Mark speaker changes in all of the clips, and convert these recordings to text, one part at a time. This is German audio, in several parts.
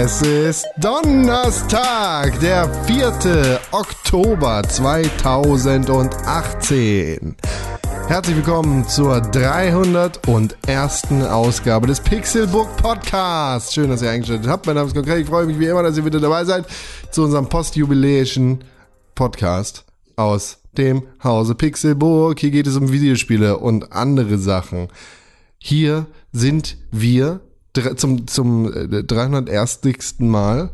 Speaker 1: ist Donnerstag, der 4. Oktober 2018. Herzlich willkommen zur 301. Ausgabe des Pixelbook Podcasts. Schön, dass ihr eingeschaltet habt. Mein Name ist Konkret. Ich freue mich wie immer, dass ihr wieder dabei seid zu unserem postjubiläischen Podcast aus dem Hause Pixelburg. Hier geht es um Videospiele und andere Sachen. Hier sind wir dr- zum, zum äh, 301. Mal.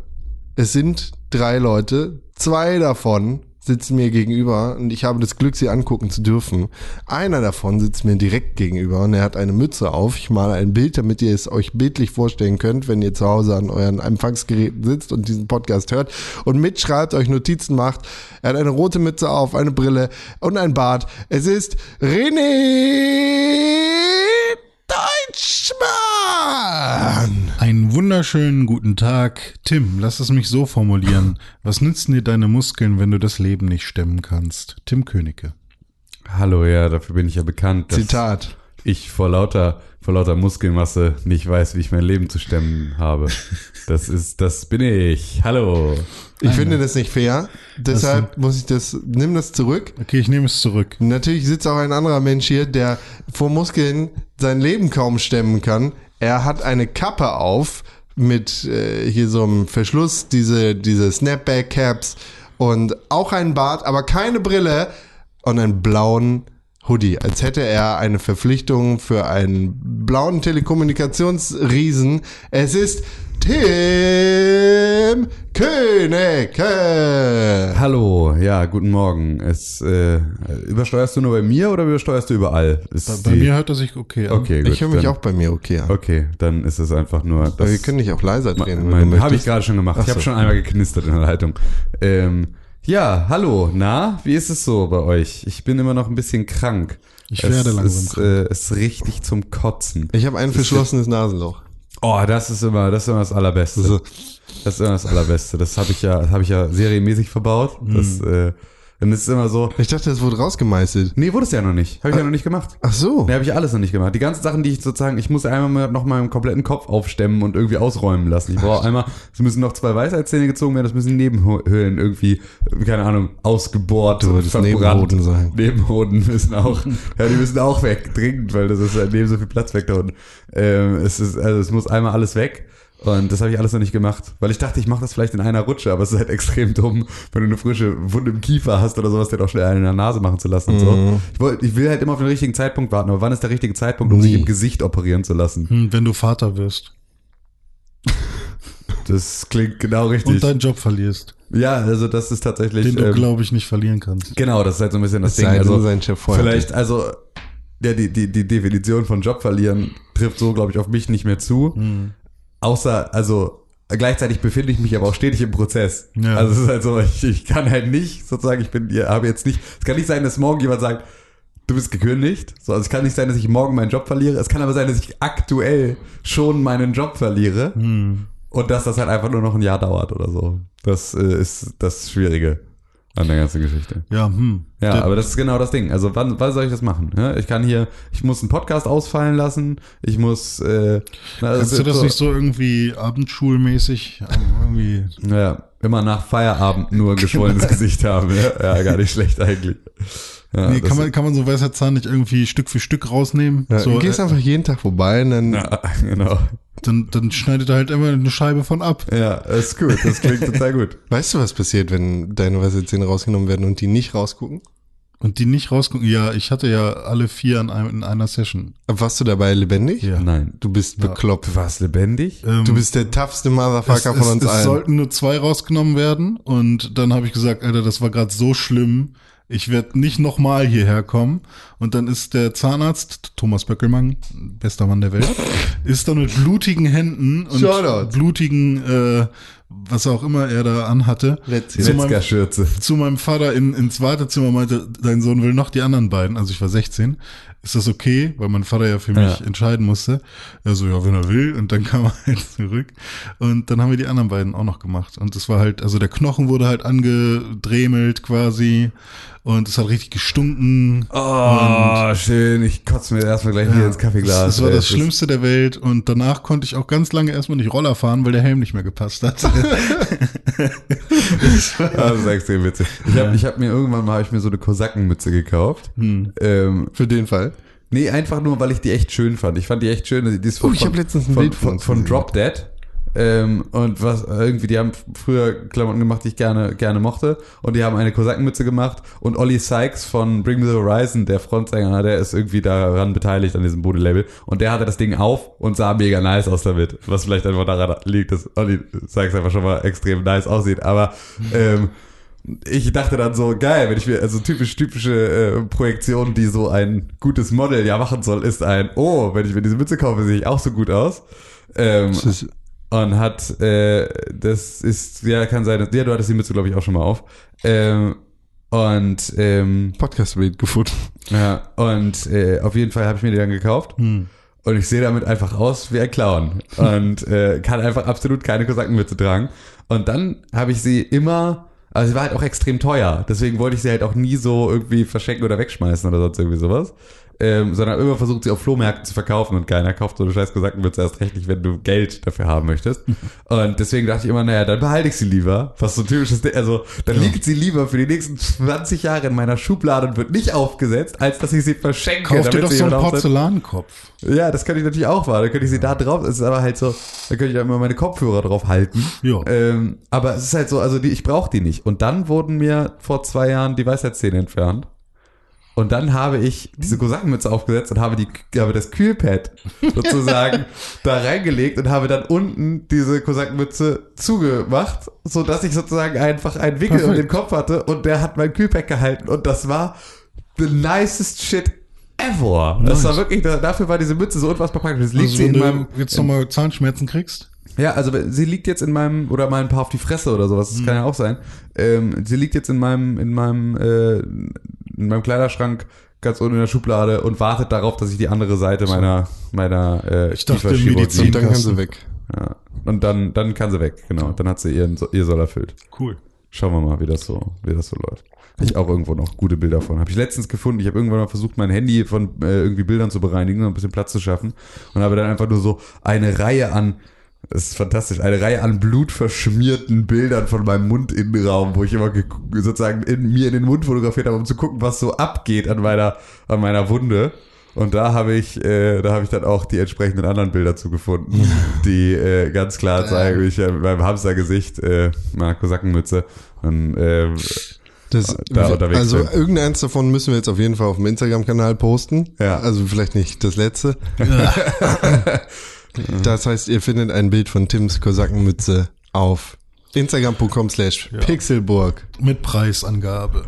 Speaker 1: Es sind drei Leute. Zwei davon sitzen mir gegenüber und ich habe das Glück, sie angucken zu dürfen. Einer davon sitzt mir direkt gegenüber und er hat eine Mütze auf. Ich male ein Bild, damit ihr es euch bildlich vorstellen könnt, wenn ihr zu Hause an euren Empfangsgeräten sitzt und diesen Podcast hört und mitschreibt, euch Notizen macht. Er hat eine rote Mütze auf, eine Brille und ein Bart. Es ist René Deutschmann!
Speaker 2: Einen wunderschönen guten Tag. Tim, lass es mich so formulieren. Was nützen dir deine Muskeln, wenn du das Leben nicht stemmen kannst? Tim Königke.
Speaker 3: Hallo, ja, dafür bin ich ja bekannt, dass
Speaker 1: Zitat.
Speaker 3: ich vor lauter, vor lauter Muskelmasse nicht weiß, wie ich mein Leben zu stemmen habe. Das ist, das bin ich. Hallo.
Speaker 1: Ich finde das nicht fair. Deshalb muss ich das, nimm das zurück.
Speaker 2: Okay, ich nehme es zurück.
Speaker 1: Natürlich sitzt auch ein anderer Mensch hier, der vor Muskeln sein Leben kaum stemmen kann. Er hat eine Kappe auf mit äh, hier so einem Verschluss, diese, diese Snapback-Caps und auch einen Bart, aber keine Brille und einen blauen Hoodie. Als hätte er eine Verpflichtung für einen blauen Telekommunikationsriesen. Es ist Tim Königke.
Speaker 3: Hallo, ja, guten Morgen. Es, äh, übersteuerst du nur bei mir oder übersteuerst du überall? Ist
Speaker 2: Bei, bei
Speaker 3: die-
Speaker 2: mir hört das sich okay an.
Speaker 3: Okay, gut.
Speaker 1: Ich höre mich
Speaker 3: dann,
Speaker 1: auch bei mir okay an.
Speaker 3: Okay, dann ist es einfach nur.
Speaker 1: Aber wir können dich auch leiser drehen, wenn du
Speaker 3: Mein, habe ich
Speaker 1: möchtest.
Speaker 3: gerade schon gemacht. Ich habe schon einmal geknistert in der Leitung. Ähm, ja, hallo. Na, wie ist es so bei euch? Ich bin immer noch ein bisschen krank.
Speaker 2: Ich werde
Speaker 3: es
Speaker 2: langsam
Speaker 3: ist,
Speaker 2: krank.
Speaker 3: Äh, ist richtig zum Kotzen.
Speaker 1: Ich habe ein verschlossenes Nasenloch.
Speaker 3: Oh, das ist immer, das ist immer das Allerbeste. Das ist immer das Allerbeste. Das habe ich ja, das habe ich ja serienmäßig verbaut. Das, äh, und es ist immer so.
Speaker 1: Ich dachte, es wurde rausgemeißelt.
Speaker 3: Nee, wurde es ja noch nicht. Habe ich ja noch nicht gemacht.
Speaker 1: Ach so.
Speaker 3: Nee, habe ich alles noch nicht gemacht. Die ganzen Sachen, die ich sozusagen, ich muss einmal mal noch meinen kompletten Kopf aufstemmen und irgendwie ausräumen lassen. Ich brauche einmal, es müssen noch zwei Weisheitszähne gezogen werden, das müssen Nebenhöhlen irgendwie, keine Ahnung, ausgebohrt
Speaker 1: Du würdest Nebenhoden sagen.
Speaker 3: Nebenhoden müssen auch, ja, die müssen auch weg, dringend, weil das ist halt neben so viel Platz weg da unten. Ähm, es ist, also es muss einmal alles weg. Und das habe ich alles noch nicht gemacht, weil ich dachte, ich mache das vielleicht in einer Rutsche, aber es ist halt extrem dumm, wenn du eine frische Wunde im Kiefer hast oder sowas, dir doch schnell eine in der Nase machen zu lassen. Und
Speaker 1: Mhm.
Speaker 3: so. ich, wollt, ich will halt immer auf den richtigen Zeitpunkt warten, aber wann ist der richtige Zeitpunkt, um sich
Speaker 1: Nie.
Speaker 3: im Gesicht operieren zu lassen?
Speaker 2: Hm, Wenn du Vater wirst
Speaker 3: Das klingt genau
Speaker 2: und
Speaker 3: richtig.
Speaker 2: deinen Job verlierst,
Speaker 3: Ja, also das ist tatsächlich.
Speaker 2: den du,
Speaker 3: ähm,
Speaker 2: glaube ich, nicht verlieren kannst.
Speaker 3: Genau, das ist halt so ein bisschen das
Speaker 1: Es
Speaker 3: Ding.
Speaker 1: sei denn,
Speaker 3: Also,
Speaker 1: sein Chef feuert
Speaker 3: vielleicht, also ja, die, die, die Definition von Job verlieren trifft so, glaube ich, auf mich nicht mehr zu. Außer, also gleichzeitig befinde ich mich aber auch stetig im Prozess.
Speaker 2: Ja.
Speaker 3: Also es ist halt so, ich, ich kann halt nicht sozusagen, ich bin, ich habe jetzt nicht, es kann nicht sein, dass morgen jemand sagt, du bist gekündigt. So, also es kann nicht sein, dass ich morgen meinen Job verliere. Es kann aber sein, dass ich aktuell schon meinen Job verliere.
Speaker 2: Hm.
Speaker 3: Und dass das halt einfach nur noch ein Jahr dauert oder so. Das äh, ist das Schwierige an der ganzen Geschichte.
Speaker 2: Ja, hm.
Speaker 3: Ja,
Speaker 2: Der-
Speaker 3: aber das ist genau das Ding. Also wann, wann soll ich das machen? Ja, ich kann hier, ich muss einen Podcast ausfallen lassen, ich muss äh, na,
Speaker 2: Kannst
Speaker 3: ist
Speaker 2: du das
Speaker 3: so,
Speaker 2: nicht so irgendwie abendschulmäßig ähm, irgendwie
Speaker 3: Naja, immer nach Feierabend nur ein geschwollenes Gesicht haben. Ja, ja, gar nicht schlecht eigentlich. Ja,
Speaker 2: nee,
Speaker 3: das-
Speaker 2: kann man kann man so weißer Zahn nicht irgendwie Stück für Stück rausnehmen
Speaker 1: Ja,
Speaker 2: so,
Speaker 1: du gehst
Speaker 2: äh,
Speaker 1: einfach jeden Tag vorbei und dann
Speaker 3: ja, genau.
Speaker 2: dann dann schneidet er halt immer eine Scheibe von ab
Speaker 3: Ja, ist gut. Das klingt total gut.
Speaker 1: weißt du, was passiert, wenn deine weiße Zähne rausgenommen werden und die nicht rausgucken?
Speaker 2: und die nicht rausgucken ja ich hatte ja alle vier an einem, in einer Session
Speaker 1: Warst du dabei lebendig?
Speaker 2: Ja.
Speaker 3: Nein.
Speaker 1: Du bist bekloppt.
Speaker 3: Du warst lebendig?
Speaker 2: Ähm,
Speaker 1: Du bist der toughste Motherfucker
Speaker 2: es,
Speaker 1: von uns
Speaker 2: es, Es
Speaker 1: allen.
Speaker 2: sollten nur zwei rausgenommen werden. Und dann habe ich gesagt, Alter, das war gerade so schlimm. Ich werde nicht nochmal hierher kommen. Und dann ist der Zahnarzt, Thomas Böckelmann, bester Mann der Welt, ist dann mit blutigen Händen und
Speaker 1: Shoutout.
Speaker 2: blutigen, äh, was auch immer er da anhatte,
Speaker 1: Letztes.
Speaker 2: zu meinem,
Speaker 3: Metzgerschürze.
Speaker 2: zu meinem Vater in, ins Wartezimmer meinte, dein Sohn will noch die anderen beiden. Also ich war 16. Ist das okay? Weil mein Vater ja für mich
Speaker 3: Ja.
Speaker 2: entscheiden musste. Er so, ja, wenn er will. Und dann kam er halt zurück. Und dann haben wir die anderen beiden auch noch gemacht. Und es war halt, also der Knochen wurde halt angedremelt quasi. Und es hat richtig gestunken.
Speaker 3: Oh, schön. Ich kotze mir erstmal gleich hier ins Kaffeeglas.
Speaker 2: Das, das war
Speaker 3: ey.
Speaker 2: das Schlimmste der Welt und danach konnte ich auch ganz lange erstmal nicht Roller fahren, weil der Helm nicht mehr gepasst hat.
Speaker 3: Ah, Das ist extrem witzig. Ich habe ich hab mir irgendwann mal hab ich mir so eine Kosakenmütze gekauft.
Speaker 2: Hm.
Speaker 3: Ähm,
Speaker 1: Für den Fall.
Speaker 3: nee, einfach nur, weil ich die echt schön fand. Ich fand die echt schön. Die ist
Speaker 1: Oh, ich hab letztens ein
Speaker 3: von,
Speaker 1: Bild von
Speaker 3: von,
Speaker 1: uns
Speaker 3: von
Speaker 1: gesehen.
Speaker 3: Drop Dead. Ähm, und was irgendwie, die haben früher Klamotten gemacht, die ich gerne, gerne mochte. Und die haben eine Kosakenmütze gemacht. Und Olli Sykes von Bring Me the Horizon, der Frontsänger, ne, der ist irgendwie daran beteiligt an diesem Bude-Label. Und der hatte das Ding auf und sah mega nice aus damit. Was vielleicht einfach daran liegt, dass Olli Sykes einfach schon mal extrem nice aussieht. Aber ähm, ich dachte dann so, geil, wenn ich mir, also typisch, typische äh, Projektion, die so ein gutes Model ja machen soll, ist ein, oh, wenn ich mir diese Mütze kaufe, sehe ich auch so gut aus. Ähm,
Speaker 1: Das ist,
Speaker 3: und hat, äh, das ist, ja, kann sein, ja, du hattest die Mütze, glaube ich, auch schon mal auf. Ähm, und, ähm,
Speaker 1: Podcast-Bild gefunden.
Speaker 3: ja, und äh, auf jeden Fall habe ich mir die dann gekauft.
Speaker 1: Hm.
Speaker 3: Und ich sehe damit einfach aus wie ein Clown und äh, kann einfach absolut keine Kosakenmütze tragen. Und dann habe ich sie immer, also sie war halt auch extrem teuer. Deswegen wollte ich sie halt auch nie so irgendwie verschenken oder wegschmeißen oder sonst irgendwie sowas. Ähm, sondern immer versucht sie auf Flohmärkten zu verkaufen und keiner kauft so eine scheiß Kosakenmütze erst recht nicht, wenn du Geld dafür haben möchtest. Und deswegen dachte ich immer, naja, dann behalte ich sie lieber. Was so ein typisches Ding, also dann liegt sie lieber für die nächsten 20 Jahre in meiner Schublade und wird nicht aufgesetzt, als dass ich sie verschenke.
Speaker 2: Kauf dir
Speaker 3: damit
Speaker 2: doch
Speaker 3: sie
Speaker 2: so einen
Speaker 3: jemand aufsetzt.
Speaker 2: Porzellankopf.
Speaker 3: Ja, das könnte ich natürlich auch wahr. Da könnte ich sie da drauf, es ist aber halt so, da könnte ich da immer meine Kopfhörer drauf halten.
Speaker 2: Ja. Also
Speaker 3: Ähm, aber es ist halt so, also die, ich brauche die nicht. Und dann wurden mir vor zwei Jahren die Weisheitszähne entfernt. Und dann habe ich diese Kosakenmütze aufgesetzt und habe, die, habe das Kühlpad sozusagen da reingelegt und habe dann unten diese Kosakenmütze zugemacht, sodass ich sozusagen einfach einen Wickel um den Kopf hatte und der hat mein Kühlpad gehalten und das war the nicest shit ever. Das war wirklich, da- dafür war diese Mütze so unfassbar praktisch. Es liegt
Speaker 2: Also
Speaker 3: sie
Speaker 2: wenn du
Speaker 3: in meinem,
Speaker 2: jetzt nochmal Zahnschmerzen kriegst.
Speaker 3: ja, also sie liegt jetzt in meinem, oder mal ein paar auf die Fresse oder sowas, das kann
Speaker 2: Mhm.
Speaker 3: ja auch sein. Ähm, sie liegt jetzt in meinem, in meinem, äh, in meinem Kleiderschrank ganz unten in der Schublade und wartet darauf, dass ich die andere Seite meiner, meiner, äh,
Speaker 2: Ich dachte,
Speaker 3: Kieferchirurgie-
Speaker 2: Medizin.
Speaker 1: Und dann kann
Speaker 2: Kasten.
Speaker 1: sie weg.
Speaker 3: Ja. Und dann, dann kann sie weg, genau. Dann hat sie ihren, So- ihr Soll erfüllt.
Speaker 2: Cool.
Speaker 3: Schauen wir mal, wie das so, wie das so läuft. Hab Ich auch irgendwo noch gute Bilder von. Habe ich letztens gefunden. Ich habe irgendwann mal versucht, mein Handy von äh, irgendwie Bildern zu bereinigen und ein bisschen Platz zu schaffen. Und habe dann einfach nur so eine Reihe an, das ist fantastisch, eine Reihe an blutverschmierten Bildern von meinem Mundinnenraum, wo ich immer ge- sozusagen in, mir in den Mund fotografiert habe, um zu gucken, was so abgeht an meiner, an meiner Wunde. Und da habe ich, äh, da habe ich dann auch die entsprechenden anderen Bilder zugefunden, die äh, ganz klar zeigen, wie ich äh, mit meinem Hamstergesicht, äh, meiner Kosakenmütze und äh,
Speaker 1: Das,
Speaker 3: Da unterwegs
Speaker 1: also
Speaker 3: bin.
Speaker 1: irgendeins davon müssen wir jetzt auf jeden Fall auf dem Instagram-Kanal posten.
Speaker 3: Ja.
Speaker 1: Also vielleicht nicht das letzte. das heißt, ihr findet ein Bild von Tims Kosakenmütze auf instagram.com slash pixelburg.
Speaker 2: Mit Preisangabe.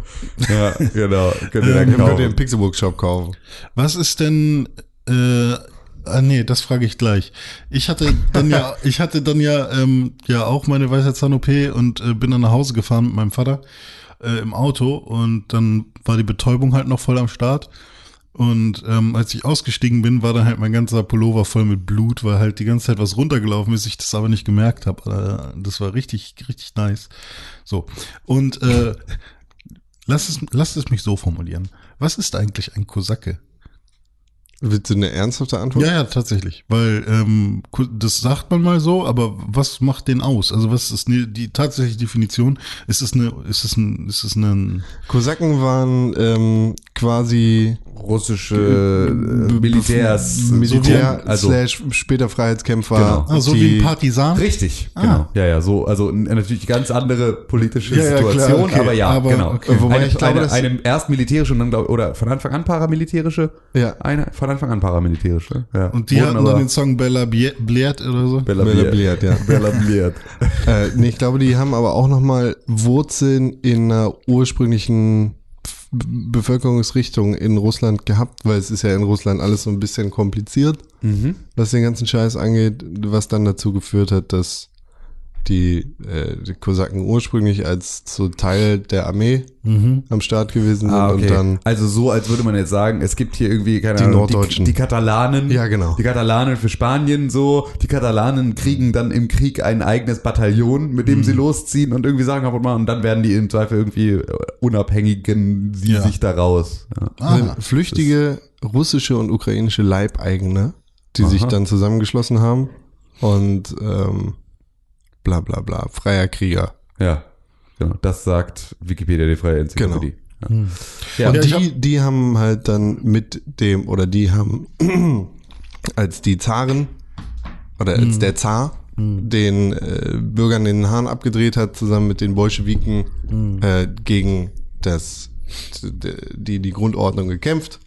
Speaker 3: ja, genau, könnt ihr dann
Speaker 1: Dann könnt ihr im
Speaker 3: kaufen.
Speaker 1: Pixelburg-Shop kaufen.
Speaker 2: Was ist denn, äh, ah nee, das frage ich gleich. Ich hatte dann ja, ich hatte dann ja, ähm, ja auch meine Weisheitszahn-OP und äh, bin dann nach Hause gefahren mit meinem Vater äh, im Auto und dann war die Betäubung halt noch voll am Start. Und ähm, als ich ausgestiegen bin, war dann halt mein ganzer Pullover voll mit Blut, weil halt die ganze Zeit was runtergelaufen ist, ich das aber nicht gemerkt habe. Äh, Das war richtig, richtig nice. So. Und äh, lass, es, lass es mich so formulieren. Was ist eigentlich ein Kosake?
Speaker 1: Willst du eine ernsthafte Antwort?
Speaker 2: Ja, ja, tatsächlich. Weil ähm, ku- das sagt man mal so, aber was macht den aus? Also was ist ne, die tatsächliche Definition? Ist es eine, ist es ein, ist es ein
Speaker 1: Kosaken waren ähm, quasi
Speaker 3: Russische äh, Militärs,
Speaker 1: Militär,
Speaker 3: also
Speaker 1: slash später Freiheitskämpfer.
Speaker 3: Genau.
Speaker 2: ah, so
Speaker 1: die-
Speaker 2: wie ein Partisan?
Speaker 3: richtig,
Speaker 2: Ah.
Speaker 3: genau, ja, ja, so, also n- natürlich ganz andere politische
Speaker 1: Ja, ja, klar,
Speaker 3: Situation,
Speaker 1: okay,
Speaker 3: aber ja,
Speaker 2: aber
Speaker 3: genau.
Speaker 2: okay.
Speaker 1: Wobei
Speaker 3: eine,
Speaker 1: ich glaube,
Speaker 3: eine,
Speaker 1: dass-
Speaker 3: eine erst militärische und dann glaub, oder von Anfang an paramilitärische,
Speaker 1: Ja.
Speaker 3: eine von Anfang an paramilitärische. Ja.
Speaker 2: Und die
Speaker 3: Wurden
Speaker 2: hatten dann den Song Bella Bie- Blaert oder so?
Speaker 3: Bella
Speaker 1: Bella
Speaker 3: Bliert.
Speaker 1: Bliert, ja.
Speaker 3: Bella Bliert.
Speaker 1: Äh, nee, ich glaube, die haben aber auch nochmal Wurzeln in einer ursprünglichen F- Bevölkerungsrichtung in Russland gehabt, weil es ist ja in Russland alles so ein bisschen Mhm. kompliziert, was den ganzen Scheiß angeht, was dann dazu geführt hat, dass die, äh, die Kosaken ursprünglich als so Teil der Armee am Start gewesen sind
Speaker 3: Mhm. Ah, okay.
Speaker 1: und dann
Speaker 3: also so, als würde man jetzt sagen, es gibt hier irgendwie, keine
Speaker 1: Die
Speaker 3: Ahnung,
Speaker 1: Norddeutschen.
Speaker 3: Die, die Katalanen.
Speaker 1: Ja, genau.
Speaker 3: Die Katalanen für Spanien so. Die Katalanen kriegen dann im Krieg ein eigenes Bataillon, mit dem
Speaker 1: Mhm.
Speaker 3: sie losziehen und irgendwie sagen, kaputt machen. Und dann werden die im Zweifel irgendwie äh, unabhängigen sie
Speaker 2: Ja.
Speaker 3: sich daraus. Ja.
Speaker 2: Ah,
Speaker 1: flüchtige russische und ukrainische Leibeigene, die sich
Speaker 3: Aha.
Speaker 1: dann zusammengeschlossen haben und ähm, bla bla bla, freier Krieger.
Speaker 3: ja. Genau. Das sagt Wikipedia, die freie Enzyklopädie. Ja.
Speaker 1: Genau. Mhm. Und
Speaker 3: Ja.
Speaker 2: ich
Speaker 1: die, die haben halt dann mit dem, oder die haben als die Zaren oder als
Speaker 3: Mhm.
Speaker 1: der Zar den äh, Bürgern den Hahn abgedreht hat, zusammen mit den Bolschewiken
Speaker 3: Mhm.
Speaker 1: äh, gegen das, die, die Grundordnung gekämpft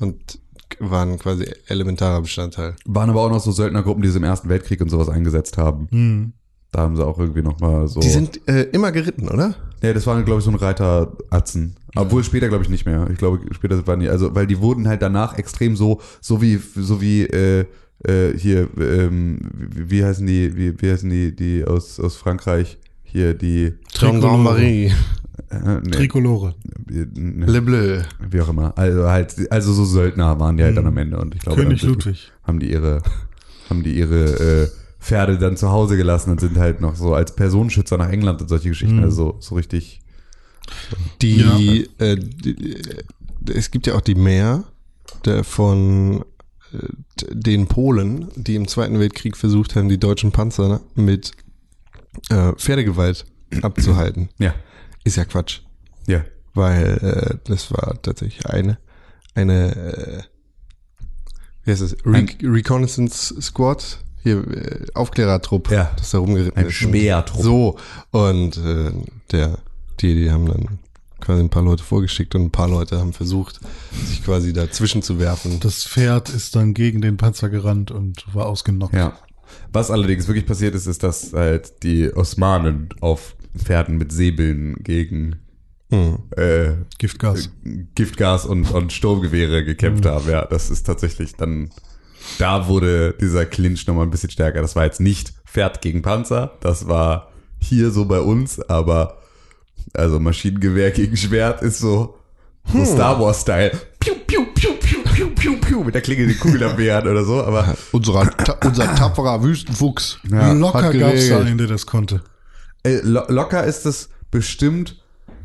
Speaker 1: und waren quasi elementarer Bestandteil.
Speaker 3: Waren aber auch noch so Söldnergruppen, die sie im Ersten Weltkrieg und sowas eingesetzt haben. Da haben sie auch irgendwie nochmal so.
Speaker 1: Mhm. Die sind äh, immer geritten, oder?
Speaker 3: Ja, das waren, glaube ich, so ein Reiteratzen. Obwohl später, glaube ich, nicht mehr. Ich glaube, später waren die, also, weil die wurden halt danach extrem so, so wie, so wie, äh, äh, hier, ähm, wie, wie heißen die, wie, wie heißen die, die aus, aus Frankreich? Hier, die,
Speaker 1: Gendarmerie,
Speaker 3: äh, nee,
Speaker 2: Tricolore.
Speaker 3: ne,
Speaker 1: Le Bleu.
Speaker 3: wie auch immer. Also halt, also so Söldner waren die halt dann am Ende und ich glaube,
Speaker 2: Mhm. König
Speaker 3: dann sind die-
Speaker 2: Ludwig.
Speaker 3: haben die ihre, haben die ihre, äh, Pferde dann zu Hause gelassen und sind halt noch so als Personenschützer nach England und solche Geschichten.
Speaker 2: Mhm.
Speaker 3: Also so, so richtig,
Speaker 1: Die, äh, die, äh, es gibt ja auch die Mär der von äh, den Polen, die im Zweiten Weltkrieg versucht haben, die deutschen Panzer mit äh, Pferdegewalt abzuhalten.
Speaker 3: ja,
Speaker 1: Ist ja Quatsch,
Speaker 3: ja.
Speaker 1: weil äh, das war tatsächlich eine, eine, äh, wie heißt das, Re Reconnaissance Squad, hier äh, Aufklärertrupp,
Speaker 3: Ja.
Speaker 1: das da rumgeritten
Speaker 3: Ein
Speaker 1: ist.
Speaker 3: Speertrupp.
Speaker 1: So, und äh, der, die, die haben dann quasi ein paar Leute vorgeschickt und ein paar Leute haben versucht, sich quasi dazwischen zu werfen.
Speaker 2: Das Pferd ist dann gegen den Panzer gerannt und war ausgenockt.
Speaker 3: Ja. Was allerdings wirklich passiert ist, ist, dass halt die Osmanen auf Pferden mit Säbeln gegen äh,
Speaker 2: Giftgas.
Speaker 3: Giftgas und, und Sturmgewehre gekämpft haben. Ja, das ist tatsächlich dann. Da wurde dieser Clinch nochmal ein bisschen stärker. Das war jetzt nicht Pferd gegen Panzer, das war hier so bei uns, aber also Maschinengewehr gegen Schwert ist so, so Star Wars-Style. Piu, piu, piu, piu, piu, piu, piu, mit der Klinge die Kugel abwehren oder so, aber
Speaker 1: Unserer, ta unser tapferer Wüstenfuchs.
Speaker 2: Locker
Speaker 1: hat
Speaker 2: gab es da
Speaker 1: geregelt.
Speaker 2: einen, der das konnte.
Speaker 3: Ey, lo locker ist es bestimmt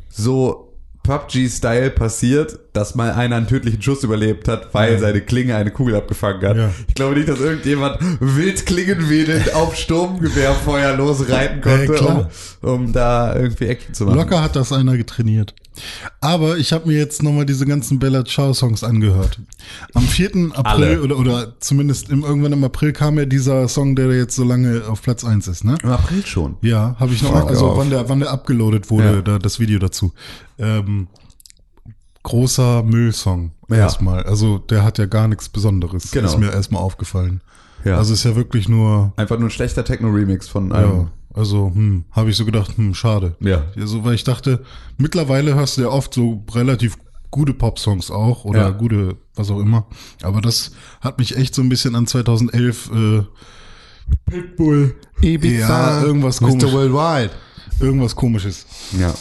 Speaker 3: so PUBG-Style passiert, dass mal einer einen tödlichen Schuss überlebt hat, weil seine Klinge eine Kugel abgefangen hat.
Speaker 2: Ja.
Speaker 3: Ich glaube nicht, dass irgendjemand wild klingenwedelnd auf Sturmgewehrfeuer losreiten
Speaker 2: Äh,
Speaker 3: konnte,
Speaker 2: klar.
Speaker 3: um, um da irgendwie Action zu machen.
Speaker 2: Locker hat das einer getrainiert. Aber ich habe mir jetzt nochmal diese ganzen Bella Ciao Songs angehört. Am 4. April
Speaker 3: Alle.
Speaker 2: oder, oder zumindest im, irgendwann im April kam ja dieser Song, der jetzt so lange auf Platz 1 ist, ne?
Speaker 3: Im April schon.
Speaker 2: Ja, habe ich noch,
Speaker 1: Fuck
Speaker 2: also
Speaker 1: off.
Speaker 2: wann der, wann der abgeloadet wurde,
Speaker 3: Ja.
Speaker 2: da, das Video dazu. Ähm, großer Müllsong
Speaker 3: Ja.
Speaker 2: erstmal. Also der hat ja gar nichts Besonderes.
Speaker 3: Genau.
Speaker 2: Ist mir erstmal aufgefallen.
Speaker 3: Ja.
Speaker 2: Also ist ja wirklich nur,
Speaker 3: Einfach nur ein schlechter Techno-Remix von ähm,
Speaker 2: ja,
Speaker 3: einem.
Speaker 2: also hm, habe ich so gedacht, hm, schade.
Speaker 3: Ja.
Speaker 2: Also, weil ich dachte, mittlerweile hörst du ja oft so relativ gute Popsongs auch oder
Speaker 3: Ja.
Speaker 2: gute, was auch immer. Aber das hat mich echt so ein bisschen an 2011 äh, Pitbull,
Speaker 1: Ibiza,
Speaker 2: ja, irgendwas, komisch,
Speaker 1: Mr. Worldwide.
Speaker 2: irgendwas komisches.
Speaker 3: Ja.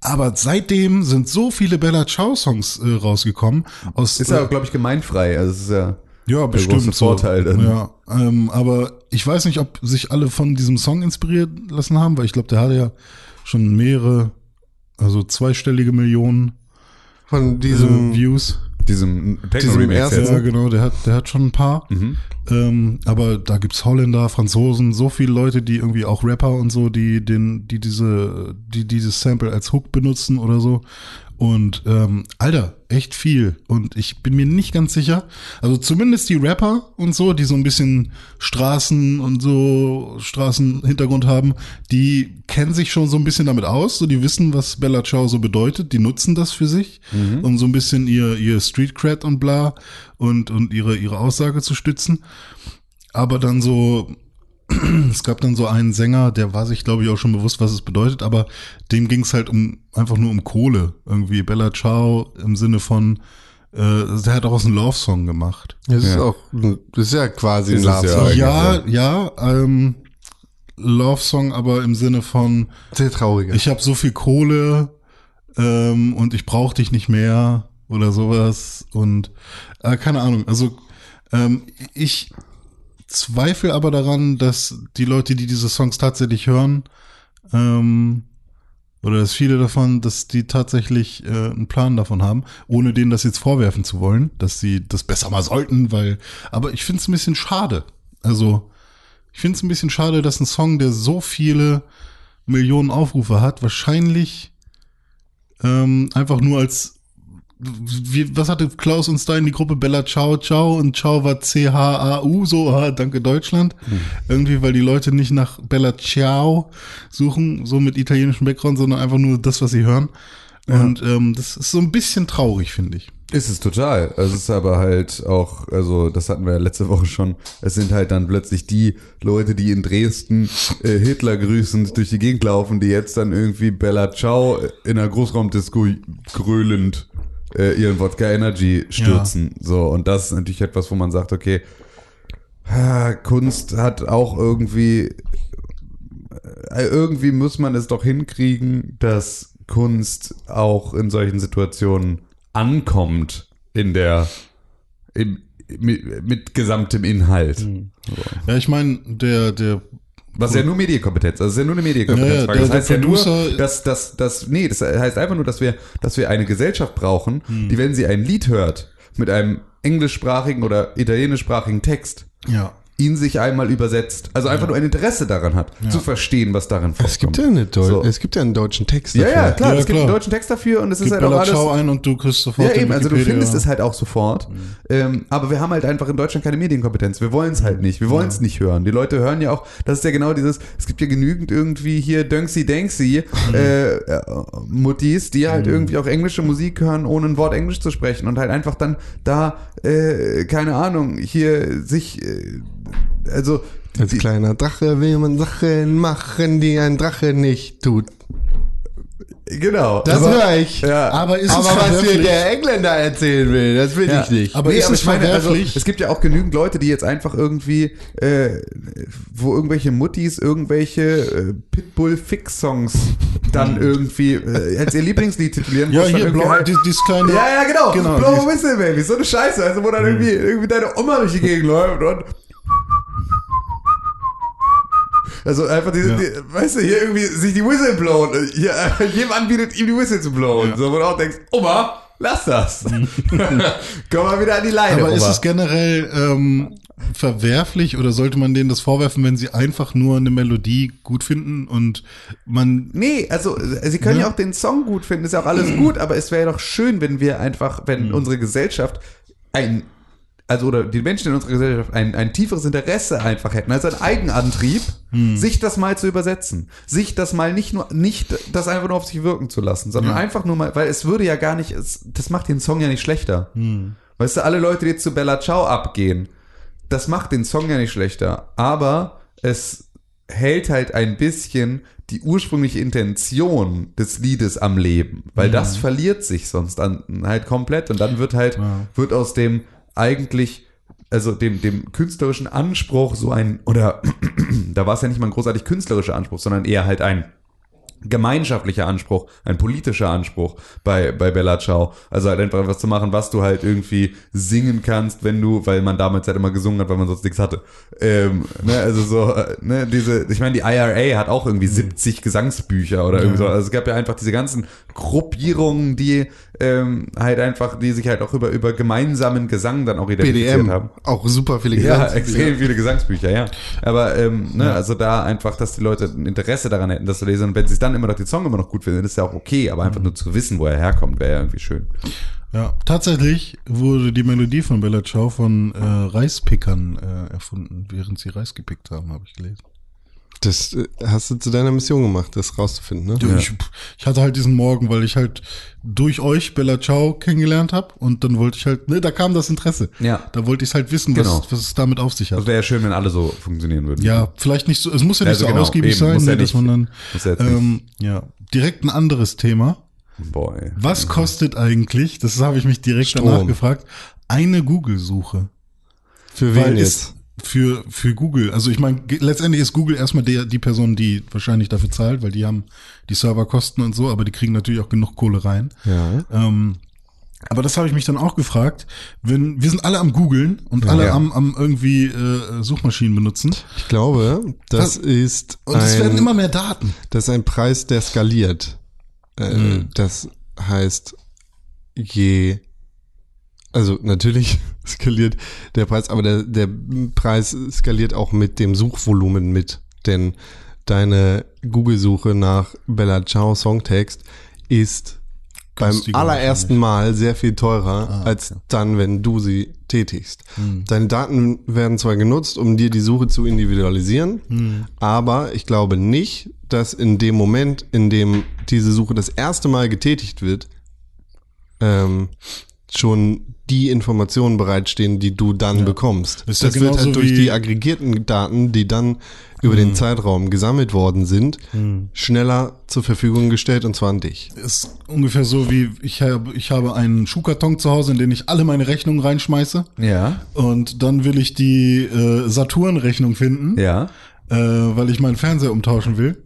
Speaker 2: Aber seitdem sind so viele Bella Ciao Songs äh, rausgekommen. Aus, äh,
Speaker 3: Ist ja, glaube ich, gemeinfrei. Also es ist ja.
Speaker 2: ja, bestimmt.
Speaker 3: große Vorteil dann.
Speaker 2: Ja, ähm, aber ich weiß nicht, ob sich alle von diesem Song inspiriert lassen haben, weil ich glaube, der hatte ja schon mehrere, also zweistellige Millionen
Speaker 1: Von
Speaker 2: äh,
Speaker 3: Mhm.
Speaker 1: diesem
Speaker 2: Views.
Speaker 3: Diesem
Speaker 1: Diesem
Speaker 3: Techno-Remix.
Speaker 1: ersten-
Speaker 3: jetzt.
Speaker 2: Ja, genau, der hat, der hat schon ein paar. Ähm, aber da gibt's Holländer, Franzosen, so viele Leute, die irgendwie auch Rapper und so, die den, die diese, die dieses Sample als Hook benutzen oder so. Und ähm, Alter, echt viel. Und ich bin mir nicht ganz sicher. Also zumindest die Rapper und so, die so ein bisschen Straßen und so Straßenhintergrund haben, die kennen sich schon so ein bisschen damit aus. So, die wissen, was Bella Ciao so bedeutet. Die nutzen das für sich, um so ein bisschen ihr, ihr Street Cred und bla und, und ihre, ihre Aussage zu stützen. Aber dann so, es gab dann so einen Sänger, der war sich, glaube ich, auch schon bewusst, was es bedeutet, aber dem ging es halt um einfach nur um Kohle. Irgendwie Bella Ciao im Sinne von, äh, der hat auch einen Love-Song gemacht.
Speaker 1: Das ist
Speaker 3: Ja.
Speaker 1: auch, das ist ja quasi
Speaker 3: Ist
Speaker 1: ein
Speaker 3: es ja
Speaker 1: Love Song.
Speaker 3: eigentlich,
Speaker 2: Ja, ja, ähm, Love-Song, aber im Sinne von,
Speaker 1: Sehr trauriger.
Speaker 2: ich habe so viel Kohle ähm, und ich brauche dich nicht mehr oder sowas. Und äh, keine Ahnung. Also ähm, ich zweifle aber daran, dass die Leute, die diese Songs tatsächlich hören, ähm, oder dass viele davon, dass die tatsächlich äh, einen Plan davon haben, ohne denen das jetzt vorwerfen zu wollen, dass sie das besser mal sollten, weil, aber ich finde es ein bisschen schade. Also, ich finde es ein bisschen schade, dass ein Song, der so viele Millionen Aufrufe hat, wahrscheinlich ähm, einfach nur als wie, was hatte Klaus und Stein die Gruppe Bella Ciao Ciao und Ciao war C H A U so ah, danke Deutschland
Speaker 3: Hm.
Speaker 2: irgendwie weil die Leute nicht nach Bella Ciao suchen so mit italienischem Background sondern einfach nur das was sie hören und ähm, das ist so ein bisschen traurig finde ich
Speaker 3: Ist es total. Also es ist aber halt auch, also das hatten wir ja letzte Woche schon, es sind halt dann plötzlich die Leute, die in Dresden äh, Hitler grüßend durch die Gegend laufen, die jetzt dann irgendwie Bella Ciao in einer Großraumdisco grölend äh, ihren Wodka Energy stürzen. So, und das ist natürlich etwas, wo man sagt, okay, ah, Kunst hat auch irgendwie Äh, irgendwie muss man es doch hinkriegen, dass Kunst auch in solchen Situationen ankommt in der im, mit, mit gesamtem Inhalt.
Speaker 2: ja ich meine der der
Speaker 3: Was ja nur Medienkompetenz, also es ist ja nur eine Medienkompetenz.
Speaker 2: Ja, ja,
Speaker 3: das
Speaker 2: der-
Speaker 3: heißt
Speaker 2: der
Speaker 3: ja nur,
Speaker 2: Producer-
Speaker 3: dass das das nee, das heißt einfach nur, dass wir dass wir eine Gesellschaft brauchen, die wenn sie ein Lied hört mit einem englischsprachigen oder italienischsprachigen Text
Speaker 2: ja
Speaker 3: ihn sich einmal übersetzt, also einfach nur ein Interesse daran hat, zu verstehen, was darin vorkommt.
Speaker 1: es gibt ja eine Deu
Speaker 3: So.
Speaker 1: es gibt ja einen deutschen Text
Speaker 3: Ja, ja, klar,
Speaker 2: Ja,
Speaker 3: es gibt
Speaker 2: klar.
Speaker 3: einen deutschen Text dafür und es
Speaker 2: gib
Speaker 3: ist halt auch
Speaker 2: Bella
Speaker 3: alles.
Speaker 2: Ciao ein und du kriegst sofort
Speaker 3: Ja,
Speaker 2: den
Speaker 3: eben, also du
Speaker 2: Wikipedia- Mhm.
Speaker 3: findest es halt auch sofort. Ähm, aber wir haben halt einfach in Deutschland keine Medienkompetenz. Wir wollen es halt nicht. Wir wollen es nicht hören. Die Leute hören ja auch, das ist ja genau dieses, es gibt ja genügend irgendwie hier Dönksy Denksy
Speaker 2: Mhm.
Speaker 3: äh, äh, Muttis, die halt irgendwie auch englische Musik hören, ohne ein Wort Englisch zu sprechen und halt einfach dann da, äh, keine Ahnung, hier sich, äh, also
Speaker 1: Als kleiner Drache will man Sachen machen, die ein Drache nicht tut.
Speaker 3: genau.
Speaker 1: Das
Speaker 3: Aber-
Speaker 1: höre ich.
Speaker 3: Ja.
Speaker 2: aber ist
Speaker 1: Aber
Speaker 2: es
Speaker 1: was mir
Speaker 2: verwerflich?
Speaker 1: der Engländer erzählen will, das will
Speaker 3: Ja,
Speaker 1: ich nicht.
Speaker 2: aber ist es verwerflich?
Speaker 3: also, es gibt ja auch genügend Leute, die jetzt einfach irgendwie, äh, wo irgendwelche Muttis irgendwelche äh, Pitbull-Fix-Songs dann irgendwie äh, als ihr Lieblingslied titulieren.
Speaker 2: ja
Speaker 3: wo es dann
Speaker 2: hier
Speaker 3: irgendwie
Speaker 2: blau
Speaker 3: halt-
Speaker 2: dies, dieses kleine
Speaker 3: ja, ja, genau.
Speaker 2: Genau,
Speaker 3: Blow a
Speaker 2: die-
Speaker 3: Whistle, Baby. So eine Scheiße. Also, wo dann irgendwie, irgendwie deine Oma durch die Gegend läuft und. Also einfach diese,
Speaker 2: Ja.
Speaker 3: die, weißt du, hier irgendwie sich die Whistle blown. äh, Hier, äh, jemand anbietet, ihm die Whistle zu blowen. So, wo du auch denkst, Oma, lass das. Komm mal wieder an die Leine,
Speaker 2: Mhm. Aber ist
Speaker 3: Oma.
Speaker 2: es generell ähm, verwerflich oder sollte man denen das vorwerfen, wenn sie einfach nur eine Melodie gut finden und man
Speaker 3: Nee, also äh, sie können ja. auch den Song gut finden, ist ja auch alles gut, aber es wäre ja doch schön, wenn wir einfach, wenn unsere Gesellschaft ein, also oder die Menschen in unserer Gesellschaft ein, ein tieferes Interesse einfach hätten, als ein Eigenantrieb, sich das mal zu übersetzen. Sich das mal nicht nur, nicht das einfach nur auf sich wirken zu lassen, sondern einfach nur mal, weil es würde ja gar nicht, es, das macht den Song ja nicht schlechter. Weißt du, alle Leute, die jetzt zu Bella Ciao abgehen, das macht den Song ja nicht schlechter, aber es hält halt ein bisschen die ursprüngliche Intention des Liedes am Leben, weil das verliert sich sonst an, halt komplett und dann wird halt,
Speaker 2: Ja.
Speaker 3: wird aus dem eigentlich, also dem, dem künstlerischen Anspruch so ein, oder Hm, da war es ja nicht mal ein großartig künstlerischer Anspruch, sondern eher halt ein gemeinschaftlicher Anspruch, ein politischer Anspruch bei, bei Bella Ciao. Also halt einfach was zu machen, was du halt irgendwie singen kannst, wenn du, weil man damals halt immer gesungen hat, weil man sonst nichts hatte. Ähm, ne, also so, äh, ne, diese, ich meine, die IRA hat auch irgendwie 70 Gesangsbücher oder irgendwie so. Also es gab ja einfach diese ganzen Gruppierungen, die ähm, halt einfach, die sich halt auch über, über gemeinsamen Gesang dann auch identifiziert haben.
Speaker 1: BDM, auch super viele
Speaker 3: Ja,
Speaker 1: Gesetze.
Speaker 3: extrem viele Gesangsbücher, ja. Aber ähm, ne, also da einfach, dass die Leute ein Interesse daran hätten, das zu lesen. Und wenn sie es dann immer noch den Song immer noch gut finden, ist ja auch okay, aber
Speaker 2: Mhm.
Speaker 3: einfach nur zu wissen, wo er herkommt, wäre ja irgendwie schön.
Speaker 2: ja tatsächlich wurde die Melodie von Bella Ciao von äh, Reispickern äh, erfunden, während sie Reis gepickt haben, habe ich gelesen.
Speaker 1: Das äh, hast du zu deiner Mission gemacht, das rauszufinden, ne?
Speaker 2: Ja. Ich, ich hatte halt diesen Morgen, weil ich halt durch euch Bella Ciao kennengelernt habe und dann wollte ich halt, ne, da kam das Interesse.
Speaker 3: Ja.
Speaker 2: Da wollte ich es halt wissen,
Speaker 3: Genau.
Speaker 2: was, was es damit auf sich hat.
Speaker 3: Das Also wäre ja schön, wenn alle so funktionieren würden.
Speaker 2: Ja, vielleicht nicht so, es muss ja nicht
Speaker 3: Also
Speaker 2: so
Speaker 3: genau,
Speaker 2: ausgiebig
Speaker 3: eben,
Speaker 2: sein,
Speaker 3: muss ja
Speaker 2: ne, dass
Speaker 3: nicht-
Speaker 2: man dann,
Speaker 3: muss ja jetzt
Speaker 2: ähm, ja, direkt ein anderes Thema.
Speaker 3: Boah, ey.
Speaker 2: Was kostet eigentlich, das habe ich mich direkt
Speaker 1: Strom.
Speaker 2: danach gefragt, eine Google-Suche?
Speaker 1: Für
Speaker 2: Weil
Speaker 1: wen
Speaker 2: ist,
Speaker 1: jetzt?
Speaker 2: für, für Google. Also ich meine, ge- letztendlich ist Google erstmal der, die Person, die wahrscheinlich dafür zahlt, weil die haben die Serverkosten und so, aber die kriegen natürlich auch genug Kohle rein.
Speaker 1: Ja.
Speaker 2: Ähm, aber das habe ich mich dann auch gefragt, wenn wir sind alle am googeln und alle
Speaker 1: Ja.
Speaker 2: am, am irgendwie äh, Suchmaschinen benutzen
Speaker 1: Ich glaube, das ist
Speaker 2: und es werden
Speaker 1: ein-
Speaker 2: immer mehr Daten.
Speaker 1: Das ist ein Preis, der skaliert. Äh, Das heißt, je, also natürlich skaliert der Preis, aber der, der Preis skaliert auch mit dem Suchvolumen mit, denn deine Google-Suche nach Bella Ciao Songtext ist beim
Speaker 2: Günstiger Ah,
Speaker 1: allerersten Mal sehr viel teurer als dann, wenn du sie tätigst.
Speaker 2: Hm.
Speaker 1: Deine Daten werden zwar genutzt, um dir die Suche zu individualisieren,
Speaker 2: Hm.
Speaker 1: aber ich glaube nicht, dass in dem Moment, in dem diese Suche das erste Mal getätigt wird, ähm, schon die Informationen bereitstehen, die du dann bekommst.
Speaker 2: Ist ja
Speaker 1: das wird
Speaker 2: genauso
Speaker 1: halt durch
Speaker 2: wie- Hm.
Speaker 1: die aggregierten Daten, die dann über den Zeitraum gesammelt worden sind, schneller zur Verfügung gestellt und zwar an dich.
Speaker 2: Ist ungefähr so wie ich habe ich habe einen Schuhkarton zu Hause, in den ich alle meine Rechnungen reinschmeiße
Speaker 3: Ja.
Speaker 2: und dann will ich die äh, Saturn-Rechnung finden,
Speaker 3: Ja.
Speaker 2: äh, weil ich meinen Fernseher umtauschen will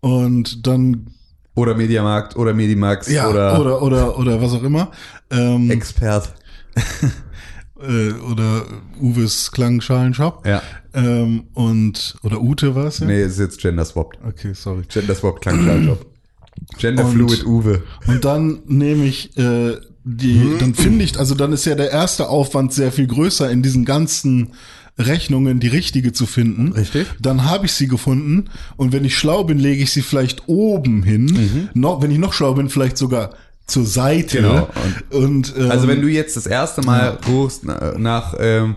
Speaker 2: und dann
Speaker 3: Oder Mediamarkt oder Medimax
Speaker 2: ja
Speaker 3: oder,
Speaker 2: oder oder oder, was auch immer ähm,
Speaker 3: Expert.
Speaker 2: äh, oder Uwes Klangschalenshop.
Speaker 3: Ja.
Speaker 2: Ähm, und oder Ute war es ja.
Speaker 3: Nee, ist jetzt Gender Swapped.
Speaker 2: Okay, sorry.
Speaker 3: Gender Swapped Klangklarjob. Gender
Speaker 2: Und-
Speaker 3: Fluid Uwe.
Speaker 2: Und dann nehme ich äh, die,
Speaker 3: Mhm.
Speaker 2: dann finde ich, also dann ist ja der erste Aufwand sehr viel größer in diesen ganzen Rechnungen die richtige zu finden.
Speaker 3: Richtig.
Speaker 2: Dann habe ich sie gefunden und wenn ich schlau bin, lege ich sie vielleicht oben hin. Noch, wenn ich noch schlau bin, vielleicht sogar zur Seite.
Speaker 3: Mhm. Genau.
Speaker 2: Und, ähm,
Speaker 3: Also wenn du jetzt das erste Mal rufst na- nach ähm,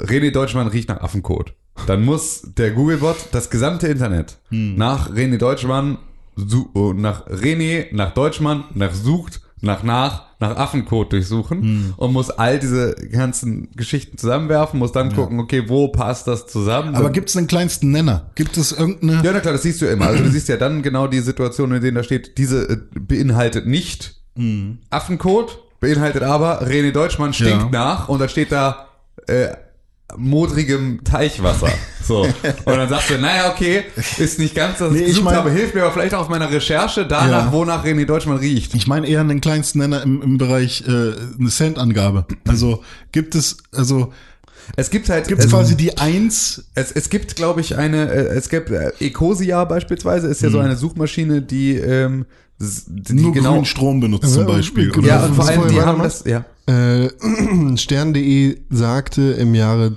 Speaker 3: René Deutschmann riecht nach Affenkot, dann muss der Googlebot das gesamte Internet
Speaker 2: Hm.
Speaker 3: nach René Deutschmann, su- äh, nach René, nach Deutschmann, nach Sucht, nach Nach, nach Affenkot durchsuchen
Speaker 2: Hm.
Speaker 3: und muss all diese ganzen Geschichten zusammenwerfen, muss dann gucken, okay, wo passt das zusammen?
Speaker 2: aber gibt es den kleinsten Nenner? Gibt es irgendeine?
Speaker 3: Ja, na klar, das siehst du ja immer. Also du siehst ja dann genau die Situation, in denen da steht, diese äh, beinhaltet nicht Affenkot, beinhaltet aber René Deutschmann stinkt
Speaker 2: Mhm. Ja.
Speaker 3: nach und da steht da äh, modrigem Teichwasser. So. Und dann sagst du, naja, okay, ist nicht ganz das, was
Speaker 2: Nee,
Speaker 3: ich
Speaker 2: ich
Speaker 3: gesucht
Speaker 2: mein-
Speaker 3: habe, hilft mir aber vielleicht auch auf meiner Recherche danach,
Speaker 2: Ja.
Speaker 3: wonach René Deutschmann riecht.
Speaker 2: Ich meine eher einen kleinsten Nenner im, im Bereich äh, eine Cent-Angabe. Also gibt es, also
Speaker 3: Es gibt halt
Speaker 2: gibt es quasi die Eins,
Speaker 3: Es, es gibt, glaube ich, eine, äh, es gibt äh, Ecosia beispielsweise, ist ja so eine Suchmaschine, die, ähm, s- die
Speaker 2: Mhm. nur
Speaker 3: genau-
Speaker 2: grünen Strom benutzt
Speaker 1: Ja,
Speaker 2: zum Beispiel.
Speaker 1: genau.
Speaker 3: Ja,
Speaker 1: Oder
Speaker 3: und vor
Speaker 1: was
Speaker 3: allem,
Speaker 1: wollen
Speaker 3: die
Speaker 1: wir
Speaker 3: haben
Speaker 1: machen?
Speaker 3: das, ja.
Speaker 1: Äh, Stern.de sagte im Jahre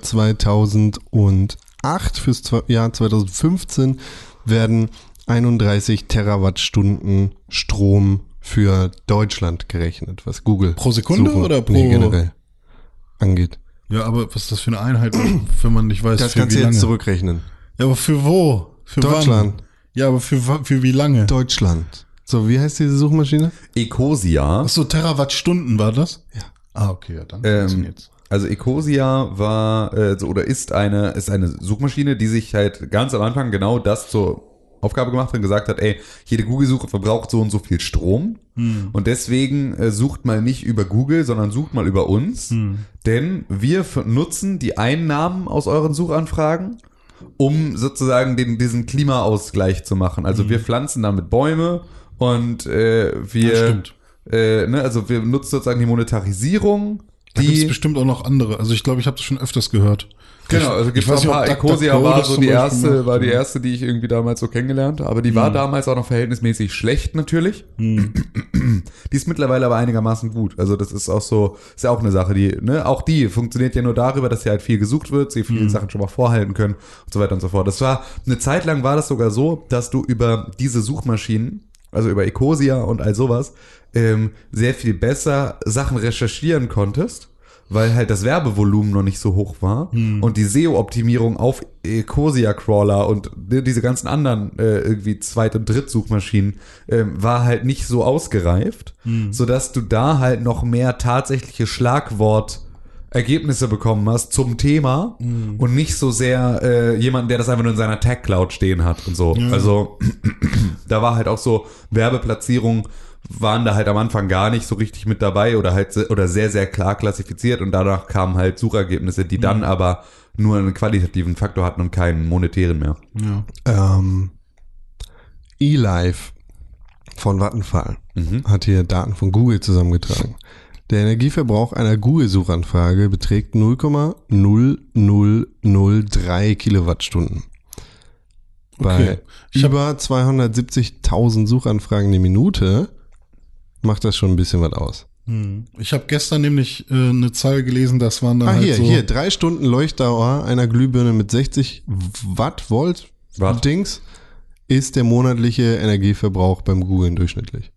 Speaker 1: 2008 fürs Zwe- Jahr 2015 werden 31 Terawattstunden Strom für Deutschland gerechnet, was Google
Speaker 2: Pro Sekunde
Speaker 1: Suchen-
Speaker 2: oder pro-
Speaker 1: nee, generell angeht.
Speaker 2: ja, aber was ist das für eine Einheit, wenn man nicht weiß,
Speaker 1: Das
Speaker 2: für
Speaker 1: kannst
Speaker 2: wie
Speaker 1: du
Speaker 2: lange?
Speaker 1: jetzt zurückrechnen.
Speaker 2: Ja, aber für wo? Für
Speaker 1: Deutschland.
Speaker 2: Wann? Ja, aber für, wa- für wie lange?
Speaker 1: Deutschland. So, wie heißt diese Suchmaschine?
Speaker 3: Ecosia.
Speaker 2: Achso, Terawattstunden war das? Ja. Ah, okay, ja, dann
Speaker 3: Ähm,
Speaker 2: funktioniert's.
Speaker 3: also Ecosia war äh, so, oder ist eine ist eine Suchmaschine, die sich halt ganz am Anfang genau das zur Aufgabe gemacht hat und gesagt hat, ey, jede Google-Suche verbraucht so und so viel Strom und deswegen äh, sucht mal nicht über Google, sondern sucht mal über uns, denn wir f- nutzen die Einnahmen aus euren Suchanfragen um sozusagen den, diesen Klimaausgleich zu machen. Also wir pflanzen damit Bäume und äh, wir,
Speaker 2: Ja, stimmt.
Speaker 3: Äh, ne, also wir nutzen sozusagen die Monetarisierung,
Speaker 2: Da gibt es
Speaker 3: die
Speaker 2: bestimmt auch noch andere. Also ich glaube, ich habe das schon öfters gehört.
Speaker 3: genau, also
Speaker 2: Ich-
Speaker 3: gibt
Speaker 2: ich
Speaker 3: es
Speaker 2: weiß
Speaker 3: ein
Speaker 2: nicht,
Speaker 3: paar.
Speaker 2: ob DuckDuckGo
Speaker 3: Ecosia war
Speaker 2: das
Speaker 3: so
Speaker 2: zum
Speaker 3: die
Speaker 2: Beispiel
Speaker 3: erste,
Speaker 2: macht, Hm.
Speaker 3: war die
Speaker 2: oder?
Speaker 3: erste, die ich irgendwie damals so kennengelernt, habe. aber die war damals auch noch verhältnismäßig schlecht natürlich.
Speaker 2: Hm.
Speaker 3: Die ist mittlerweile aber einigermaßen gut. Also das ist auch so, ist ja auch eine Sache, die, ne, auch die funktioniert ja nur darüber, dass hier halt viel gesucht wird, sie
Speaker 2: Hm.
Speaker 3: viele Sachen schon mal vorhalten können und so weiter und so fort. Das war, eine Zeit lang war das sogar so, dass du über diese Suchmaschinen, also über Ecosia und all sowas, ähm, sehr viel besser Sachen recherchieren konntest, weil halt das Werbevolumen noch nicht so hoch war und die SEO-Optimierung auf Ecosia-Crawler und ne, diese ganzen anderen äh, irgendwie Zweit- und Drittsuchmaschinen ähm, war halt nicht so ausgereift, sodass du da halt noch mehr tatsächliche Schlagwort Ergebnisse bekommen hast zum Thema und nicht so sehr äh, jemanden, der das einfach nur in seiner Tag Cloud stehen hat und so. Also da war halt auch so Werbeplatzierung waren da halt am Anfang gar nicht so richtig mit dabei oder halt se- oder sehr, sehr klar klassifiziert und danach kamen halt Suchergebnisse, die dann aber nur einen qualitativen Faktor hatten und keinen monetären mehr.
Speaker 2: Ja.
Speaker 1: Ähm, eLife von Vattenfall
Speaker 3: Mhm.
Speaker 1: hat hier Daten von Google zusammengetragen. Der Energieverbrauch einer Google-Suchanfrage beträgt 0,0003 Kilowattstunden. Bei
Speaker 2: Ich hab-
Speaker 1: über 270.000 Suchanfragen die Minute macht das schon ein bisschen was aus.
Speaker 2: Hm. Ich habe gestern nämlich äh, eine Zahl gelesen, das waren dann
Speaker 1: Ah,
Speaker 2: halt
Speaker 1: hier,
Speaker 2: so.
Speaker 1: hier, drei Stunden Leuchtdauer einer Glühbirne mit 60 Watt Volt
Speaker 3: Watt.
Speaker 1: Dings ist der monatliche Energieverbrauch beim Googlen durchschnittlich.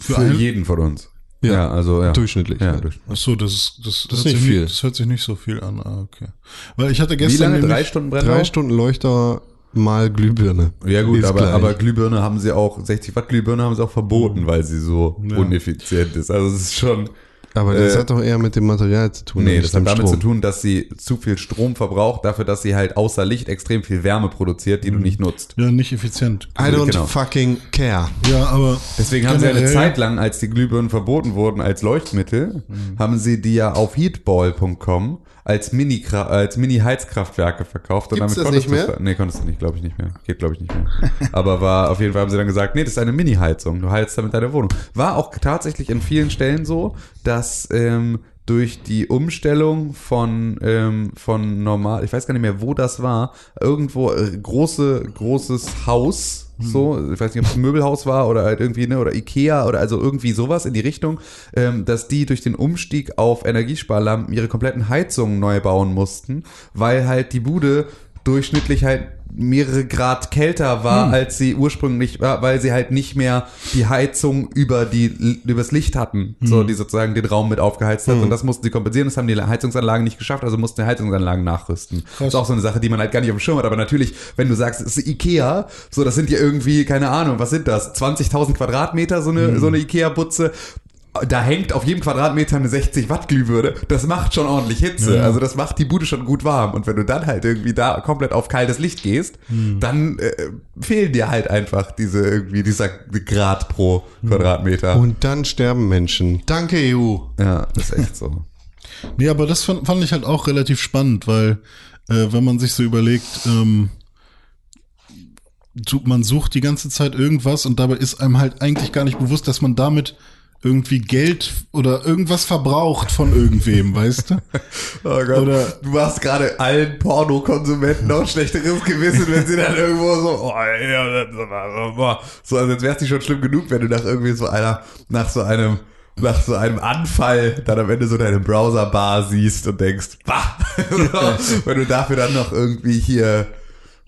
Speaker 2: Für
Speaker 3: Für,
Speaker 2: einen-
Speaker 3: jeden von uns.
Speaker 1: Ja.
Speaker 3: also ja.
Speaker 1: Durchschnittlich.
Speaker 3: ja, durch.
Speaker 2: Ach so, das ist das,
Speaker 1: Das ist
Speaker 2: hört
Speaker 1: nicht
Speaker 2: sich
Speaker 1: viel.
Speaker 2: das hört sich nicht so viel an. Ah, okay. Weil ich hatte
Speaker 3: Wie
Speaker 2: gestern
Speaker 3: lange? Drei
Speaker 2: nämlich,
Speaker 3: Stunden
Speaker 1: Drei
Speaker 3: Brennung?
Speaker 1: Stunden Leuchtdauer mal Glühbirne.
Speaker 3: Genau. Ja gut,
Speaker 1: Ist
Speaker 3: aber,
Speaker 1: gleich.
Speaker 3: aber Glühbirne haben sie auch, 60 Watt Glühbirne haben sie auch verboten, weil sie so
Speaker 2: Ja.
Speaker 3: uneffizient ist. Also es ist schon,
Speaker 1: Aber das
Speaker 3: äh,
Speaker 1: hat doch eher mit dem Material zu tun.
Speaker 3: nee,
Speaker 1: nicht
Speaker 3: das hat
Speaker 1: dem
Speaker 3: damit zu
Speaker 1: Strom.
Speaker 3: tun, dass sie zu viel Strom verbraucht, dafür, dass sie halt außer Licht extrem viel Wärme produziert, die du nicht nutzt.
Speaker 2: ja nicht effizient.
Speaker 1: I don't
Speaker 3: Genau.
Speaker 1: fucking care.
Speaker 2: Ja, aber
Speaker 3: Deswegen haben sie eine
Speaker 2: generell-
Speaker 3: Zeit lang, als die Glühbirnen verboten wurden als Leuchtmittel,
Speaker 1: Mhm.
Speaker 3: haben sie die ja auf heatball.com als Mini als Mini Heizkraftwerke verkauft und
Speaker 1: Gibt's das
Speaker 3: konntest
Speaker 1: nicht
Speaker 3: du-
Speaker 1: mehr?
Speaker 3: nee konntest du nicht, glaube ich nicht mehr. Geht glaube ich nicht mehr. Aber war auf jeden Fall haben sie dann gesagt, nee, das ist eine Mini Heizung, du heizt damit deine Wohnung. War auch tatsächlich in vielen Stellen so, dass ähm, durch die Umstellung von ähm, von normal, ich weiß gar nicht mehr, wo das war, irgendwo äh, große großes Haus, so, ich weiß nicht, ob es ein Möbelhaus war oder halt irgendwie ne oder Ikea oder also irgendwie sowas in die Richtung, ähm, dass die durch den Umstieg auf Energiesparlampen ihre kompletten Heizungen neu bauen mussten, weil halt die Bude durchschnittlich halt mehrere Grad kälter war, als sie ursprünglich war, weil sie halt nicht mehr die Heizung über die übers Licht hatten, so die sozusagen den Raum mit aufgeheizt hat und das mussten sie kompensieren, das haben die Heizungsanlagen nicht geschafft, also mussten die Heizungsanlagen nachrüsten. Das ist auch so eine Sache, die man halt gar nicht auf dem Schirm hat, aber natürlich, wenn du sagst, es ist Ikea, so das sind ja irgendwie keine Ahnung, was sind das? 20.000 Quadratmeter so eine so eine Ikea Butze. Da hängt auf jedem Quadratmeter eine 60 Watt Glühbirne. Das macht schon ordentlich Hitze.
Speaker 2: Ja.
Speaker 3: Also das macht die Bude schon gut warm. Und wenn du dann halt irgendwie da komplett auf kaltes Licht gehst, dann äh, fehlen dir halt einfach diese irgendwie dieser Grad pro Quadratmeter.
Speaker 1: Und dann sterben Menschen. Danke, E EU.
Speaker 3: Ja, das ist echt so.
Speaker 2: Nee, aber das fand, fand ich halt auch relativ spannend, weil äh, wenn man sich so überlegt, ähm, su- man sucht die ganze Zeit irgendwas und dabei ist einem halt eigentlich gar nicht bewusst, dass man damit irgendwie Geld oder irgendwas verbraucht von irgendwem, weißt du?
Speaker 3: Oh Gott.
Speaker 2: Oder-
Speaker 3: du machst gerade allen Pornokonsumenten noch ein schlechteres Gewissen, wenn sie dann irgendwo so, oh, ja, das war- boah. so, also jetzt wär's nicht schon schlimm genug, wenn du nach irgendwie so einer, nach so einem, nach so einem Anfall dann am Ende so deine Browserbar siehst und denkst, bah, wenn du dafür dann noch irgendwie hier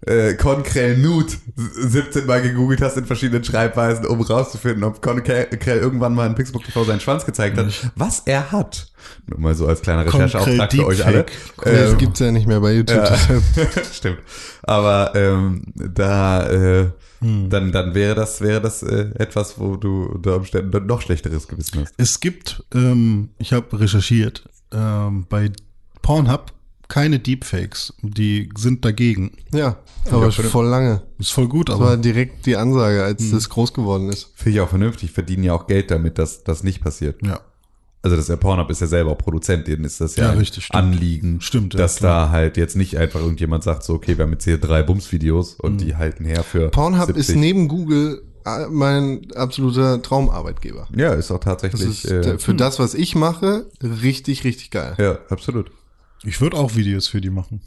Speaker 3: äh, Conkrell Nude 17 Mal gegoogelt hast in verschiedenen Schreibweisen, um rauszufinden, ob Conkrell irgendwann mal in Pixelbook TV seinen Schwanz gezeigt hat, was er hat. Nur mal so als kleiner Rechercheauftrag für euch alle.
Speaker 1: das
Speaker 3: Ähm,
Speaker 1: gibt's ja nicht mehr bei YouTube. deshalb.
Speaker 3: Stimmt. Aber ähm, da äh, dann, dann wäre das, wäre das äh, etwas, wo du unter Umständen dann noch schlechteres Gewissen hast.
Speaker 2: Es gibt, ähm, ich habe recherchiert, ähm, bei Pornhub keine Deepfakes. Die sind dagegen.
Speaker 1: Ja, aber schon voll lange.
Speaker 2: Ist voll gut,
Speaker 1: Das war
Speaker 2: aber
Speaker 1: direkt die Ansage, als
Speaker 3: Hm.
Speaker 1: das groß geworden ist.
Speaker 3: Finde ich auch vernünftig, verdienen ja auch Geld damit, dass das nicht passiert.
Speaker 2: ja.
Speaker 3: Also das ja Pornhub ist ja selber auch Produzent, denen ist das ja,
Speaker 2: Ja,
Speaker 3: ein
Speaker 2: richtig, stimmt.
Speaker 3: Anliegen,
Speaker 2: Stimmt, ja,
Speaker 3: dass da halt jetzt nicht einfach irgendjemand sagt, so okay, wir haben jetzt hier drei Bums-Videos und die halten her für
Speaker 1: Mhm. Pornhub
Speaker 3: 70.
Speaker 1: ist neben Google äh, mein absoluter Traumarbeitgeber.
Speaker 3: ja ist auch
Speaker 1: Das ist
Speaker 3: tatsächlich
Speaker 1: äh, für das, was ich mache, richtig, richtig geil.
Speaker 3: äh, ja absolut.
Speaker 2: Ich würde auch Videos für die machen.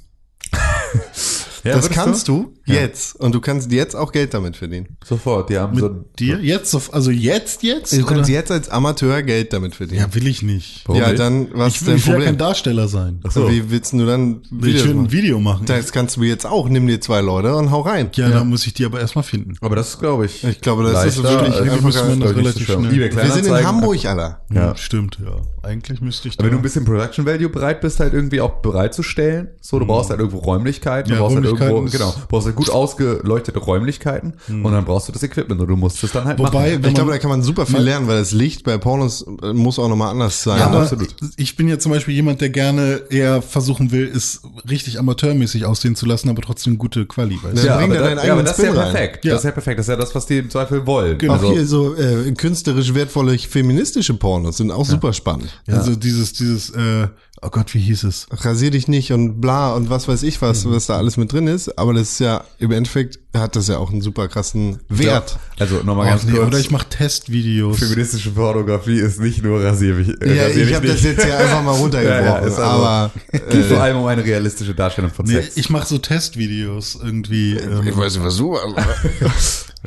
Speaker 3: Ja,
Speaker 1: das kannst du, jetzt. Und du kannst jetzt auch Geld damit verdienen.
Speaker 3: sofort. Die haben
Speaker 2: Mit
Speaker 3: so ein-
Speaker 2: dir? Jetzt? auf- Also jetzt, jetzt?
Speaker 1: Du kannst
Speaker 2: oder?
Speaker 1: jetzt als Amateur Geld damit verdienen.
Speaker 2: Ja, will ich nicht.
Speaker 3: Warum
Speaker 1: Ja,
Speaker 3: nicht?
Speaker 1: dann was
Speaker 2: Ich
Speaker 1: ist
Speaker 2: will,
Speaker 1: dein
Speaker 2: ich will ja
Speaker 1: Problem?
Speaker 2: kein Darsteller sein.
Speaker 3: Ach so.
Speaker 1: Wie willst du dann
Speaker 2: Will
Speaker 1: Videos
Speaker 2: ich will ein
Speaker 1: machen?
Speaker 2: Video machen.
Speaker 1: Das kannst du jetzt auch. Nimm dir zwei Leute und hau rein.
Speaker 2: ja, da muss ich die aber erstmal finden.
Speaker 3: Aber das ist, glaube ich.
Speaker 1: Ich glaube, das ist wirklich
Speaker 3: äh,
Speaker 2: irgendwie
Speaker 1: einfach
Speaker 2: muss man
Speaker 1: ein-
Speaker 2: das
Speaker 3: glaub ich, nicht so
Speaker 2: relativ
Speaker 3: schwer.
Speaker 2: schnell.
Speaker 3: eBay
Speaker 1: Wir sind in
Speaker 3: Kleinanzeigen.
Speaker 1: Hamburg, Alter.
Speaker 3: Ja.
Speaker 2: Hm, Stimmt, ja. Eigentlich müsste ich
Speaker 3: Aber wenn du
Speaker 2: da.
Speaker 3: ein bisschen Production Value bereit bist, halt irgendwie auch bereitzustellen, so, du brauchst halt irgendwo Räumlichkeiten,
Speaker 2: Mhm.
Speaker 3: du
Speaker 2: Ja,
Speaker 3: brauchst halt
Speaker 2: Räumlichkeiten
Speaker 3: irgendwo,
Speaker 2: ist- Mhm.
Speaker 3: genau, brauchst du gut ausgeleuchtete Räumlichkeiten und dann brauchst du das Equipment und du musst es dann halt
Speaker 2: Wobei,
Speaker 3: machen.
Speaker 2: wenn
Speaker 1: Ich glaube, da
Speaker 2: man-
Speaker 1: kann man super viel lernen, weil das Licht bei Pornos äh, muss auch nochmal anders sein.
Speaker 2: Ja, aber
Speaker 3: absolut.
Speaker 2: Ich bin ja zum Beispiel jemand, der gerne eher versuchen will, es richtig amateurmäßig aussehen zu lassen, aber trotzdem gute Quali. Weißt
Speaker 1: Ja.
Speaker 2: du?
Speaker 1: bring
Speaker 3: aber
Speaker 1: da deinen
Speaker 3: das- ja, aber
Speaker 1: eigenen
Speaker 3: das ist ja
Speaker 1: Spin rein.
Speaker 3: perfekt.
Speaker 2: Ja.
Speaker 3: Das ist ja perfekt. Das ist ja das, was die im Zweifel wollen.
Speaker 2: Genau.
Speaker 1: auch
Speaker 3: Also,
Speaker 1: hier so äh, künstlerisch wertvolle feministische Pornos sind auch super spannend.
Speaker 2: Also dieses, dieses, äh, oh Gott, wie hieß es?
Speaker 1: Rasier dich nicht und bla und was weiß ich was, was da alles mit drin ist. Aber das ist ja, im Endeffekt hat das ja auch einen super krassen Wert.
Speaker 3: also nochmal
Speaker 2: Oh,
Speaker 3: ganz
Speaker 2: nee,
Speaker 3: kurz.
Speaker 2: oder ich mache Testvideos.
Speaker 3: Feministische Pornografie ist nicht nur Rasierwich.
Speaker 2: Äh,
Speaker 1: Ja, ich habe das jetzt ja einfach mal runtergebrochen.
Speaker 3: Ja, ja, ist also-
Speaker 1: aber äh,
Speaker 3: Geht vor allem um eine realistische Darstellung von
Speaker 2: Nee,
Speaker 3: Sex.
Speaker 2: ich mache so Testvideos irgendwie, ähm,
Speaker 1: weiß nicht, was du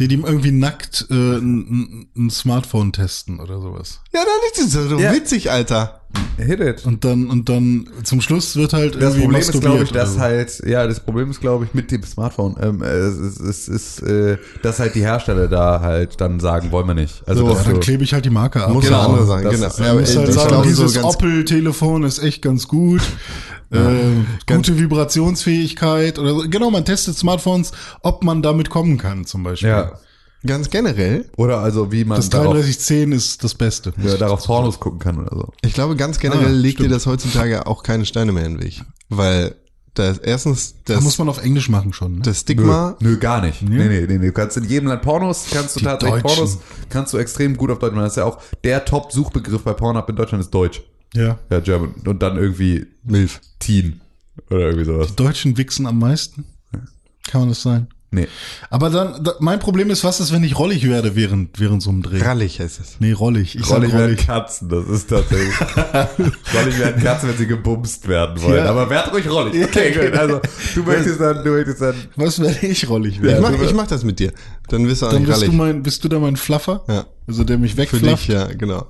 Speaker 2: die die irgendwie nackt äh, ein, ein- ein Smartphone testen oder sowas.
Speaker 1: Ja, dann ist das so
Speaker 3: Ja.
Speaker 1: witzig, Alter.
Speaker 3: Hit it.
Speaker 2: Und dann und dann zum Schluss wird halt
Speaker 3: Das
Speaker 2: irgendwie
Speaker 3: Problem ist, glaube ich,
Speaker 2: masturbiert also. oder
Speaker 3: dass
Speaker 2: so.
Speaker 3: halt, ja, das Problem ist, glaube ich, mit dem Smartphone, ähm, äh, es ist, es ist äh, dass halt die Hersteller da halt dann sagen, wollen wir nicht. Also,
Speaker 1: So,
Speaker 3: dass
Speaker 2: ja, dann
Speaker 3: du,
Speaker 2: klebe ich halt die Marke ab.
Speaker 1: Muss
Speaker 3: Genau,
Speaker 1: eine andere sein,
Speaker 3: das
Speaker 1: genau.
Speaker 3: ist-
Speaker 1: Ja,
Speaker 2: Man
Speaker 1: aber
Speaker 2: muss halt
Speaker 1: ich
Speaker 2: sagen,
Speaker 1: glaube, so
Speaker 2: dieses
Speaker 1: ganz,
Speaker 2: Opel-Telefon ist echt ganz gut. Ähm, gute Vibrationsfähigkeit oder so. genau, man testet Smartphones, ob man damit kommen kann, zum Beispiel.
Speaker 3: ja.
Speaker 1: ganz generell,
Speaker 3: Oder also, wie man
Speaker 2: Das
Speaker 3: darauf,
Speaker 2: 3310 ist das Beste.
Speaker 3: ja, darauf Pornos gucken kann oder so.
Speaker 1: ich glaube, ganz generell
Speaker 2: Ah,
Speaker 1: legt
Speaker 2: stimmt.
Speaker 1: dir das heutzutage auch keine Steine mehr in den Weg. Weil das, erstens
Speaker 2: Das
Speaker 1: das,
Speaker 2: muss man auf Englisch machen schon. Ne?
Speaker 1: das Stigma
Speaker 3: Nö, nö, gar nicht. Nee, nee, nee, nee. Du kannst in jedem Land Pornos, kannst du
Speaker 2: Die
Speaker 3: tatsächlich
Speaker 2: Deutschen.
Speaker 3: Pornos, kannst du extrem gut auf Deutsch machen. Das ist ja auch der Top-Suchbegriff bei Pornhub in Deutschland ist Deutsch.
Speaker 2: ja.
Speaker 3: Ja, German. Und dann irgendwie Milf. Teen. Oder irgendwie sowas.
Speaker 2: Deutschen wichsen am meisten. Kann man das sein?
Speaker 3: Nee.
Speaker 2: Aber dann, da, mein Problem ist, was ist, wenn ich rollig werde während, während so einem Dreh?
Speaker 1: rallig heißt es.
Speaker 2: nee, rollig. Ich
Speaker 3: Rollig
Speaker 2: sag
Speaker 3: werden
Speaker 2: rollig.
Speaker 3: Katzen, das ist tatsächlich. rollig werden Katzen, wenn sie gebumst werden wollen.
Speaker 2: Ja.
Speaker 3: Aber werd ruhig rollig. Okay, gut. Also, du möchtest dann, du möchtest dann.
Speaker 2: Was werde ich rollig
Speaker 1: Ich
Speaker 2: werden?
Speaker 1: mach, ich mach das mit dir. Dann wirst du auch
Speaker 2: Dann
Speaker 1: nicht
Speaker 2: bist du,
Speaker 1: rallig.
Speaker 2: mein, bist du da mein Fluffer?
Speaker 1: Ja.
Speaker 2: Also der mich
Speaker 1: Für
Speaker 2: wegflufft?
Speaker 1: dich, ja, genau.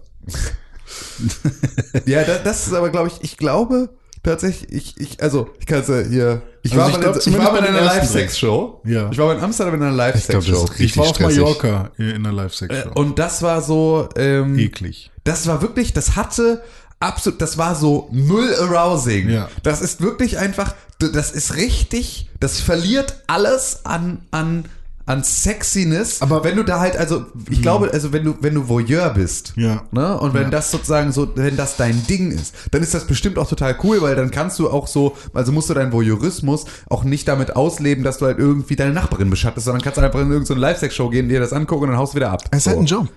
Speaker 3: Ja, das, das ist aber, glaube ich, ich glaube tatsächlich, ich, ich also, ich kann es ja hier. Ich
Speaker 2: Also
Speaker 3: war,
Speaker 2: ich
Speaker 3: mal
Speaker 2: glaub,
Speaker 3: in, ich war
Speaker 2: zumindest
Speaker 3: mal
Speaker 2: bei
Speaker 3: in
Speaker 2: den
Speaker 3: einer
Speaker 2: ersten
Speaker 3: Live-Sex-Show.
Speaker 2: drei. Ja.
Speaker 3: Ich war mal in Amsterdam in einer
Speaker 1: glaub, das
Speaker 3: Live-Sex-Show.
Speaker 1: ist
Speaker 2: Ich
Speaker 1: Richtig
Speaker 2: war auf
Speaker 1: stressig.
Speaker 2: Mallorca in der Live-Sex-Show.
Speaker 3: äh, Und das war so, ähm,
Speaker 2: Eklig.
Speaker 3: Das war wirklich, das hatte absolut, das war so null arousing.
Speaker 2: Ja.
Speaker 3: Das ist wirklich einfach, d- das ist richtig, das verliert alles an, an, an Sexiness.
Speaker 2: Aber- Mhm.
Speaker 3: wenn du da halt, also, ich glaube, also wenn du, wenn du Voyeur bist.
Speaker 2: Ja.
Speaker 3: Ne? Und wenn
Speaker 2: Ja.
Speaker 3: das sozusagen so, wenn das dein Ding ist, dann ist das bestimmt auch total cool, weil dann kannst du auch so, also musst du deinen Voyeurismus auch nicht damit ausleben, dass du halt irgendwie deine Nachbarin beschattest, sondern kannst einfach in irgendeine Live-Sex-Show gehen, dir das angucken und dann haust du wieder ab.
Speaker 1: Es ist halt
Speaker 3: So.
Speaker 1: ein Job.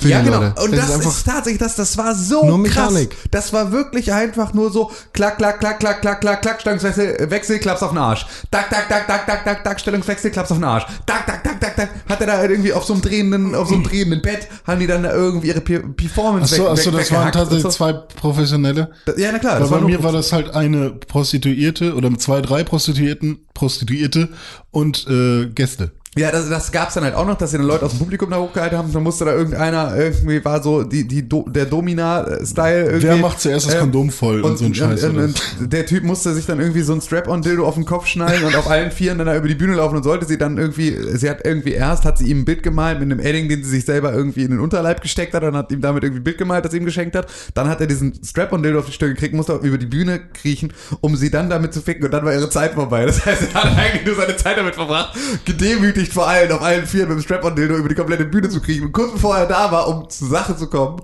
Speaker 1: Für
Speaker 3: Ja,
Speaker 1: die
Speaker 3: genau.
Speaker 1: Leute.
Speaker 3: Und
Speaker 1: Es
Speaker 3: das ist, tatsächlich das, das war so
Speaker 1: Nur
Speaker 3: krass.
Speaker 1: Mechanik.
Speaker 3: Das war wirklich einfach nur so klack, klack, klack, klack, klack, klack, klack, Stellungswechsel, Wechsel, Klaps auf den Arsch. Dack, dack, dack, dack, dack, dack, dack, Stellungswechsel, Klaps auf den Arsch. Dack, dack, dack, dack, dack. Hat er da halt irgendwie auf so einem drehenden, auf so einem drehenden Bett, haben die dann da irgendwie ihre Pe- Performance
Speaker 2: Achso, achso, das waren
Speaker 3: weggehackt und
Speaker 2: tatsächlich
Speaker 3: so.
Speaker 2: zwei Professionelle.
Speaker 3: Ja, na klar,
Speaker 2: Weil
Speaker 3: das
Speaker 2: bei
Speaker 3: war
Speaker 2: mir
Speaker 3: nur,
Speaker 2: war das halt eine Prostituierte oder zwei, drei Prostituierten, Prostituierte und äh, Gäste.
Speaker 3: ja, das, das gab's dann halt auch noch, dass sie dann Leute aus dem Publikum da hochgehalten haben, dann musste da irgendeiner, irgendwie war so die, die, Do, der Domina-Style irgendwie.
Speaker 2: Wer macht zuerst das
Speaker 3: Ähm,
Speaker 2: Kondom voll und, so ein Scheiß?
Speaker 3: und-
Speaker 2: oder
Speaker 3: und
Speaker 2: so?
Speaker 3: der Typ musste sich dann irgendwie so ein Strap-on-Dildo auf den Kopf schnallen und auf allen Vieren dann da über die Bühne laufen und sollte sie dann irgendwie, sie hat irgendwie erst, hat sie ihm ein Bild gemalt mit einem Edding, den sie sich selber irgendwie in den Unterleib gesteckt hat und hat ihm damit irgendwie ein Bild gemalt, das sie ihm geschenkt hat. Dann hat er diesen Strap-on-Dildo auf die Stirn gekriegt, musste über die Bühne kriechen, um sie dann damit zu ficken und dann war ihre Zeit vorbei. Das heißt, er hat eigentlich nur seine Zeit damit verbracht, gedemütigt vor allen, auf allen Vieren mit dem Strap-on-Dildo über die komplette Bühne zu kriechen. Und kurz bevor er da war, um zur Sache zu kommen,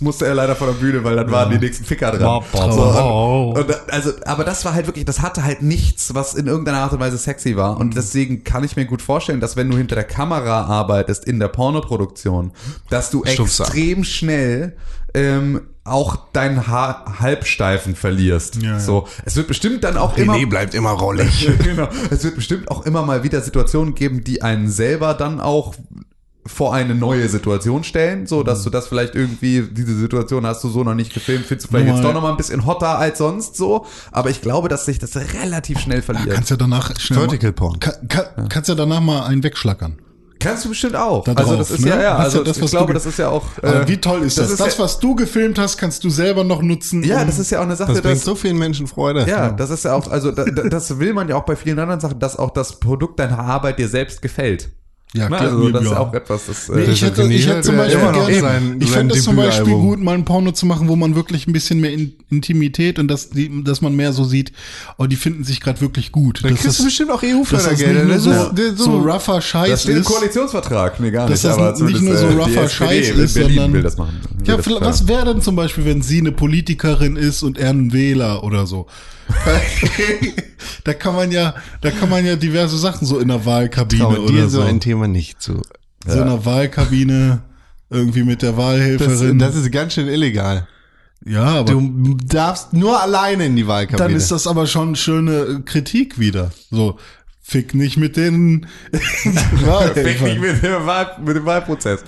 Speaker 3: musste er leider von der Bühne, weil dann waren die nächsten Ficker dran.
Speaker 2: Wow, wow,
Speaker 3: So,
Speaker 2: wow.
Speaker 3: und, und da, also, aber das war halt wirklich, das hatte halt nichts, was in irgendeiner Art und Weise sexy war.
Speaker 1: Mhm.
Speaker 3: Und deswegen kann ich mir gut vorstellen, dass wenn du hinter der Kamera arbeitest in der Pornoproduktion, dass du
Speaker 1: Stufsack.
Speaker 3: extrem schnell ähm, auch deinen ha Halbsteifen verlierst.
Speaker 2: Ja, ja.
Speaker 3: So, es wird bestimmt dann auch immer
Speaker 1: René bleibt immer rollig.
Speaker 3: genau. Es wird bestimmt auch immer mal wieder Situationen geben, die einen selber dann auch vor eine neue Situation stellen, so
Speaker 1: Mhm.
Speaker 3: dass du das vielleicht irgendwie, diese Situation hast du so noch nicht gefilmt, findest du vielleicht jetzt
Speaker 2: Normal.
Speaker 3: doch nochmal ein bisschen hotter als sonst so, aber ich glaube, dass sich das relativ schnell verliert.
Speaker 2: kannst ja danach schnell
Speaker 1: Vertical
Speaker 2: mal,
Speaker 1: Porn.
Speaker 2: Ka- ka- kannst ja danach mal einen wegschlackern.
Speaker 3: Kannst du bestimmt auch.
Speaker 2: Da
Speaker 3: also
Speaker 2: drauf,
Speaker 3: das ist
Speaker 2: ne?
Speaker 3: ja, ja,
Speaker 2: Hast ja
Speaker 3: also
Speaker 2: das,
Speaker 3: ich
Speaker 2: was du
Speaker 3: glaube,
Speaker 2: ge-
Speaker 3: das ist ja auch.
Speaker 2: Aber
Speaker 3: äh,
Speaker 2: Also wie toll ist das? Das,
Speaker 3: ist ja,
Speaker 2: was du gefilmt hast, kannst du selber noch nutzen.
Speaker 3: ja,
Speaker 2: um-
Speaker 3: das ist ja auch eine Sache,
Speaker 1: Das bringt
Speaker 3: dass-
Speaker 1: so vielen Menschen Freude.
Speaker 3: Ja,
Speaker 2: Genau.
Speaker 3: das ist ja auch, also da, da, das will man ja auch bei vielen anderen Sachen, dass auch das Produkt deiner Arbeit dir selbst gefällt.
Speaker 2: Ja,
Speaker 3: Na,
Speaker 2: klar,
Speaker 3: also das ist
Speaker 2: ja.
Speaker 3: auch etwas, das
Speaker 2: Nee,
Speaker 3: äh,
Speaker 2: ich hätte, ich hätte zum
Speaker 1: Ja,
Speaker 2: Beispiel
Speaker 1: immer noch
Speaker 2: gerne,
Speaker 1: sein-
Speaker 2: ich
Speaker 1: sein
Speaker 2: fände es zum Beispiel
Speaker 1: Debütalbum.
Speaker 2: gut, mal ein Porno zu machen, wo man wirklich ein bisschen mehr in, Intimität und das, die, dass man mehr so sieht, oh, die finden sich gerade wirklich gut.
Speaker 1: Dann
Speaker 2: Dass
Speaker 1: kriegst du
Speaker 2: das,
Speaker 1: bestimmt auch
Speaker 2: dass das nicht
Speaker 1: EU-Fördergelder. ne?
Speaker 2: nur
Speaker 1: Das
Speaker 2: so,
Speaker 1: ist- das-
Speaker 2: so rougher
Speaker 3: das
Speaker 2: Scheiß
Speaker 3: steht im
Speaker 2: ist.
Speaker 3: Koalitionsvertrag. Nee, gar
Speaker 2: dass
Speaker 3: nicht.
Speaker 2: das
Speaker 3: aber
Speaker 2: nicht nur so
Speaker 3: zumindest, äh, die
Speaker 2: rougher
Speaker 3: SPD
Speaker 2: Scheiß
Speaker 3: in
Speaker 2: ist,
Speaker 3: Berlin
Speaker 2: sondern-
Speaker 3: will das machen. Will
Speaker 2: Ja,
Speaker 3: das
Speaker 2: vielleicht-
Speaker 3: fördern.
Speaker 2: was wäre denn zum Beispiel, wenn sie eine Politikerin ist und er ein Wähler oder so? da kann man ja, da kann man ja diverse Sachen so in der Wahlkabine
Speaker 1: Traue
Speaker 2: oder
Speaker 1: Genau, dir
Speaker 2: so.
Speaker 1: so ein Thema nicht zu.
Speaker 2: so in der Wahlkabine irgendwie mit der
Speaker 1: Das,
Speaker 2: Wahlhelferin.
Speaker 1: das ist ganz schön illegal.
Speaker 2: ja, aber
Speaker 1: Du darfst nur alleine in die Wahlkabine.
Speaker 2: dann ist das aber schon schöne Kritik wieder. So, fick nicht mit den
Speaker 3: Fick dich
Speaker 2: Wahlhelfern.
Speaker 3: mit dem, Wahl, mit dem Wahlprozess.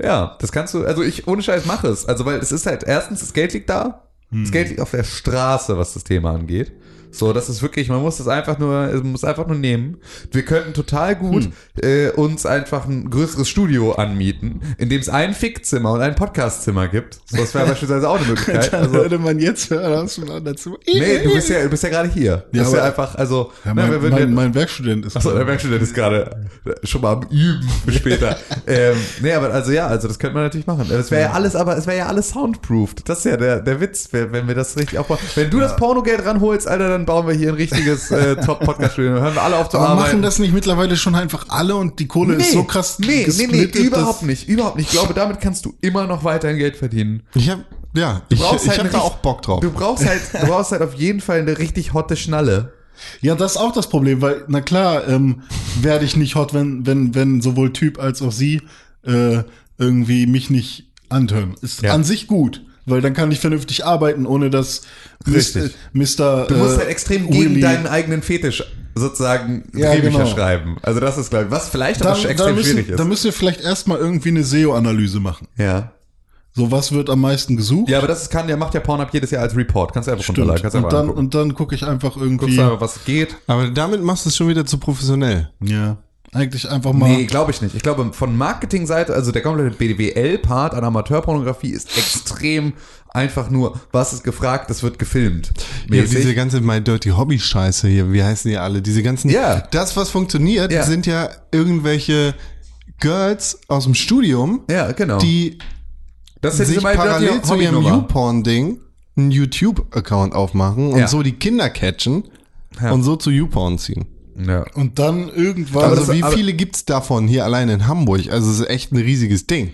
Speaker 2: Ja.
Speaker 3: ja, das kannst du, also ich, ohne Scheiß, mache es. Also, weil es ist halt, erstens, das Geld liegt da.
Speaker 2: Hm.
Speaker 3: Das Geld liegt auf der Straße, was das Thema angeht. So, das ist wirklich, man muss das einfach nur, man muss einfach nur nehmen. Wir könnten total gut
Speaker 2: Hm.
Speaker 3: äh, uns einfach ein größeres Studio anmieten, in dem es ein Fickzimmer und ein Podcastzimmer gibt. So, das wäre beispielsweise auch eine Möglichkeit.
Speaker 2: Dann
Speaker 3: Also,
Speaker 2: würde man jetzt hören, hast du einen anderen zu.
Speaker 3: nee, du bist ja, du bist ja gerade hier. Du
Speaker 2: Ja,
Speaker 3: bist ja
Speaker 2: aber-
Speaker 3: einfach, also,
Speaker 2: Ja,
Speaker 3: ne, wir
Speaker 2: mein,
Speaker 3: würden ja-
Speaker 2: mein, mein Werkstudent ist.
Speaker 3: Achso, der Werkstudent ist gerade schon mal am Üben für später. ähm, nee, aber also ja, also das könnte man natürlich machen. Es wäre ja alles, aber es wäre ja alles soundproofed. Das ist ja der, der Witz, wenn wenn wir das richtig aufbauen. Wenn du das Pornogeld ranholst, Alter, dann bauen wir hier ein richtiges äh, Top-Podcast-Studio. Dann hören wir alle auf zu
Speaker 2: aber
Speaker 3: arbeiten.
Speaker 2: machen das nicht mittlerweile schon einfach alle und die Kohle ist so krass
Speaker 3: nee, nee, nee,
Speaker 2: gesplittet,
Speaker 3: überhaupt
Speaker 2: dass-
Speaker 3: nicht, überhaupt nicht. Ich glaube, damit kannst du immer noch weiterhin Geld verdienen.
Speaker 1: ich hab, ja, ich,
Speaker 3: brauchst
Speaker 1: ich
Speaker 3: halt
Speaker 1: hab
Speaker 3: einen
Speaker 1: da
Speaker 3: richt-
Speaker 1: auch Bock drauf.
Speaker 3: Du brauchst halt, du brauchst halt auf jeden Fall eine richtig hotte Schnalle.
Speaker 2: Ja, das ist auch das Problem, weil, na klar, ähm, werde ich nicht hot, wenn, wenn, wenn sowohl Typ als auch sie äh, irgendwie mich nicht antören. Ist
Speaker 3: Ja.
Speaker 2: an sich gut, weil dann kann ich vernünftig arbeiten, ohne dass Mr.
Speaker 3: Richtig.
Speaker 2: Mr.
Speaker 3: Du musst
Speaker 2: äh,
Speaker 3: halt extrem
Speaker 2: Willy-
Speaker 3: gegen deinen eigenen Fetisch sozusagen
Speaker 2: Ja,
Speaker 3: Drehbücher
Speaker 2: genau.
Speaker 3: schreiben. Also das ist, glaube ich, was vielleicht
Speaker 2: dann,
Speaker 3: auch schon
Speaker 2: dann,
Speaker 3: extrem schwierig
Speaker 2: müssen,
Speaker 3: ist.
Speaker 2: dann müssen wir vielleicht erstmal irgendwie eine SEO-Analyse machen.
Speaker 3: ja.
Speaker 2: So, was wird am meisten gesucht?
Speaker 3: ja, aber das kann, ja, macht ja Pornhub jedes Jahr als Report. Kannst du einfach
Speaker 2: Stimmt.
Speaker 3: runterladen. Kannst du
Speaker 2: Und
Speaker 3: einfach
Speaker 2: dann,
Speaker 3: angucken.
Speaker 2: und dann gucke ich einfach
Speaker 3: Guckst
Speaker 2: irgendwie.
Speaker 3: du einfach, was geht.
Speaker 1: Aber damit machst du es schon wieder zu professionell.
Speaker 2: Ja. Eigentlich einfach mal.
Speaker 3: Nee, glaube ich nicht. Ich glaube, von Marketingseite, also der komplette BDWL-Part an Amateurpornografie ist extrem einfach nur, was ist gefragt, das wird gefilmt.
Speaker 1: Ja,
Speaker 3: Mäßig.
Speaker 1: diese ganze My Dirty Hobby Scheiße hier, wie heißen die alle? Diese ganzen,
Speaker 3: Ja.
Speaker 1: das was funktioniert,
Speaker 3: Ja.
Speaker 1: sind ja irgendwelche Girls aus dem Studium,
Speaker 3: ja, genau.
Speaker 1: die
Speaker 3: das
Speaker 1: sich
Speaker 3: meine
Speaker 1: parallel zu ihrem
Speaker 3: Hobbynummer.
Speaker 1: YouPorn-Ding einen YouTube-Account aufmachen und
Speaker 3: Ja.
Speaker 1: so die Kinder catchen
Speaker 3: Ja.
Speaker 1: und so zu YouPorn ziehen.
Speaker 3: Ja.
Speaker 2: Und dann irgendwann.
Speaker 1: Also
Speaker 3: das-
Speaker 1: wie
Speaker 3: aber-
Speaker 1: viele gibt's davon hier allein in Hamburg? Also es ist echt ein riesiges Ding.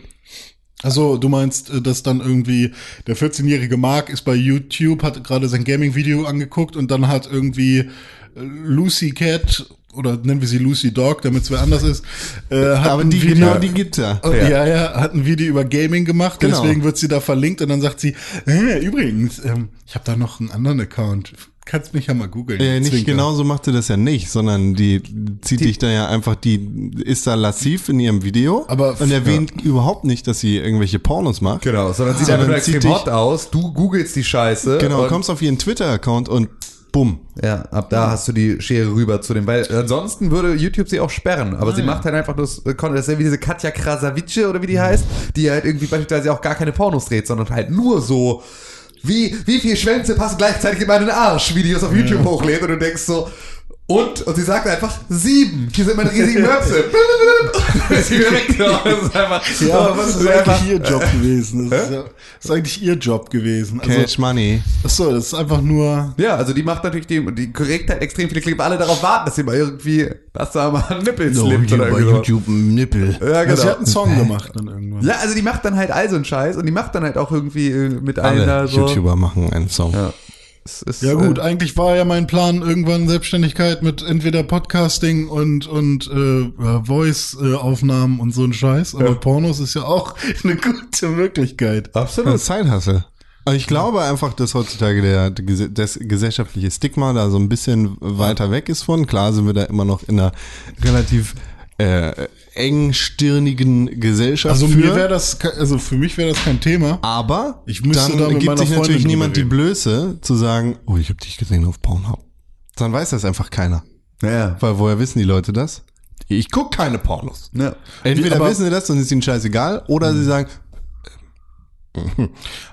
Speaker 2: Also du meinst, äh, dass dann irgendwie der 14-jährige Mark ist bei YouTube, hat gerade sein Gaming-Video angeguckt und dann hat irgendwie äh, Lucy Cat oder nennen wir sie Lucy Dog, damit es wer anders ist. Äh, hat
Speaker 1: Aber
Speaker 2: ein
Speaker 1: die,
Speaker 2: Video-
Speaker 1: genau die gibt's ja.
Speaker 2: Oh, ja. ja, hat ein Video über Gaming gemacht
Speaker 1: Genau.
Speaker 2: und deswegen wird sie da verlinkt und dann sagt sie, äh, übrigens, ähm, ich habe da noch einen anderen Account. Kannst mich ja mal googeln.
Speaker 1: Äh, nicht
Speaker 2: Zwinker.
Speaker 1: genauso macht sie das ja nicht, sondern die zieht dich da ja einfach, die ist da lassiv in ihrem Video
Speaker 2: Aber-
Speaker 1: und erwähnt überhaupt nicht, dass sie irgendwelche Pornos macht.
Speaker 3: Genau, sondern sieht
Speaker 1: Sondern
Speaker 3: einfach nur
Speaker 1: zieht
Speaker 3: extrem
Speaker 1: dich-
Speaker 3: hot aus. Du googelst die Scheiße.
Speaker 1: Genau,
Speaker 3: und-
Speaker 1: kommst auf ihren Twitter-Account und bumm.
Speaker 3: Ja, ab da hast du die Schere rüber zu dem, weil ansonsten würde YouTube sie auch sperren, aber
Speaker 2: Ah,
Speaker 3: sie macht halt einfach das, äh, Content. das ist ja wie diese Katja Krasavice oder wie die heißt, die halt irgendwie beispielsweise auch gar keine Pornos dreht, sondern halt nur so, wie, wie viel Schwänze passen gleichzeitig in meinen Arsch, Videos auf YouTube hochlädt und du denkst so, und, und sie sagt einfach sieben. Hier sind meine riesigen Möpse. Und dann ist sie wieder weg. genau. Das ist einfach,
Speaker 2: Ja, aber was ist eigentlich
Speaker 3: hier?
Speaker 2: ihr Job gewesen? Das ist, ja, ist eigentlich ihr Job gewesen.
Speaker 1: Cash
Speaker 2: Also,
Speaker 1: Money.
Speaker 2: achso, das ist einfach nur
Speaker 3: Ja, also die macht natürlich die, die korrekt halt extrem viele Klicks, weil alle darauf warten, dass sie mal irgendwie, dass da mal ein Nippel slippt oder irgendwie sowas.
Speaker 1: Nippel.
Speaker 3: Ja,
Speaker 2: Also sie hat
Speaker 3: genau.
Speaker 2: einen Song gemacht dann irgendwann.
Speaker 3: Ja, also die macht dann halt all so einen Scheiß und die macht dann halt auch irgendwie äh, mit allen
Speaker 1: Alle
Speaker 3: da so.
Speaker 1: YouTuber machen einen Song.
Speaker 3: Ja. Es ist,
Speaker 2: Ja gut,
Speaker 3: äh,
Speaker 2: eigentlich war ja mein Plan irgendwann Selbstständigkeit mit entweder Podcasting und und äh, äh, Voice äh, Aufnahmen und so ein Scheiß, aber Pornos ist ja auch eine gute Möglichkeit.
Speaker 1: Das
Speaker 3: absolut.
Speaker 1: ist
Speaker 2: Hm.
Speaker 1: Zeithassel. Aber ich glaube einfach, dass heutzutage der, gese- das gesellschaftliche Stigma da so ein bisschen weiter weg ist von. Klar sind wir da immer noch in einer relativ äh, engstirnigen Gesellschaft.
Speaker 2: Also
Speaker 1: für.
Speaker 2: mir wäre das ke- also für mich wäre das kein Thema.
Speaker 1: Aber
Speaker 2: Ich müsste
Speaker 1: dann
Speaker 2: da mit
Speaker 1: gibt
Speaker 2: meiner
Speaker 1: sich natürlich
Speaker 2: Freundin
Speaker 1: niemand die
Speaker 2: drüber
Speaker 1: Blöße zu sagen, oh, ich habe dich gesehen auf Pornhub. Dann weiß das einfach keiner.
Speaker 3: Ja.
Speaker 1: Weil woher wissen die Leute das? Ich guck keine Pornos.
Speaker 3: ja.
Speaker 1: Entweder
Speaker 2: aber- Hm.
Speaker 1: wissen sie das und ist ihnen scheißegal, oder sie sagen,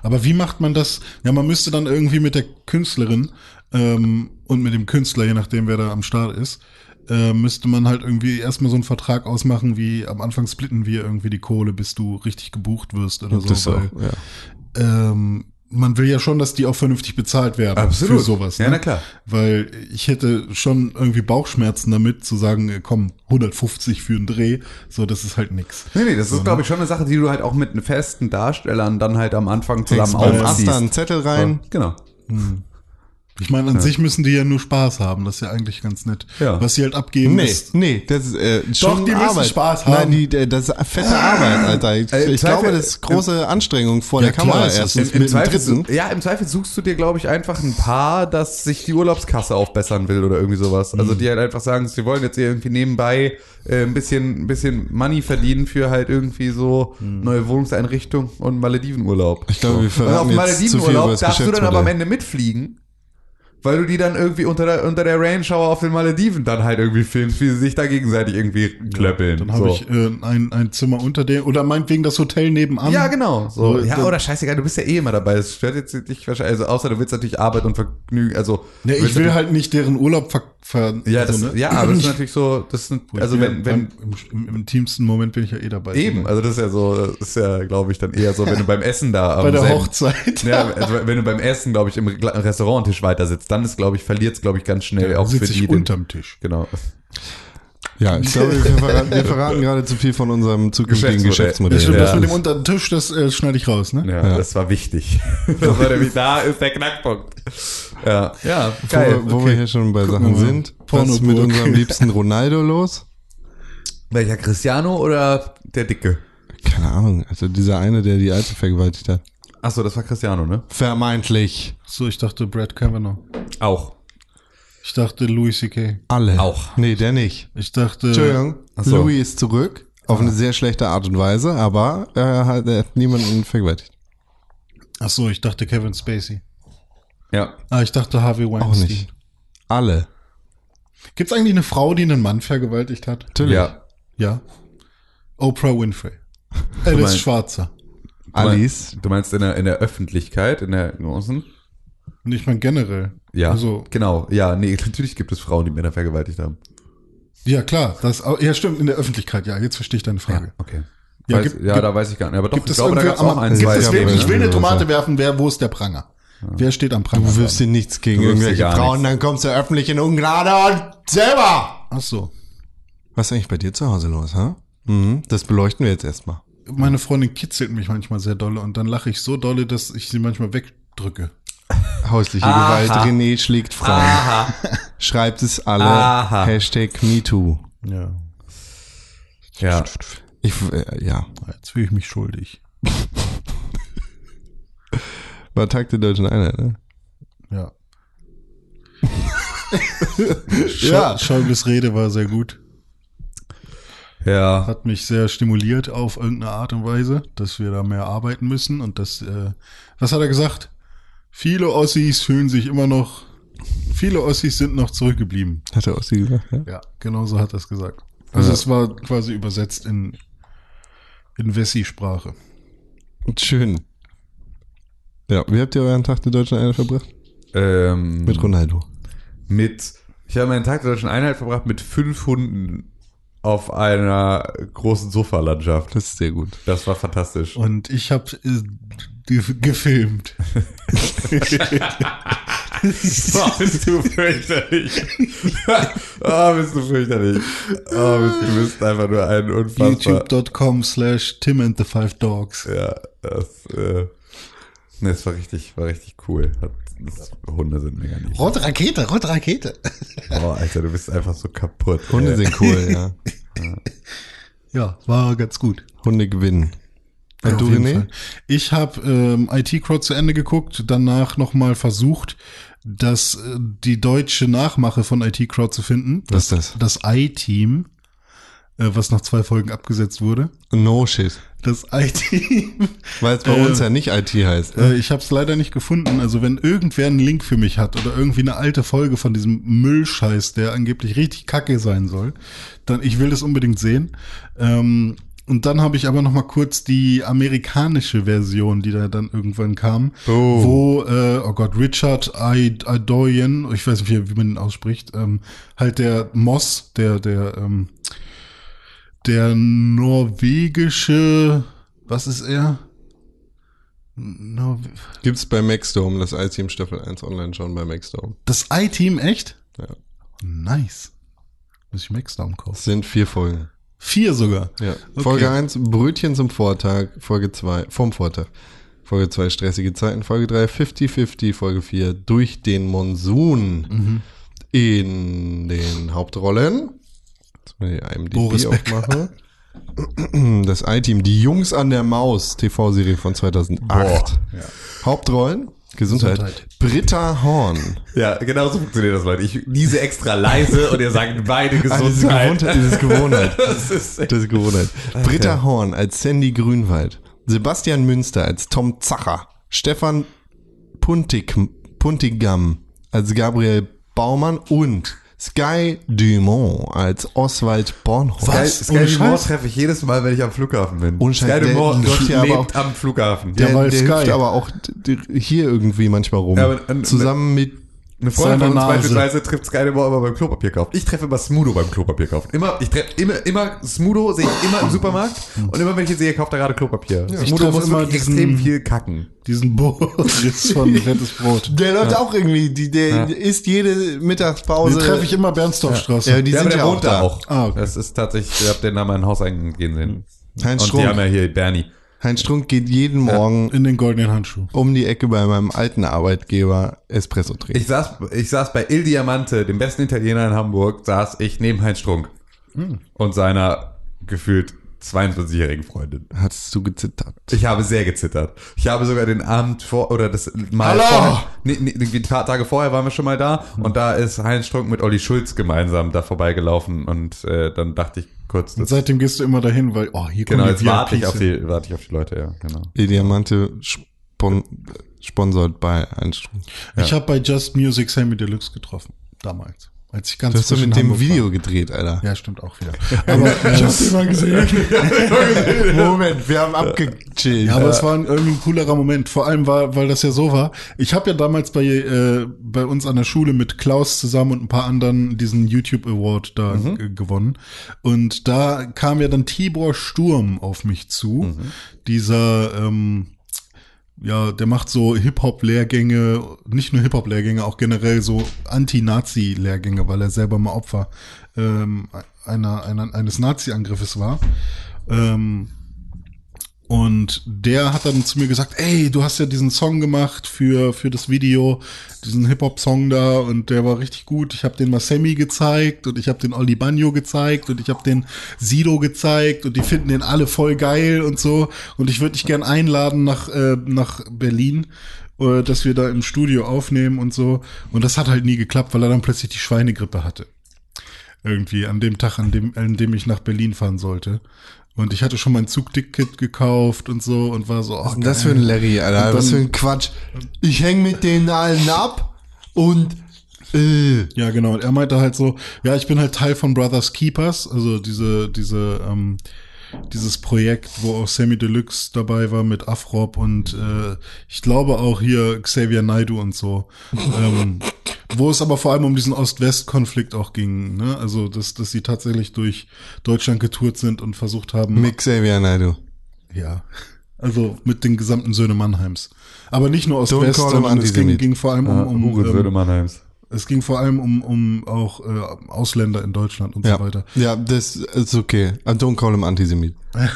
Speaker 2: Aber wie macht man das? Ja, man müsste dann irgendwie mit der Künstlerin ähm, und mit dem Künstler, je nachdem wer da am Start ist, äh, müsste man halt irgendwie erstmal so einen Vertrag ausmachen, wie am Anfang splitten wir irgendwie die Kohle, bis du richtig gebucht wirst oder so.
Speaker 1: Das auch,
Speaker 2: weil,
Speaker 1: ja.
Speaker 2: ähm, man will ja schon, dass die auch vernünftig bezahlt werden für sowas.
Speaker 3: Ja,
Speaker 2: ne?
Speaker 3: na klar.
Speaker 2: Weil ich hätte schon irgendwie Bauchschmerzen damit zu sagen, äh, komm, 150 für einen Dreh, so das ist halt nix.
Speaker 3: Nee, nee, das
Speaker 2: So,
Speaker 3: ist, glaube ich, schon eine Sache, die du halt auch mit festen Darstellern dann halt am Anfang zusammen
Speaker 1: Du hast da
Speaker 3: aufziehst.
Speaker 1: einen Zettel rein.
Speaker 3: So, Genau.
Speaker 2: Ich meine, an sich müssen die ja nur Spaß haben, das ist ja eigentlich ganz nett.
Speaker 3: Ja.
Speaker 2: Was sie halt abgeben
Speaker 1: Nee,
Speaker 2: ist.
Speaker 1: nee, das ist äh, schon
Speaker 2: die müssen
Speaker 1: Arbeit.
Speaker 2: Spaß haben. Ah.
Speaker 1: Nein, die, äh, das ist fette Arbeit, Alter. Ich,
Speaker 3: Äh, im
Speaker 1: ich
Speaker 3: Zweifel-
Speaker 1: glaube, das ist große Anstrengung vor der
Speaker 2: klar,
Speaker 1: Kamera
Speaker 2: es ist-
Speaker 1: erstens.
Speaker 2: im-
Speaker 1: mit dem
Speaker 3: Zweifel,
Speaker 1: dritten.
Speaker 3: ja, im Zweifel suchst du dir, glaube ich, einfach ein Paar, das sich die Urlaubskasse aufbessern will oder irgendwie sowas.
Speaker 1: Mhm.
Speaker 3: Also die halt einfach sagen, sie wollen jetzt irgendwie nebenbei äh, ein bisschen, ein bisschen Money verdienen für halt irgendwie so neue Wohnungseinrichtung und Maledivenurlaub.
Speaker 1: Mhm. Ich glaube, wir
Speaker 3: Und auf
Speaker 1: verraten
Speaker 3: dem
Speaker 1: jetzt zu viel über
Speaker 3: Maledivenurlaub
Speaker 1: das
Speaker 3: darfst du dann aber am
Speaker 1: Geschäftsmodell.
Speaker 3: Ende mitfliegen, weil du die dann irgendwie unter der, unter der Rain Shower auf den Malediven dann halt irgendwie filmst, wie sie sich da gegenseitig irgendwie klöppeln.
Speaker 2: Dann habe
Speaker 3: so.
Speaker 2: ich äh, ein, ein Zimmer unter dem oder meinetwegen das Hotel nebenan.
Speaker 3: Ja, genau. So.
Speaker 2: So,
Speaker 3: ja,
Speaker 2: dann-
Speaker 3: oder scheißegal, du bist ja eh immer dabei. Das stört jetzt dich wahrscheinlich. Also, außer du willst natürlich Arbeit und Vergnügen. Also,
Speaker 2: Nee, ich
Speaker 3: willst
Speaker 2: will
Speaker 3: natürlich-
Speaker 2: halt nicht deren Urlaub ver... ver
Speaker 3: Ja, das,
Speaker 2: so, ne?
Speaker 3: ja, aber das ist natürlich so. Das sind, also, wenn, wenn,
Speaker 2: Im, im, Im intimsten Moment bin ich ja eh dabei.
Speaker 3: eben. Also, das ist ja so, das ist ja, glaube ich, dann eher so, wenn du beim Essen da. am
Speaker 2: Bei der
Speaker 3: selben-
Speaker 2: Hochzeit.
Speaker 3: Ja, also, wenn du beim Essen, glaube ich, im Gla- Restauranttisch weiter sitzt, dann ist, glaube ich, verliert es, glaube ich, ganz schnell auch für
Speaker 2: sitze
Speaker 3: die.
Speaker 2: ich
Speaker 3: den-
Speaker 2: unterm Tisch.
Speaker 3: Genau.
Speaker 1: Ja, ich glaube, wir verraten, wir verraten gerade zu viel von unserem zukünftigen Geschäftsmodell.
Speaker 3: Geschäftsmodell.
Speaker 2: Das stimmt, das
Speaker 1: Ja.
Speaker 2: mit dem unter den Tisch, das äh, schneide ich raus, ne?
Speaker 3: Ja, das war wichtig. das war nämlich, da ist der Knackpunkt. Ja, ja
Speaker 1: Wo,
Speaker 3: geil.
Speaker 1: wir, wo wir hier schon bei Sachen
Speaker 2: mal.
Speaker 1: sind, was ist mit
Speaker 2: Pornoburg.
Speaker 1: unserem liebsten Ronaldo los?
Speaker 3: Welcher Cristiano oder der Dicke?
Speaker 1: Keine Ahnung, also dieser eine, der die Alte vergewaltigt hat.
Speaker 3: Achso, das war Cristiano, ne?
Speaker 1: Vermeintlich.
Speaker 2: So, ich dachte Brad Kavanaugh.
Speaker 3: Auch.
Speaker 2: Ich dachte Louis C.K.
Speaker 1: Alle.
Speaker 3: Auch.
Speaker 1: Nee, der nicht.
Speaker 2: Ich dachte.
Speaker 1: Entschuldigung,
Speaker 3: Ach so.
Speaker 1: Louis ist zurück. Auf eine sehr schlechte Art und Weise, aber er hat, er hat niemanden vergewaltigt.
Speaker 2: Ach so, ich dachte Kevin Spacey.
Speaker 3: Ja.
Speaker 2: Ah, ich dachte Harvey Weinstein.
Speaker 1: nicht. Alle.
Speaker 2: Gibt's eigentlich eine Frau, die einen Mann vergewaltigt hat?
Speaker 1: Natürlich.
Speaker 3: Ja.
Speaker 2: Ja. Oprah Winfrey. Alice
Speaker 3: meinst-
Speaker 2: Schwarzer.
Speaker 1: Alice.
Speaker 3: Du meinst in der, in der Öffentlichkeit, in der großen?
Speaker 2: Und ich meine generell.
Speaker 3: Ja.
Speaker 2: Also,
Speaker 3: Genau. Ja, nee, natürlich gibt es Frauen, die Männer vergewaltigt haben.
Speaker 2: ja klar. Das, ja stimmt, in der Öffentlichkeit. Ja, jetzt verstehe ich deine Frage.
Speaker 3: Okay.
Speaker 2: Ja,
Speaker 3: Ja, weiß,
Speaker 2: gibt-
Speaker 3: ja
Speaker 2: gibt-
Speaker 3: da weiß ich gar nicht. Aber doch,
Speaker 2: Gibt
Speaker 3: ich
Speaker 2: es
Speaker 3: glaube, da
Speaker 2: irgendwie
Speaker 3: gab es auch
Speaker 2: am-
Speaker 3: ein,
Speaker 2: gibt
Speaker 3: zwei.
Speaker 2: es,
Speaker 1: ja,
Speaker 2: wer,
Speaker 1: aber-
Speaker 2: ich will eine
Speaker 1: also,
Speaker 2: Tomate werfen, wer, wo ist der Pranger? Wer steht am Pranger?
Speaker 1: Du wirfst dir nichts gegen
Speaker 3: Du wirfst dir
Speaker 1: irgendwelche
Speaker 3: gar
Speaker 1: Frauen, dann kommst du öffentlich in Ungnade und selber.
Speaker 2: Ach so.
Speaker 1: Was ist eigentlich bei dir zu Hause los, ha? Mhm, das beleuchten wir jetzt erstmal.
Speaker 2: Meine Freundin kitzelt mich manchmal sehr dolle und dann lache ich so dolle, dass ich sie manchmal wegdrücke.
Speaker 1: Häusliche
Speaker 3: Aha.
Speaker 1: Gewalt, René schlägt Frauen.
Speaker 3: Aha.
Speaker 1: Schreibt es alle.
Speaker 3: Aha.
Speaker 1: Hashtag MeToo.
Speaker 2: Ja.
Speaker 3: Ja.
Speaker 1: Ich, äh, ja.
Speaker 2: Jetzt fühle ich mich schuldig.
Speaker 1: War Tag der Deutschen Einheit, ne?
Speaker 2: Ja. ja. Schäubles Rede war sehr gut.
Speaker 3: Ja.
Speaker 2: Hat mich sehr stimuliert auf irgendeine Art und Weise, dass wir da mehr arbeiten müssen und das, äh, was hat er gesagt? Viele Ossis fühlen sich immer noch, viele Ossis sind noch zurückgeblieben.
Speaker 1: Hat er Ossi gesagt, ja?
Speaker 2: Ja, genau so hat er es gesagt. Also es war quasi übersetzt in, in Wessi-Sprache.
Speaker 1: Schön. Ja, wie habt ihr euren Tag der Deutschen Einheit verbracht?
Speaker 3: Ähm,
Speaker 1: Mit Ronaldo.
Speaker 3: mit, ich habe meinen Tag der deutschen Einheit verbracht mit fünf Hunden auf einer großen Sofalandschaft.
Speaker 1: Das ist sehr gut.
Speaker 3: Das war fantastisch.
Speaker 2: Und ich habe äh, ge- gefilmt.
Speaker 3: Oh, bist du fürchterlich. oh, bist du fürchterlich. Oh, bist, du bist einfach nur ein unfassbar.
Speaker 2: YouTube.com slash Tim and the Five Dogs.
Speaker 3: Ja, das, äh, nee, das war richtig, war richtig cool. Hat, das, Hunde sind mega nicht.
Speaker 2: Rote Rakete, rote Rakete.
Speaker 3: Oh, Alter, du bist einfach so kaputt.
Speaker 1: Hunde
Speaker 3: ey.
Speaker 1: sind cool, ja.
Speaker 2: Ja, war ganz gut.
Speaker 1: Hunde gewinnen. Und du,
Speaker 2: Auf jeden
Speaker 1: René?
Speaker 2: Fall. Ich habe ähm, IT-Crowd zu Ende geguckt, danach nochmal versucht, das, äh, die deutsche Nachmache von IT-Crowd zu finden.
Speaker 1: Was ist
Speaker 2: Das I-Team, äh, was nach zwei Folgen abgesetzt wurde.
Speaker 1: No shit.
Speaker 2: Das I-Team.
Speaker 1: Weil es bei
Speaker 2: Äh,
Speaker 1: uns ja nicht IT heißt. ne?
Speaker 2: Äh, ich habe es leider nicht gefunden. Also wenn irgendwer einen Link für mich hat oder irgendwie eine alte Folge von diesem Müllscheiß, der angeblich richtig kacke sein soll, dann ich will das unbedingt sehen. Ähm, Und dann habe ich aber noch mal kurz die amerikanische Version, die da dann irgendwann kam,
Speaker 3: Oh.
Speaker 2: wo, äh, oh Gott, Richard I- Adoyan, ich weiß nicht, wie, wie man ihn ausspricht, ähm, halt der Moss, der, der, ähm, der norwegische, was ist er? Norwe
Speaker 1: Gibt's bei Maxdome, das I-Team Staffel 1 online schon bei Maxdome.
Speaker 2: das I-Team, echt?
Speaker 1: Ja.
Speaker 2: Nice. Muss ich Maxdown
Speaker 1: Es
Speaker 2: kaufen.
Speaker 1: sind vier Folgen.
Speaker 2: Vier sogar.
Speaker 1: Ja. Folge 1, Brötchen zum Vortag. Folge 2, vom Vortag. Folge 2, stressige Zeiten. Folge 3, 50-50. Folge 4, durch den Monsun.
Speaker 2: Mhm.
Speaker 1: In den Hauptrollen. Jetzt mal die IMDb
Speaker 2: Boris Becker.
Speaker 1: aufmache. Das I-Team, die Jungs an der Maus, TV-Serie von 2008. Hauptrollen, Gesundheit.
Speaker 2: Gesundheit.
Speaker 1: Britta Horn.
Speaker 3: Ja, genau so funktioniert das, Leute. Ich niese extra leise und ihr sagt beide
Speaker 1: Ah, diese
Speaker 3: Gesundheit.
Speaker 1: Gewohnheit. Diese Gewohnheit.
Speaker 3: Das ist echt-
Speaker 1: Das ist Gewohnheit. Britta Horn als Sandy Grünwald. Sebastian Münster als Tom Zacher. Stefan Puntig, Puntigam als Gabriel Baumann und Sky Dumont als Oswald Bornholm.
Speaker 3: Sky,
Speaker 2: Was?
Speaker 3: Sky
Speaker 2: Ohne
Speaker 3: Dumont
Speaker 2: Scheiß?
Speaker 3: treffe ich jedes Mal, wenn ich am Flughafen bin.
Speaker 1: Ohne Scheiß,
Speaker 3: Sky
Speaker 1: der
Speaker 3: Dumont
Speaker 1: läuft hier aber
Speaker 3: lebt
Speaker 1: auch-
Speaker 3: am Flughafen.
Speaker 1: Der,
Speaker 2: weil
Speaker 1: der
Speaker 2: Sky.
Speaker 1: hilft aber auch d- d- hier irgendwie manchmal rum.
Speaker 3: Ja, aber, ähm,
Speaker 1: Zusammen mit
Speaker 3: Eine Freundin von
Speaker 2: Seiner
Speaker 3: uns
Speaker 2: Nase.
Speaker 3: beispielsweise trifft Sky Dumont immer beim Klopapier kaufen. Ich treffe immer Smudo beim Klopapier kaufen. Immer, ich treffe immer, immer Smudo sehe ich immer im Supermarkt und immer wenn ich ihn sehe, kauft er gerade Klopapier.
Speaker 2: ich
Speaker 3: Smudo
Speaker 2: treffe
Speaker 3: muss
Speaker 2: immer
Speaker 3: wirklich
Speaker 2: diesen-
Speaker 3: extrem viel kacken.
Speaker 2: Diesen Boris von Fettes Brot.
Speaker 1: der läuft auch irgendwie, die, der isst jede
Speaker 2: Den
Speaker 1: Mittagspause.
Speaker 2: treffe ich immer
Speaker 1: Also,
Speaker 2: Bernstorffstraße.
Speaker 1: ja, die
Speaker 3: Ja, aber
Speaker 1: sind
Speaker 3: der
Speaker 1: ja auch
Speaker 3: wohnt da
Speaker 1: da.
Speaker 3: auch.
Speaker 2: Ah, okay.
Speaker 3: Das ist tatsächlich, ich habe den Namen in ein Haus eingehen sehen.
Speaker 1: Heinz
Speaker 3: Und die haben ja
Speaker 1: Strunk.
Speaker 3: hier Bernie.
Speaker 1: Heinz Strunk geht jeden Morgen
Speaker 2: in den goldenen Handschuh.
Speaker 1: um die Ecke bei meinem alten Arbeitgeber Espresso trinken.
Speaker 3: Ich saß, ich saß bei Il Diamante, dem besten Italiener in Hamburg, saß ich neben Heinz Strunk und seiner gefühlt 22-jährigen Freundin.
Speaker 1: Hattest du gezittert?
Speaker 3: Ich habe sehr gezittert. Ich habe sogar den Abend vor, oder das Mal
Speaker 2: Hallo!
Speaker 3: vorher, nee, nee, irgendwie ein paar Tage vorher waren wir schon mal da und da ist Heinz Strunk mit Olli Schulz gemeinsam da vorbeigelaufen und äh, dann dachte ich kurz,
Speaker 2: Und
Speaker 3: das,
Speaker 2: seitdem gehst du immer dahin, weil, oh, hier
Speaker 3: genau,
Speaker 2: kommen
Speaker 3: jetzt
Speaker 2: die
Speaker 3: warte ich,
Speaker 2: VIPs
Speaker 3: auf
Speaker 2: hin.
Speaker 3: die, warte ich auf die Leute, ja, genau.
Speaker 1: Die Diamante spon sponsort bei Einstrom.
Speaker 2: Ich habe bei Just Music Sammy Deluxe getroffen. Damals. Als ich ganz
Speaker 1: Du hast doch
Speaker 2: frisch in
Speaker 1: mit dem
Speaker 2: Hamburg
Speaker 1: Video gedreht, Alter.
Speaker 2: War. Ja, stimmt auch wieder. Aber, äh, ich hab's mal gesehen.
Speaker 1: Moment, wir haben abgechillt.
Speaker 2: Ja, aber es war ein, irgendwie ein coolerer Moment. Vor allem, weil, weil das ja so war. Ich habe ja damals bei, äh, bei uns an der Schule mit Klaus zusammen und ein paar anderen diesen YouTube Award da g- gewonnen. Und da kam ja dann Tibor Sturm auf mich zu. Dieser, ähm, ja, der macht so Hip-Hop-Lehrgänge, nicht nur Hip-Hop-Lehrgänge, auch generell so Anti-Nazi-Lehrgänge, weil er selber mal Opfer ähm, einer, einer, eines Nazi-Angriffes war. Ähm, und der hat dann zu mir gesagt, ey, du hast ja diesen Song gemacht für, für das Video, diesen Hip-Hop-Song da und der war richtig gut. Ich habe den mal Sammy gezeigt und ich habe den Oli Bagno gezeigt und ich habe den Sido gezeigt und die finden den alle voll geil und so. Und ich würde dich gern einladen nach, äh, nach Berlin, äh, dass wir da im Studio aufnehmen und so. Und das hat halt nie geklappt, weil er dann plötzlich die Schweinegrippe hatte irgendwie an dem Tag, an dem, an dem ich nach Berlin fahren sollte. Und ich hatte schon mein Zugticket gekauft und so und war so, oh,
Speaker 1: Was ist denn das für ein Larry, Alter?
Speaker 2: Und dann-
Speaker 1: Was für ein Quatsch. Ich häng mit den allen ab und äh,
Speaker 2: Ja, genau. Und er meinte halt so, ja, ich bin halt Teil von Brothers Keepers, also diese, diese, ähm, dieses Projekt, wo auch Sammy Deluxe dabei war mit Afrop und äh, ich glaube auch hier Xavier Naidu und so. ähm, wo es aber vor allem um diesen Ost-West-Konflikt auch ging, ne? Also, dass, dass sie tatsächlich durch Deutschland getourt sind und versucht haben,
Speaker 1: mit Xavier Naidoo.
Speaker 2: Ja. Also mit den gesamten Söhne Mannheims. Aber nicht nur aus
Speaker 1: Don't
Speaker 2: West,
Speaker 1: call him
Speaker 2: sondern es ging,
Speaker 1: Antisemit.
Speaker 2: ging vor allem um,
Speaker 1: Ah,
Speaker 2: um,
Speaker 3: Hurensohn
Speaker 2: ähm,
Speaker 3: Mannheims.
Speaker 2: es ging vor allem um, um auch äh, Ausländer in Deutschland und
Speaker 1: Ja.
Speaker 2: so weiter.
Speaker 1: ja, das ist okay. I Don't call him Antisemit. Äh,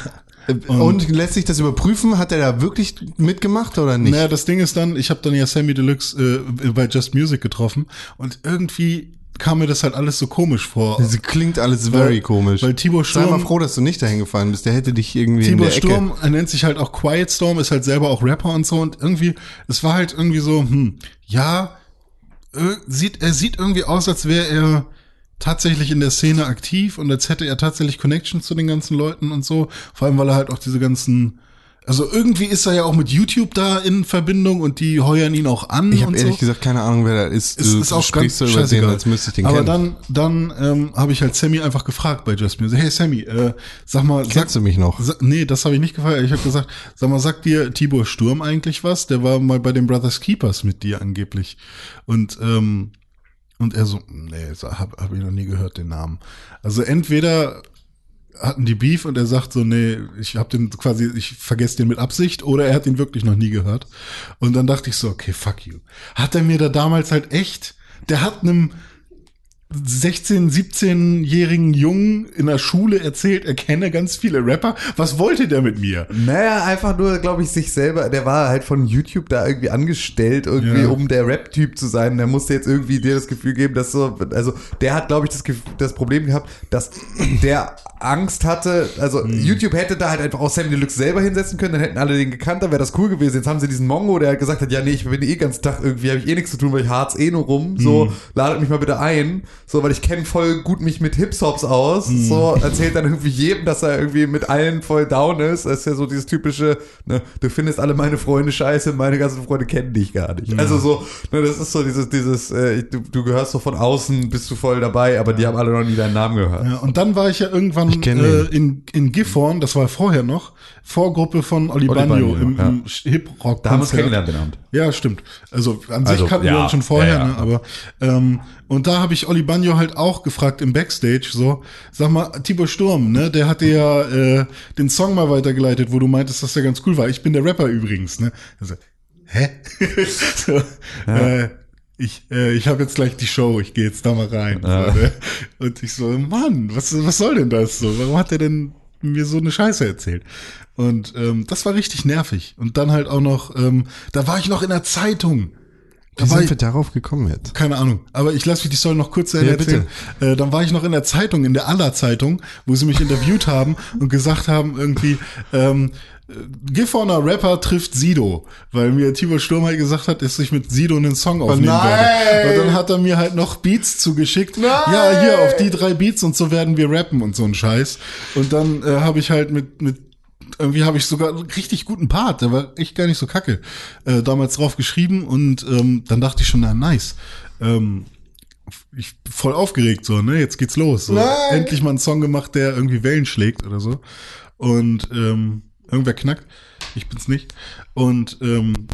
Speaker 1: und, lässt sich das überprüfen? Hat er da wirklich mitgemacht oder nicht?
Speaker 2: Naja, das Ding ist dann, ich habe dann ja Sammy Deluxe äh, bei Just Music getroffen und irgendwie kam mir das halt alles so komisch vor.
Speaker 1: Das klingt alles very
Speaker 2: Weil-
Speaker 1: komisch.
Speaker 2: weil Tibor
Speaker 1: Sei mal
Speaker 2: Sturm-
Speaker 1: froh, dass du nicht dahin gefallen bist. Der hätte dich irgendwie in
Speaker 2: Tibor
Speaker 1: der Ecke.
Speaker 2: Sturm, er nennt sich halt auch Quiet Storm, ist halt selber auch Rapper und so und irgendwie, es war halt irgendwie so, hm, ja, äh, sieht, er sieht irgendwie aus, als wäre er tatsächlich in der Szene aktiv und als hätte er tatsächlich Connections zu den ganzen Leuten und so, vor allem weil er halt auch diese ganzen Also irgendwie ist er ja auch mit YouTube da in Verbindung und die heuern ihn auch an.
Speaker 4: Ich habe
Speaker 2: und
Speaker 4: ehrlich
Speaker 2: so.
Speaker 4: gesagt keine Ahnung, wer da ist.
Speaker 2: Es ist auch ganz
Speaker 4: sprichst du über den,
Speaker 2: scheißegal.
Speaker 4: als müsste ich den
Speaker 2: Aber
Speaker 4: kennen.
Speaker 2: dann, dann ähm, habe ich halt Sammy einfach gefragt bei Just Music. Hey Sammy, äh, sag mal, sag,
Speaker 4: Kennst du mich noch?
Speaker 2: sa- nee, das habe ich nicht gefragt. Ich habe gesagt, sag mal, sagt dir Tibor Sturm eigentlich was? Der war mal bei den Brothers Keepers mit dir angeblich. Und ähm, und er so, nee, sa- hab, hab ich noch nie gehört den Namen. Also entweder hatten die Beef und er sagt so, nee, ich hab den quasi, ich vergesse den mit Absicht oder er hat ihn wirklich noch nie gehört. Und dann dachte ich so, okay, fuck you. Hat er mir da damals halt echt, der hat einem 16-, 17-jährigen Jungen in der Schule erzählt, er kenne ganz viele Rapper. Was wollte der mit mir?
Speaker 3: Naja, einfach nur, glaube ich, sich selber. Der war halt von YouTube da irgendwie angestellt, irgendwie,
Speaker 2: Ja.
Speaker 3: um der Rap-Typ zu sein. Der musste jetzt irgendwie dir das Gefühl geben, dass so, also der hat, glaube ich, das, Gef- das Problem gehabt, dass der Angst hatte. Also YouTube hätte da halt einfach auch Sam Deluxe selber hinsetzen können, dann hätten alle den gekannt, dann wäre das cool gewesen. Jetzt haben sie diesen Mongo, der halt gesagt hat, ja, nee, ich bin eh ganz Tag irgendwie, habe ich eh nichts zu tun, weil ich harz eh nur rum. So, ladet mich mal bitte ein. So, weil ich kenne voll gut mich mit Hip-Hops aus.
Speaker 2: Mhm.
Speaker 3: So, erzählt dann irgendwie jedem, dass er irgendwie mit allen voll down ist. Das ist ja so dieses typische, ne, du findest alle meine Freunde scheiße, meine ganzen Freunde kennen dich gar nicht. Also so, ne, das ist so dieses, dieses, äh, du, du gehörst so von außen, bist du voll dabei, aber die haben alle noch nie deinen Namen gehört.
Speaker 2: Ja, und dann war ich ja irgendwann
Speaker 4: kenn
Speaker 2: äh, in, in Gifhorn, das war vorher noch, Vorgruppe von Oli
Speaker 3: Oli
Speaker 2: Bagno
Speaker 3: Bagno,
Speaker 2: im,
Speaker 3: ja.
Speaker 2: im Hip-Rock.
Speaker 3: Da haben wir uns kennengelernt den Abend.
Speaker 2: Ja, stimmt. Also an
Speaker 3: Also,
Speaker 2: sich kannten wir
Speaker 3: ja,
Speaker 2: uns schon vorher,
Speaker 3: ja, ja.
Speaker 2: Ne? aber ähm, und da habe ich Oli Bagno halt auch gefragt im Backstage, so, sag mal, Tibor Sturm, ne, der hatte ja äh, den Song mal weitergeleitet, wo du meintest, dass der ganz cool war. Ich bin der Rapper übrigens, ne? Also, hä? so, äh, ich, äh, ich habe jetzt gleich die Show, ich gehe jetzt da mal rein. So, ne? Und ich so, Mann, was, was soll denn das so? Warum hat er denn mir so eine Scheiße erzählt? Und ähm, das war richtig nervig. Und dann halt auch noch, ähm, da war ich noch in der Zeitung. Da
Speaker 4: Wie
Speaker 2: war
Speaker 4: sind
Speaker 2: ich,
Speaker 4: wir darauf gekommen jetzt?
Speaker 2: keine Ahnung, aber ich lasse mich die Story noch kurz zu Ende
Speaker 4: Ja, bitte.
Speaker 2: erzählen. Äh, dann war ich noch in der Zeitung, in der Aller-Zeitung, wo sie mich interviewt haben und gesagt haben irgendwie, ähm, äh, Gifhorner Rapper trifft Sido, weil mir Tibor Sturm halt gesagt hat, dass ich mit Sido einen Song aufnehmen
Speaker 4: Oh, nein!
Speaker 2: werde. Und dann hat er mir halt noch Beats zugeschickt. Nein! Ja, hier, auf die drei Beats und so werden wir rappen und so ein Scheiß. Und dann äh, habe ich halt mit, mit irgendwie habe ich sogar einen richtig guten Part, der war echt gar nicht so kacke, äh, damals drauf geschrieben und ähm, dann dachte ich schon, na nice. Ähm, ich bin voll aufgeregt so, ne? Jetzt geht's los. So. Endlich mal einen Song gemacht, der irgendwie Wellen schlägt oder so. Und ähm, irgendwer knackt. Ich bin's nicht. Und ähm,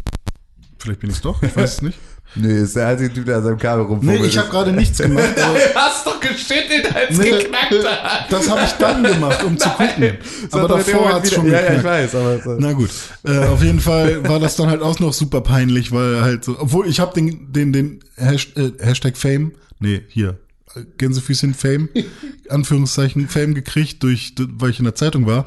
Speaker 2: vielleicht bin ich's doch, ich weiß es nicht.
Speaker 3: Nee, ist der einzige Typ, der an seinem Kabel rumfummelt.
Speaker 2: Nee, ich habe
Speaker 3: Ist-
Speaker 2: gerade nichts gemacht. aber-
Speaker 3: Du hast doch geschüttelt, als
Speaker 2: Nee,
Speaker 3: geknackt hat.
Speaker 2: das habe ich dann gemacht, um zu gucken.
Speaker 3: So
Speaker 2: Aber
Speaker 3: hat er in dem
Speaker 2: davor
Speaker 3: Moment
Speaker 2: hat's
Speaker 3: wieder-
Speaker 2: schon
Speaker 3: Ja, ja, ich
Speaker 2: geknackt.
Speaker 3: weiß, aber so.
Speaker 2: Na gut, äh, auf jeden Fall war das dann halt auch noch super peinlich, weil halt so, obwohl ich habe den, den, den Hasht- äh, Hashtag Fame, nee, hier, Gänsefüßchen Fame, Anführungszeichen Fame gekriegt, durch, weil ich in der Zeitung war,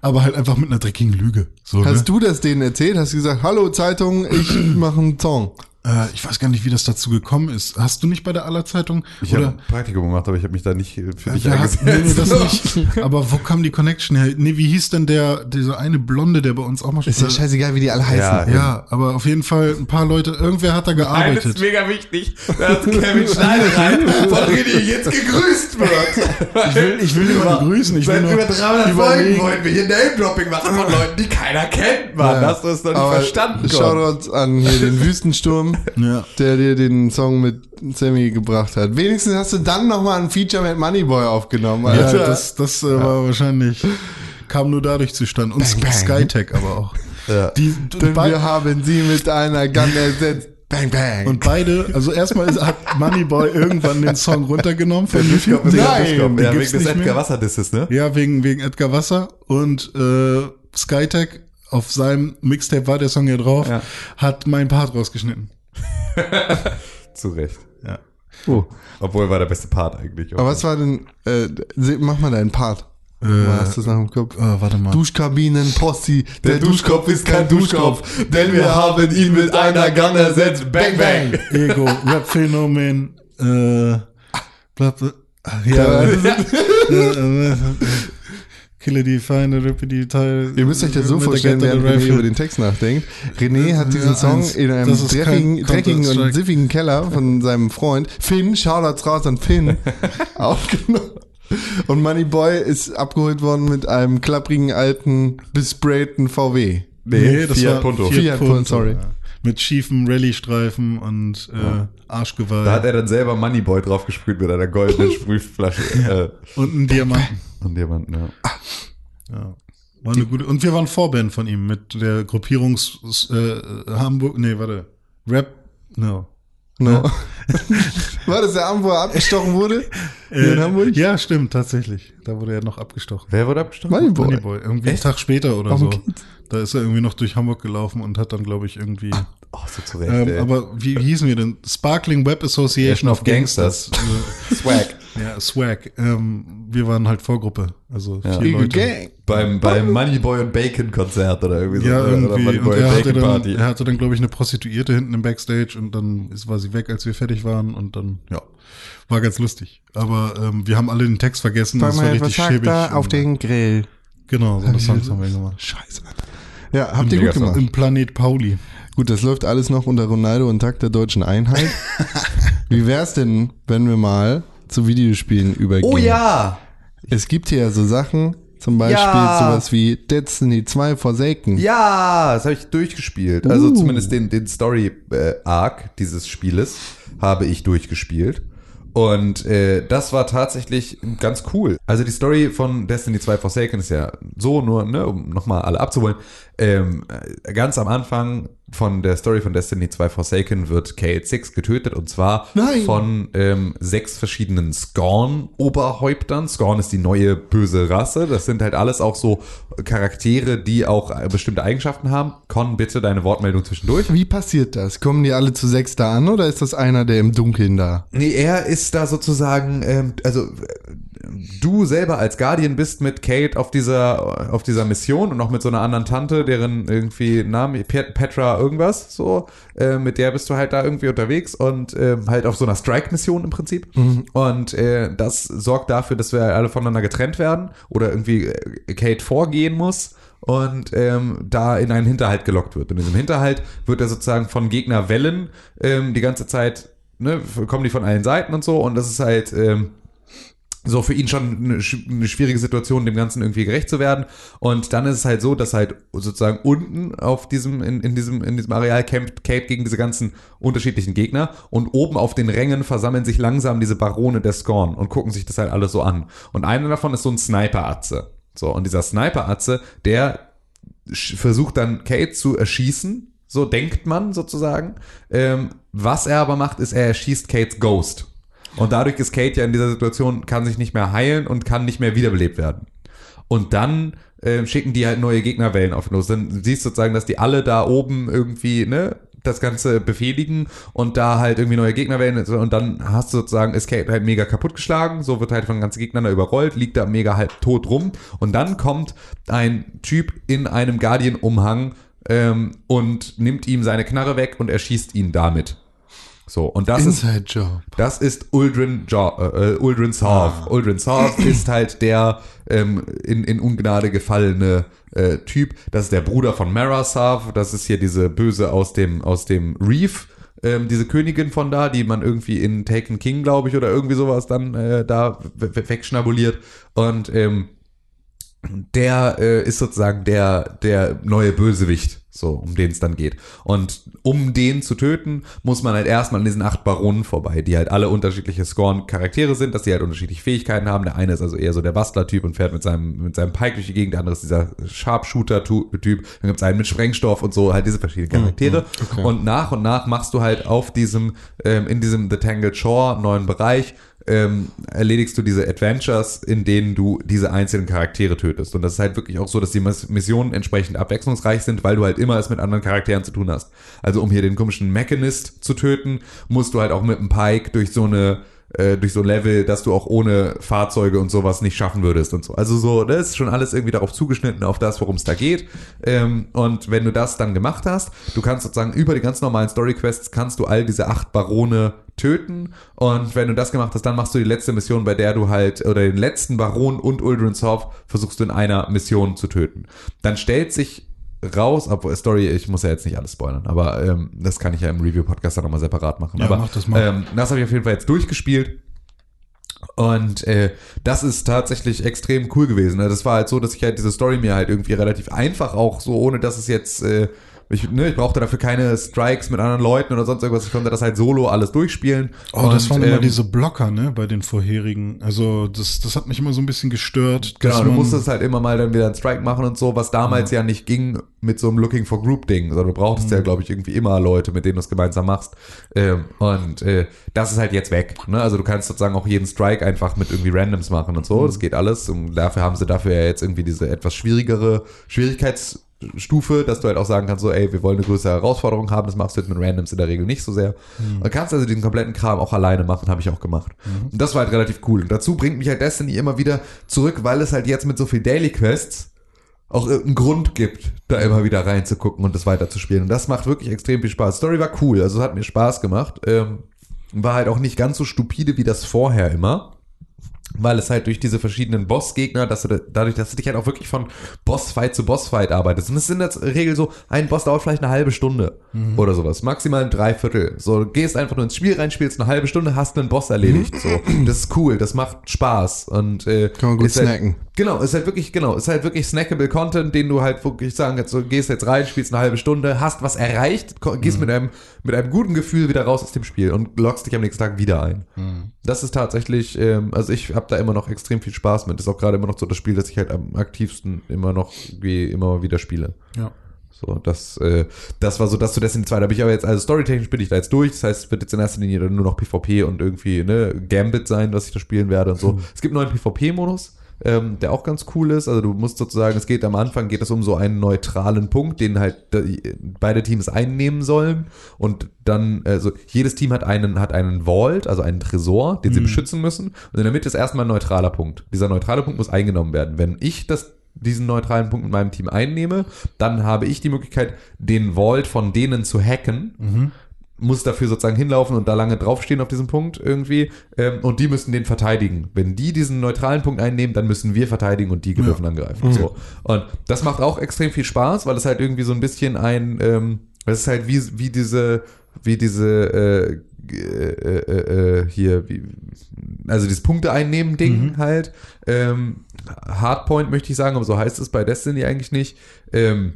Speaker 2: aber halt einfach mit einer dreckigen Lüge. So, ne?
Speaker 4: Hast du das denen erzählt? Hast du gesagt, hallo Zeitung, ich mache einen Song.
Speaker 2: äh, ich weiß gar nicht, wie das dazu gekommen ist. Hast du nicht bei der Allerzeitung?
Speaker 3: Ich habe Praktikum gemacht, aber ich habe mich da nicht äh, für dich
Speaker 2: Ja,
Speaker 3: eingesetzt.
Speaker 2: nee, nee, das nicht. Aber wo kam die Connection her? Nee, wie hieß denn der, dieser eine Blonde, der bei uns auch mal
Speaker 4: Ist ja scheißegal, wie die alle heißen.
Speaker 3: Ja,
Speaker 2: Ja, aber auf jeden Fall ein paar Leute, irgendwer hat da
Speaker 3: Eines ist
Speaker 2: gearbeitet.
Speaker 3: mega wichtig, dass Kevin Schneider rein, von René jetzt gegrüßt wird. Ich will,
Speaker 2: ich will niemanden grüßen, ich will
Speaker 3: Seit
Speaker 2: nur
Speaker 3: über 300 Folgen
Speaker 2: überlegen.
Speaker 3: wollen wir hier Name-Dropping machen von Leuten, die keiner kennt, Mann.
Speaker 2: Ja.
Speaker 3: Hast du es noch nicht
Speaker 4: Aber
Speaker 3: verstanden? Gott?
Speaker 4: Shoutouts an hier den Wüstensturm,
Speaker 2: Ja.
Speaker 4: der dir den Song mit Sammy gebracht hat. Wenigstens hast du dann nochmal ein Feature mit Moneyboy aufgenommen.
Speaker 2: Ja,
Speaker 4: Alter.
Speaker 2: das, das äh, war wahrscheinlich, kam nur dadurch zustande. Und
Speaker 4: bang.
Speaker 2: Skytech aber auch. Die,
Speaker 4: Denn
Speaker 2: bei-
Speaker 4: wir haben sie mit einer Gun ersetzt. Bang, bang.
Speaker 2: und beide, also erstmal ist, hat Moneyboy irgendwann den Song runtergenommen von YouTube.
Speaker 3: Nein,
Speaker 2: Den
Speaker 3: ja, wegen
Speaker 2: gibt's
Speaker 3: des
Speaker 2: nicht mehr.
Speaker 3: Edgar Wasserdisses, ne?
Speaker 2: Ja, wegen, wegen Edgar Wasser und äh, Skytech, auf seinem Mixtape war der Song ja drauf,
Speaker 3: Ja.
Speaker 2: hat meinen Part rausgeschnitten.
Speaker 3: Zu Recht.
Speaker 2: Ja.
Speaker 3: Obwohl war der beste Part eigentlich.
Speaker 4: Oh. Aber was war denn, äh, se- mach mal deinen Part.
Speaker 2: Äh,
Speaker 4: Oder hast du das noch im Kopf?
Speaker 2: äh, warte mal.
Speaker 4: Duschkabinen, Posse, der, Duschkopf ist kein Duschkopf, denn wir haben ihn mit einer Gun ersetzt. Bang, bang.
Speaker 2: Ego, Rap-Phänomen, äh, bla, bla, ja, äh, äh, Kille die Feinde, rippe die Teile.
Speaker 4: Ihr müsst euch das so
Speaker 2: Mit der
Speaker 4: vorstellen,
Speaker 2: Gatter
Speaker 4: während
Speaker 2: der
Speaker 4: René
Speaker 2: Rifle.
Speaker 4: über den Text nachdenkt. René hat diesen
Speaker 2: Ja,
Speaker 4: Song
Speaker 2: eins.
Speaker 4: in einem
Speaker 2: Das ist
Speaker 4: dreckigen,
Speaker 2: kein
Speaker 4: dreckigen und
Speaker 2: Counter-Strike.
Speaker 4: siffigen Keller von seinem Freund Finn, Shoutouts raus an Finn, aufgenommen. Und Money Boy ist abgeholt worden mit einem klapprigen alten, besprayten VW.
Speaker 2: Nee, das
Speaker 4: Fiat
Speaker 2: war
Speaker 4: Punto. Fiat
Speaker 2: Fiat
Speaker 4: Punto,
Speaker 2: Punto,
Speaker 4: sorry.
Speaker 2: ja. Mit schiefen Rallye-Streifen und äh, Arschgeweih
Speaker 3: Da hat er dann selber Moneyboy draufgesprüht mit einer goldenen Sprühflasche
Speaker 2: und einen Diamanten.
Speaker 3: äh, und Diamanten. Ja.
Speaker 2: Ja. War eine gute. Und wir waren Vorband von ihm mit der Gruppierungs s- äh, Hamburg. Nee, warte. Rap. No.
Speaker 4: No. War das der Arm, wo er abgestochen wurde?
Speaker 2: Äh,
Speaker 4: in Hamburg?
Speaker 2: Ja, stimmt, tatsächlich. Da wurde er noch abgestochen.
Speaker 3: Wer wurde abgestochen?
Speaker 4: Money Boy.
Speaker 2: Moneyboy. Irgendwie einen Tag später oder
Speaker 4: Warum
Speaker 2: so. Da ist er irgendwie noch durch Hamburg gelaufen und hat dann, glaube ich, irgendwie.
Speaker 3: Oh, so zurecht,
Speaker 2: Ähm,
Speaker 3: ey.
Speaker 2: aber wie hießen wir denn? Sparkling Web Association
Speaker 3: Nation of Gangsters. Swag.
Speaker 2: Äh, ja, Swag. Ähm, wir waren halt Vorgruppe. Also vier
Speaker 4: Eagle
Speaker 2: Leute.
Speaker 4: Gang.
Speaker 3: Beim, beim Moneyboy und Bacon Konzert oder irgendwie
Speaker 2: Ja,
Speaker 3: so. oder
Speaker 2: irgendwie. Und
Speaker 3: Moneyboy
Speaker 2: er hatte,
Speaker 3: Bacon
Speaker 2: dann,
Speaker 3: Party.
Speaker 2: er hatte dann, glaube ich, eine Prostituierte hinten im Backstage und dann ist, war sie weg, als wir fertig waren und dann, ja, war ganz lustig. Aber ähm, wir haben alle den Text vergessen,
Speaker 4: Sag
Speaker 2: das war
Speaker 4: mal, was
Speaker 2: richtig
Speaker 4: sagt
Speaker 2: schäbig.
Speaker 4: da auf
Speaker 2: und-
Speaker 4: den Grill?
Speaker 2: genau, so eine Songs haben wir gemacht.
Speaker 4: Scheiße. Ja, habt ihr
Speaker 3: Mega
Speaker 4: gut gemacht.
Speaker 2: Im Planet Pauli.
Speaker 4: Gut, das läuft alles noch unter Ronaldo und Tag der deutschen Einheit. Wie wär's denn, wenn wir mal zu Videospielen übergehen?
Speaker 3: Oh ja!
Speaker 4: Es gibt hier ja so Sachen, zum Beispiel
Speaker 3: Ja.
Speaker 4: sowas wie Destiny 2 Forsaken.
Speaker 3: Ja, das habe ich durchgespielt. Also zumindest den, den Story-Arc dieses Spieles habe ich durchgespielt. Und äh, das war tatsächlich ganz cool. Also die Story von Destiny 2 Forsaken ist ja so, nur, ne, um nochmal alle abzuholen. Ähm, äh, ganz am Anfang von der Story von Destiny 2 Forsaken wird KL6 getötet und zwar
Speaker 4: Nein.
Speaker 3: von ähm, sechs verschiedenen Scorn-Oberhäuptern. Scorn ist die neue böse Rasse. Das sind halt alles auch so Charaktere, die auch äh, bestimmte Eigenschaften haben. Con, bitte deine Wortmeldung zwischendurch.
Speaker 4: Wie passiert das? Kommen die alle zu sechs da an oder ist das einer, der im Dunkeln da?
Speaker 3: Nee, er ist da sozusagen, ähm, also äh, du selber als Guardian bist mit Kate auf dieser, auf dieser Mission und auch mit so einer anderen Tante, deren irgendwie Name, Pet- Petra irgendwas, so, äh, mit der bist du halt da irgendwie unterwegs und ähm, halt auf so einer Strike-Mission im Prinzip. Und äh, das sorgt dafür, dass wir alle voneinander getrennt werden oder irgendwie äh, Kate vorgehen muss und ähm, da in einen Hinterhalt gelockt wird. Und in diesem Hinterhalt wird er sozusagen von Gegnerwellen ähm, die ganze Zeit, ne, kommen die von allen Seiten und so und das ist halt ähm, so für ihn schon eine, sch- eine schwierige Situation, dem Ganzen irgendwie gerecht zu werden. Und dann ist es halt so, dass halt sozusagen unten auf diesem, in, in diesem, in diesem Areal kämpft Kate gegen diese ganzen unterschiedlichen Gegner und oben auf den Rängen versammeln sich langsam diese Barone der Scorn und gucken sich das halt alles so an. Und einer davon ist so ein Sniper-Atze. So, und dieser Sniper-Atze, der sch- versucht dann Kate zu erschießen, so denkt man sozusagen. Ähm, was er aber macht, ist, er erschießt Kates Ghost. Und dadurch ist Kate ja in dieser Situation, kann sich nicht mehr heilen und kann nicht mehr wiederbelebt werden. Und dann ähm, schicken die halt neue Gegnerwellen auf ihn los. Dann siehst du sozusagen, dass die alle da oben irgendwie, ne, das Ganze befehligen und da halt irgendwie neue Gegnerwellen und dann hast du sozusagen, ist Kate halt mega kaputtgeschlagen, so wird halt von ganzen Gegnern da überrollt, liegt da mega halb tot rum und dann kommt ein Typ in einem Guardian-Umhang ähm, und nimmt ihm seine Knarre weg und erschießt ihn damit. So, und das ist
Speaker 4: Inside halt Job.
Speaker 3: das ist Uldrin, jo äh, Uldrin Sarf. Uldrin Sarf ist halt der ähm, in, in Ungnade gefallene äh, Typ. Das ist der Bruder von Mara Sarf. Das ist hier diese Böse aus dem, aus dem Reef. Ähm, diese Königin von da, die man irgendwie in Taken King, glaube ich, oder irgendwie sowas dann äh, da we- we- wegschnabuliert. Und ähm, der äh, ist sozusagen der, der neue Bösewicht, so um den es dann geht. Und um den zu töten, muss man halt erstmal an diesen acht Baronen vorbei, die halt alle unterschiedliche Scorn-Charaktere sind, dass die halt unterschiedliche Fähigkeiten haben. Der eine ist also eher so der Bastler-Typ und fährt mit seinem, mit seinem Pike durch die Gegend, der andere ist dieser Sharpshooter-Typ, dann gibt's einen mit Sprengstoff und so, halt diese verschiedenen Charaktere. Und nach und nach machst du halt auf diesem, ähm, in diesem The Tangled Shore neuen Bereich, ähm, erledigst du diese Adventures, in denen du diese einzelnen Charaktere tötest. Und das ist halt wirklich auch so, dass die Miss- Missionen entsprechend abwechslungsreich sind, weil du halt immer es mit anderen Charakteren zu tun hast. Also um hier den komischen Mechanist zu töten, musst du halt auch mit dem Pike durch so eine äh, durch so ein Level, dass du auch ohne Fahrzeuge und sowas nicht schaffen würdest und so. Also so, das ist schon alles irgendwie darauf zugeschnitten, auf das, worum es da geht. Ähm, und wenn du das dann gemacht hast, du kannst sozusagen über die ganz normalen Story-Quests, kannst du all diese acht Barone töten. Und wenn du das gemacht hast, dann machst du die letzte Mission, bei der du halt, oder den letzten Baron und Uldren Sof versuchst du in einer Mission zu töten. Dann stellt sich raus, obwohl, Story, ich muss ja jetzt nicht alles spoilern, aber ähm, das kann ich ja im Review-Podcast dann nochmal separat machen.
Speaker 2: Ja,
Speaker 3: aber
Speaker 2: mach das mal.
Speaker 3: Ähm, das habe ich auf jeden Fall jetzt durchgespielt. Und äh, das ist tatsächlich extrem cool gewesen. Ne? Das war halt so, dass ich halt diese Story mir halt irgendwie relativ einfach auch so, ohne dass es jetzt, äh, ich, ne, ich brauchte dafür keine Strikes mit anderen Leuten oder sonst irgendwas. Ich konnte das halt solo alles durchspielen.
Speaker 2: Oh, das
Speaker 3: Und,
Speaker 2: waren immer
Speaker 3: ähm,
Speaker 2: diese Blocker, ne, bei den vorherigen. Also, das, das hat mich immer so ein bisschen gestört. dass
Speaker 3: Genau, du
Speaker 2: man-
Speaker 3: musstest halt immer mal dann wieder einen Strike machen und so, was damals ja, nicht ging mit so einem Looking for Group Ding, sondern du brauchtest
Speaker 2: Mhm.
Speaker 3: ja, glaube ich, irgendwie immer Leute, mit denen du es gemeinsam machst. Ähm, und äh, das ist halt jetzt weg. Ne? Also du kannst sozusagen auch jeden Strike einfach mit irgendwie Randoms machen und so. Das
Speaker 2: Mhm.
Speaker 3: geht alles. Und dafür haben sie dafür ja jetzt irgendwie diese etwas schwierigere Schwierigkeitsstufe, dass du halt auch sagen kannst, so, ey, wir wollen eine größere Herausforderung haben, das machst du jetzt mit Randoms in der Regel nicht so sehr. Du kannst also diesen kompletten Kram auch alleine machen, habe ich auch gemacht. Und das war halt relativ cool. Und dazu bringt mich halt Destiny immer wieder zurück, weil es halt jetzt mit so viel Daily Quests auch irgendeinen Grund gibt, da immer wieder reinzugucken und das weiterzuspielen. Und das macht wirklich extrem viel Spaß. Story war cool, also es hat mir Spaß gemacht. Ähm, war halt auch nicht ganz so stupide wie das vorher immer. Weil es halt durch diese verschiedenen Bossgegner, dass du da, dadurch, dass du dich halt auch wirklich von Bossfight zu Bossfight arbeitest. Und es sind in der Regel so, ein Boss dauert vielleicht eine halbe Stunde
Speaker 4: Mhm.
Speaker 3: oder sowas. Maximal ein Dreiviertel. So, du gehst einfach nur ins Spiel rein, spielst eine halbe Stunde, hast einen Boss erledigt. So, das ist cool, das macht Spaß. Und äh,
Speaker 4: Mhm. Kann man gut
Speaker 3: ist halt-
Speaker 4: snacken.
Speaker 3: Genau, ist halt wirklich, genau, ist halt wirklich snackable Content, den du halt wirklich sagen kannst, so gehst jetzt rein, spielst eine halbe Stunde, hast was erreicht, ko- gehst
Speaker 4: Mhm.
Speaker 3: mit einem, mit einem guten Gefühl wieder raus aus dem Spiel und loggst dich am nächsten Tag wieder ein. Das ist tatsächlich, ähm, also ich habe da immer noch extrem viel Spaß mit. Ist auch gerade immer noch so das Spiel, das ich halt am aktivsten immer noch, wie immer wieder spiele.
Speaker 2: Ja.
Speaker 3: So, das, äh, das war so das zu Destiny 2. Da bin ich aber jetzt, also storytechnisch bin ich da jetzt durch. Das heißt, es wird jetzt in erster Linie dann nur noch PvP und irgendwie, ne, Gambit sein, was ich da spielen werde und so. Es gibt einen neuen PvP-Modus, ähm, der auch ganz cool ist. Also du musst sozusagen, es geht am Anfang, geht es um so einen neutralen Punkt, den halt äh, beide Teams einnehmen sollen. Und dann, also jedes Team hat einen, hat einen Vault, also einen Tresor, den sie beschützen müssen. Und in der Mitte ist erstmal ein neutraler Punkt. Dieser neutrale Punkt muss eingenommen werden. Wenn ich das diesen neutralen Punkt mit meinem Team einnehme, dann habe ich die Möglichkeit, den Vault von denen zu hacken. Muss dafür sozusagen hinlaufen und da lange draufstehen auf diesem Punkt irgendwie. Ähm, und die müssen den verteidigen. Wenn die diesen neutralen Punkt einnehmen, dann müssen wir verteidigen und die dürfen angreifen. So. Und das macht auch extrem viel Spaß, weil es halt irgendwie so ein bisschen ein, ähm, es ist halt wie, wie diese, wie diese, äh, äh, äh, äh, hier, wie, also dieses Punkte einnehmen Ding halt. Ähm, Hardpoint möchte ich sagen, aber so heißt es bei Destiny eigentlich nicht. Ähm,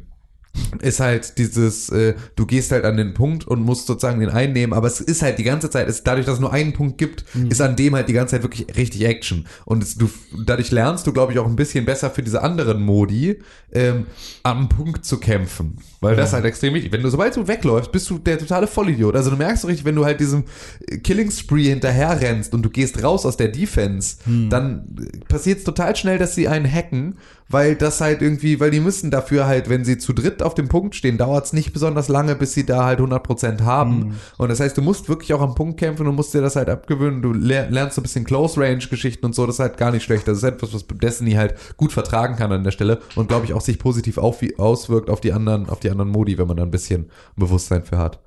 Speaker 3: ist halt dieses, äh, du gehst halt an den Punkt und musst sozusagen den einnehmen, aber es ist halt die ganze Zeit, ist dadurch, dass es nur einen Punkt gibt, ist an dem halt die ganze Zeit wirklich richtig Action. Und es, du, dadurch lernst du, glaube ich, auch ein bisschen besser für diese anderen Modi, ähm, am Punkt zu kämpfen. Weil das ist halt extrem wichtig. Wenn du, sobald du wegläufst, bist du der totale Vollidiot. Also du merkst so richtig, wenn du halt diesem äh, Killing Spree hinterher rennst und du gehst raus aus der Defense, dann passiert es total schnell, dass sie einen hacken, weil das halt irgendwie, weil die müssen dafür halt, wenn sie zu dritt auf dem Punkt stehen, dauert es nicht besonders lange, bis sie da halt 100% haben. Und das heißt, du musst wirklich auch am Punkt kämpfen und musst dir das halt abgewöhnen. Du ler lernst so ein bisschen Close-Range-Geschichten und so, das ist halt gar nicht schlecht. Das ist etwas, was Destiny halt gut vertragen kann an der Stelle und glaube ich auch sich positiv auf, auswirkt auf die anderen, auf die anderen Modi, wenn man da ein bisschen Bewusstsein für hat.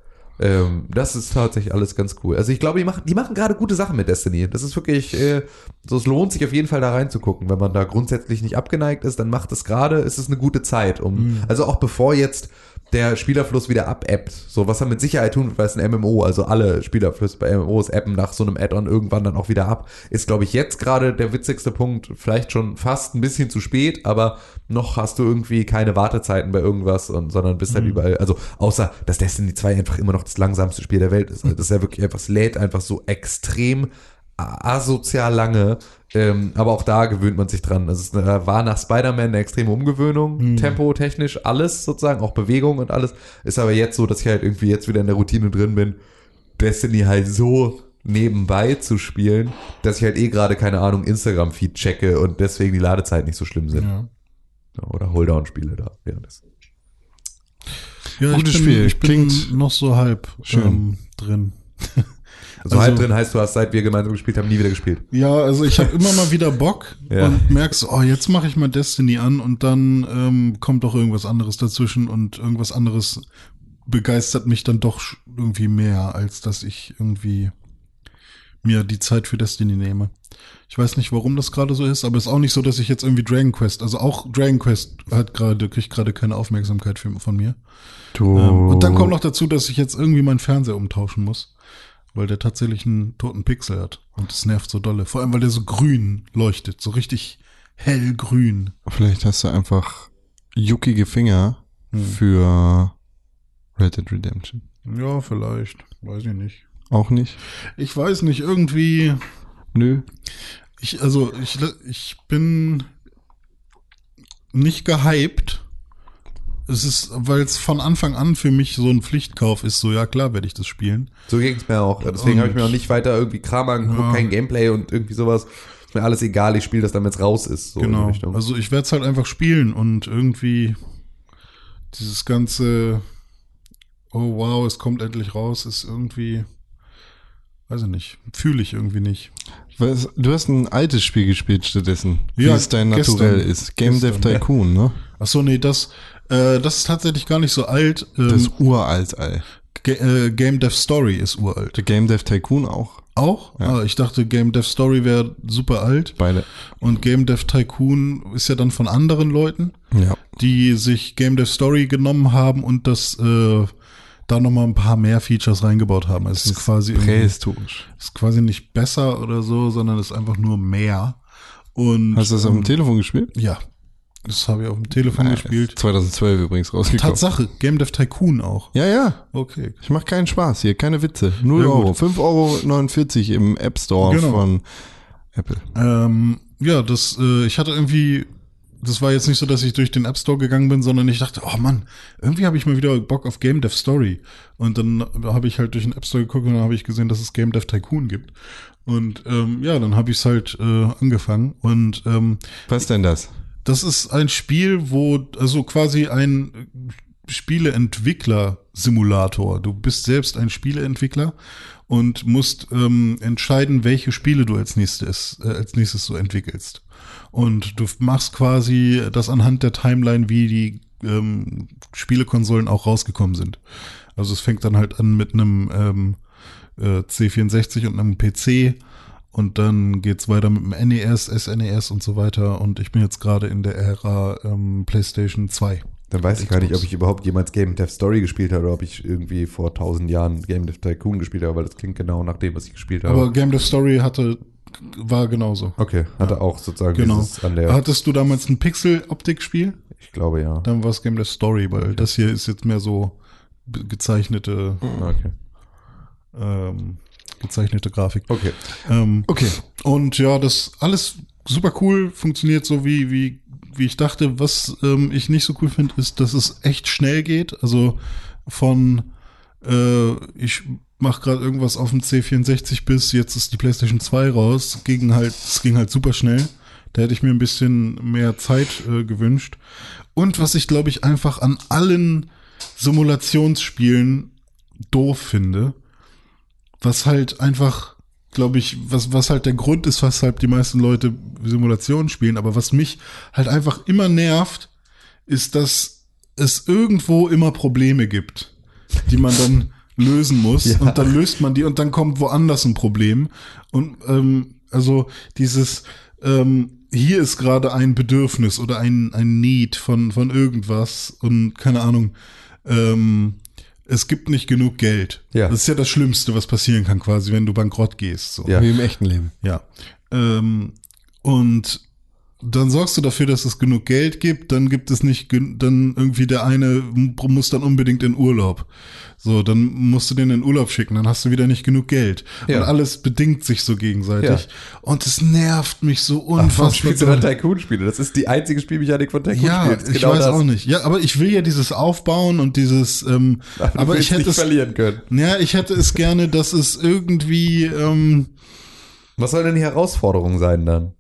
Speaker 3: Ähm, das ist tatsächlich alles ganz cool. Also ich glaube, die machen, die machen gerade gute Sachen mit Destiny. Das ist wirklich, äh, so es lohnt sich auf jeden Fall da reinzugucken. Wenn man da grundsätzlich nicht abgeneigt ist, dann macht es gerade, ist es eine gute Zeit, um, also auch bevor jetzt der Spielerfluss wieder abebbt, so was er mit Sicherheit tun wird, weil es ein MMO, also alle Spielerflüsse bei MMOs ebben nach so einem Add-on irgendwann dann auch wieder ab, ist glaube ich jetzt gerade der witzigste Punkt, vielleicht schon fast ein bisschen zu spät, aber noch hast du irgendwie keine Wartezeiten bei irgendwas und sondern bist halt überall, also außer dass Destiny 2 einfach immer noch das langsamste Spiel der Welt ist. Also das ist ja wirklich einfach, es lädt einfach so extrem a- asozial lange. Ähm, aber auch da gewöhnt man sich dran. Also es äh, war nach Spider-Man eine extreme Umgewöhnung, Tempo, technisch, alles sozusagen, auch Bewegung und alles. Ist aber jetzt so, dass ich halt irgendwie jetzt wieder in der Routine drin bin, Destiny halt so nebenbei zu spielen, dass ich halt eh gerade, keine Ahnung, Instagram-Feed checke und deswegen die Ladezeiten nicht so schlimm sind.
Speaker 2: Ja.
Speaker 3: Oder Holdown-Spiele da währenddessen.
Speaker 2: Ja,
Speaker 4: Gutes
Speaker 2: ich bin,
Speaker 4: Spiel.
Speaker 2: Ich bin
Speaker 4: Klingt
Speaker 2: noch so halb
Speaker 4: schön.
Speaker 2: Ähm, drin.
Speaker 3: Also,
Speaker 2: Also-
Speaker 3: halb drin heißt, du hast, seit wir gemeinsam gespielt haben, nie wieder gespielt.
Speaker 2: Ja, also ich habe immer mal wieder Bock
Speaker 3: Ja.
Speaker 2: und merkst, oh, jetzt mache ich mal Destiny an und dann ähm, kommt doch irgendwas anderes dazwischen und irgendwas anderes begeistert mich dann doch sch- irgendwie mehr, als dass ich irgendwie mir die Zeit für Destiny nehme. Ich weiß nicht, warum das gerade so ist, aber es ist auch nicht so, dass ich jetzt irgendwie Dragon Quest, also auch Dragon Quest hat gerade kriegt gerade keine Aufmerksamkeit
Speaker 3: Oh.
Speaker 2: für, von mir. Ähm, und dann kommt noch dazu, dass ich jetzt irgendwie meinen Fernseher umtauschen muss. Weil der tatsächlich einen toten Pixel hat. Und das nervt so dolle. Vor allem, weil der so grün leuchtet. So richtig hellgrün.
Speaker 4: Vielleicht hast du einfach juckige Finger
Speaker 2: Hm.
Speaker 4: für Red Dead Redemption.
Speaker 2: Ja, vielleicht. Weiß ich nicht.
Speaker 4: Auch nicht?
Speaker 2: Ich weiß nicht, irgendwie.
Speaker 4: Nö.
Speaker 2: Ich, also, ich, ich bin nicht gehypt. Es ist, weil es von Anfang an für mich so ein Pflichtkauf ist, so ja klar werde ich das spielen.
Speaker 3: So ging's mir auch. Deswegen habe ich mir auch nicht weiter irgendwie Kram angeguckt,
Speaker 2: Ja.
Speaker 3: kein Gameplay und irgendwie sowas. Ist mir alles egal, ich spiele das dann, wenn's raus ist. So in die
Speaker 2: genau.
Speaker 3: Richtung.
Speaker 2: Also ich werde es halt einfach spielen und irgendwie dieses ganze Oh wow, es kommt endlich raus, ist irgendwie, weiß ich nicht, fühle ich irgendwie nicht.
Speaker 4: Was, du hast ein altes Spiel gespielt stattdessen. Wie
Speaker 2: Ja,
Speaker 4: es dein
Speaker 2: gestern.
Speaker 4: Naturell ist. Game Dev
Speaker 2: Gestern, ja.
Speaker 4: Tycoon, ne?
Speaker 2: Ach so, nee, das, äh, das ist tatsächlich gar nicht so alt. Ähm,
Speaker 4: Das ist uralt, ey.
Speaker 2: Ga- äh, Game Dev Story ist uralt.
Speaker 4: Der Game Dev Tycoon auch.
Speaker 2: Auch? Ah, ich dachte, Game Dev Story wäre super alt.
Speaker 4: Beide.
Speaker 2: Und Game Dev Tycoon ist ja dann von anderen Leuten,
Speaker 4: Ja.
Speaker 2: die sich Game Dev Story genommen haben und das äh, da nochmal ein paar mehr Features reingebaut haben. Also Es ist, quasi irgendwie-
Speaker 4: Prähistorisch.
Speaker 2: ist quasi nicht besser oder so, sondern ist einfach nur mehr. Und
Speaker 1: Also-
Speaker 4: Hast du das auf dem Telefon gespielt?
Speaker 2: ja, das habe ich auf dem Telefon gespielt.
Speaker 4: 2012 übrigens rausgekommen.
Speaker 2: Tatsache, Game Dev Tycoon auch.
Speaker 4: Ja, ja.
Speaker 2: Okay.
Speaker 4: Ich mache keinen Spaß hier, keine Witze. 0
Speaker 2: Ja, gut.
Speaker 4: Euro. 5,49 Euro im App Store
Speaker 2: Genau.
Speaker 4: von Apple.
Speaker 2: Ähm, ja, das, äh, ich hatte irgendwie, das war jetzt nicht so, dass ich durch den App Store gegangen bin, sondern ich dachte, oh Mann, irgendwie habe ich mal wieder Bock auf Game Dev Story. Und dann habe ich halt durch den App Store geguckt und dann habe ich gesehen, dass es Game Dev Tycoon gibt. Und ähm, ja, dann habe ich es halt äh, angefangen. Und ähm,
Speaker 4: Was denn das?
Speaker 2: das ist ein Spiel, wo, also quasi ein äh, Spieleentwickler-Simulator. Du bist selbst ein Spieleentwickler und musst ähm, entscheiden, welche Spiele du als nächstes, äh, als nächstes so entwickelst. Und du f- machst quasi das anhand der Timeline, wie die ähm, Spielekonsolen auch rausgekommen sind. Also es fängt dann halt an mit einem ähm, äh, C64 und einem PC. Und dann geht's weiter mit dem E NES, SNES und so weiter. Und ich bin jetzt gerade in der Ära ähm, PlayStation 2.
Speaker 3: Dann weiß ich gar nicht,
Speaker 2: Xbox.
Speaker 3: ob ich überhaupt jemals Game Dev Story gespielt habe oder ob ich irgendwie vor tausend Jahren Game Dev Tycoon gespielt habe, weil das klingt genau nach dem, was ich gespielt habe.
Speaker 2: Aber Game Dev Story hatte, war genauso.
Speaker 3: okay, hatte auch sozusagen
Speaker 2: Genau.
Speaker 3: dieses an der,
Speaker 2: Hattest du damals ein Pixel-Optik-Spiel?
Speaker 3: ich glaube ja.
Speaker 2: Dann war es Game Dev Story, weil das hier ist jetzt mehr so be- gezeichnete,
Speaker 3: Okay.
Speaker 2: ähm, gezeichnete Grafik.
Speaker 3: Okay.
Speaker 2: Ähm,
Speaker 4: Okay.
Speaker 2: Und ja, das alles super cool, funktioniert so wie, wie, wie ich dachte. Was ähm, ich nicht so cool finde, ist, dass es echt schnell geht. Also von äh, ich mache gerade irgendwas auf dem C64 bis jetzt ist die PlayStation 2 raus. Es Ging halt, es ging halt super schnell. Da hätte ich mir ein bisschen mehr Zeit äh, gewünscht. Und was ich, glaube ich, einfach an allen Simulationsspielen doof finde, was halt einfach, glaube ich, was, was halt der Grund ist, weshalb die meisten Leute Simulationen spielen, aber was mich halt einfach immer nervt, ist, dass es irgendwo immer Probleme gibt, die man dann lösen muss und dann löst man die und dann kommt woanders ein Problem und ähm, also dieses ähm, hier ist gerade ein Bedürfnis oder ein, ein Need von, von irgendwas und keine Ahnung, ähm, es gibt nicht genug Geld.
Speaker 3: Ja.
Speaker 2: Das ist ja das Schlimmste, was passieren kann, quasi, wenn du bankrott gehst. So.
Speaker 3: Ja.
Speaker 4: Wie im echten Leben.
Speaker 2: Ja. Ähm, und dann sorgst du dafür, dass es genug Geld gibt, dann gibt es nicht, gen- dann irgendwie der eine m- muss dann unbedingt in Urlaub. So, dann musst du den in Urlaub schicken, dann hast du wieder nicht genug Geld.
Speaker 3: Ja.
Speaker 2: Und alles bedingt sich so gegenseitig. Und es nervt mich so
Speaker 3: Warum
Speaker 2: unfassbar.
Speaker 3: spielst du dann
Speaker 2: doll.
Speaker 3: Tycoon-Spiele? Das ist die einzige Spielmechanik von
Speaker 2: ja,
Speaker 3: Tycoon-Spielen. genau
Speaker 2: ich weiß auch nicht. Ja, aber ich will ja dieses Aufbauen und dieses, ähm,
Speaker 3: Aber, du
Speaker 2: aber
Speaker 3: willst
Speaker 2: ich hätte
Speaker 3: nicht
Speaker 2: es,
Speaker 3: verlieren können.
Speaker 2: ja, ich hätte es gerne, dass es irgendwie, ähm,
Speaker 3: Was soll denn die Herausforderung sein dann?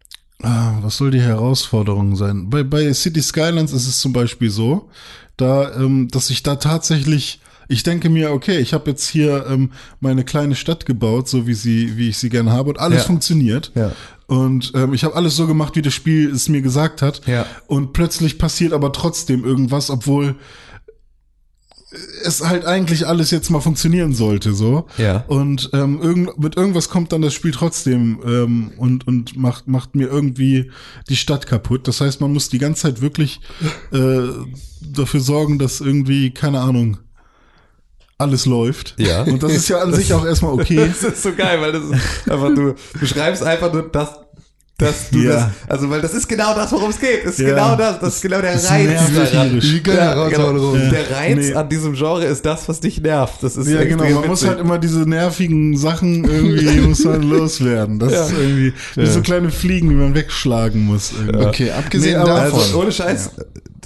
Speaker 2: Ah, was soll die Herausforderung sein? Bei, bei City Skylines ist es zum Beispiel so, da, ähm, dass ich da tatsächlich, ich denke mir, okay, ich habe jetzt hier ähm, meine kleine Stadt gebaut, so wie sie, wie ich sie gerne habe, und alles
Speaker 3: Ja.
Speaker 2: funktioniert.
Speaker 3: Ja.
Speaker 2: Und ähm, ich habe alles so gemacht, wie das Spiel es mir gesagt hat.
Speaker 3: Ja.
Speaker 2: Und plötzlich passiert aber trotzdem irgendwas, obwohl es halt eigentlich alles jetzt mal funktionieren sollte, so.
Speaker 3: Ja.
Speaker 2: Und ähm, irgend, mit irgendwas kommt dann das Spiel trotzdem ähm, und, und macht, macht mir irgendwie die Stadt kaputt. Das heißt, man muss die ganze Zeit wirklich äh, dafür sorgen, dass irgendwie, keine Ahnung, alles läuft.
Speaker 3: Ja.
Speaker 2: Und das ist ja an sich auch erstmal okay.
Speaker 3: Das ist so geil, weil das ist einfach, du beschreibst einfach nur das, dass du
Speaker 2: Ja.
Speaker 3: das, also weil das ist genau das, worum es geht. Das ist
Speaker 2: Ja.
Speaker 3: genau das, das ist genau der
Speaker 2: das
Speaker 3: Reiz
Speaker 2: nervt mich
Speaker 3: daran.
Speaker 2: tierisch.
Speaker 1: Die können ja, genau.
Speaker 2: Ja.
Speaker 3: Der Reiz
Speaker 2: Nee.
Speaker 3: an diesem Genre ist das, was dich nervt. Das ist
Speaker 2: Ja, genau. Man
Speaker 3: extrem
Speaker 2: muss
Speaker 3: witzig.
Speaker 2: halt immer diese nervigen Sachen irgendwie muss man loswerden. Das ist irgendwie wie so kleine Fliegen, die man wegschlagen muss. Irgendwie.
Speaker 1: Okay, abgesehen
Speaker 2: Nee, aber
Speaker 1: davon.
Speaker 3: also, ohne Scheiß,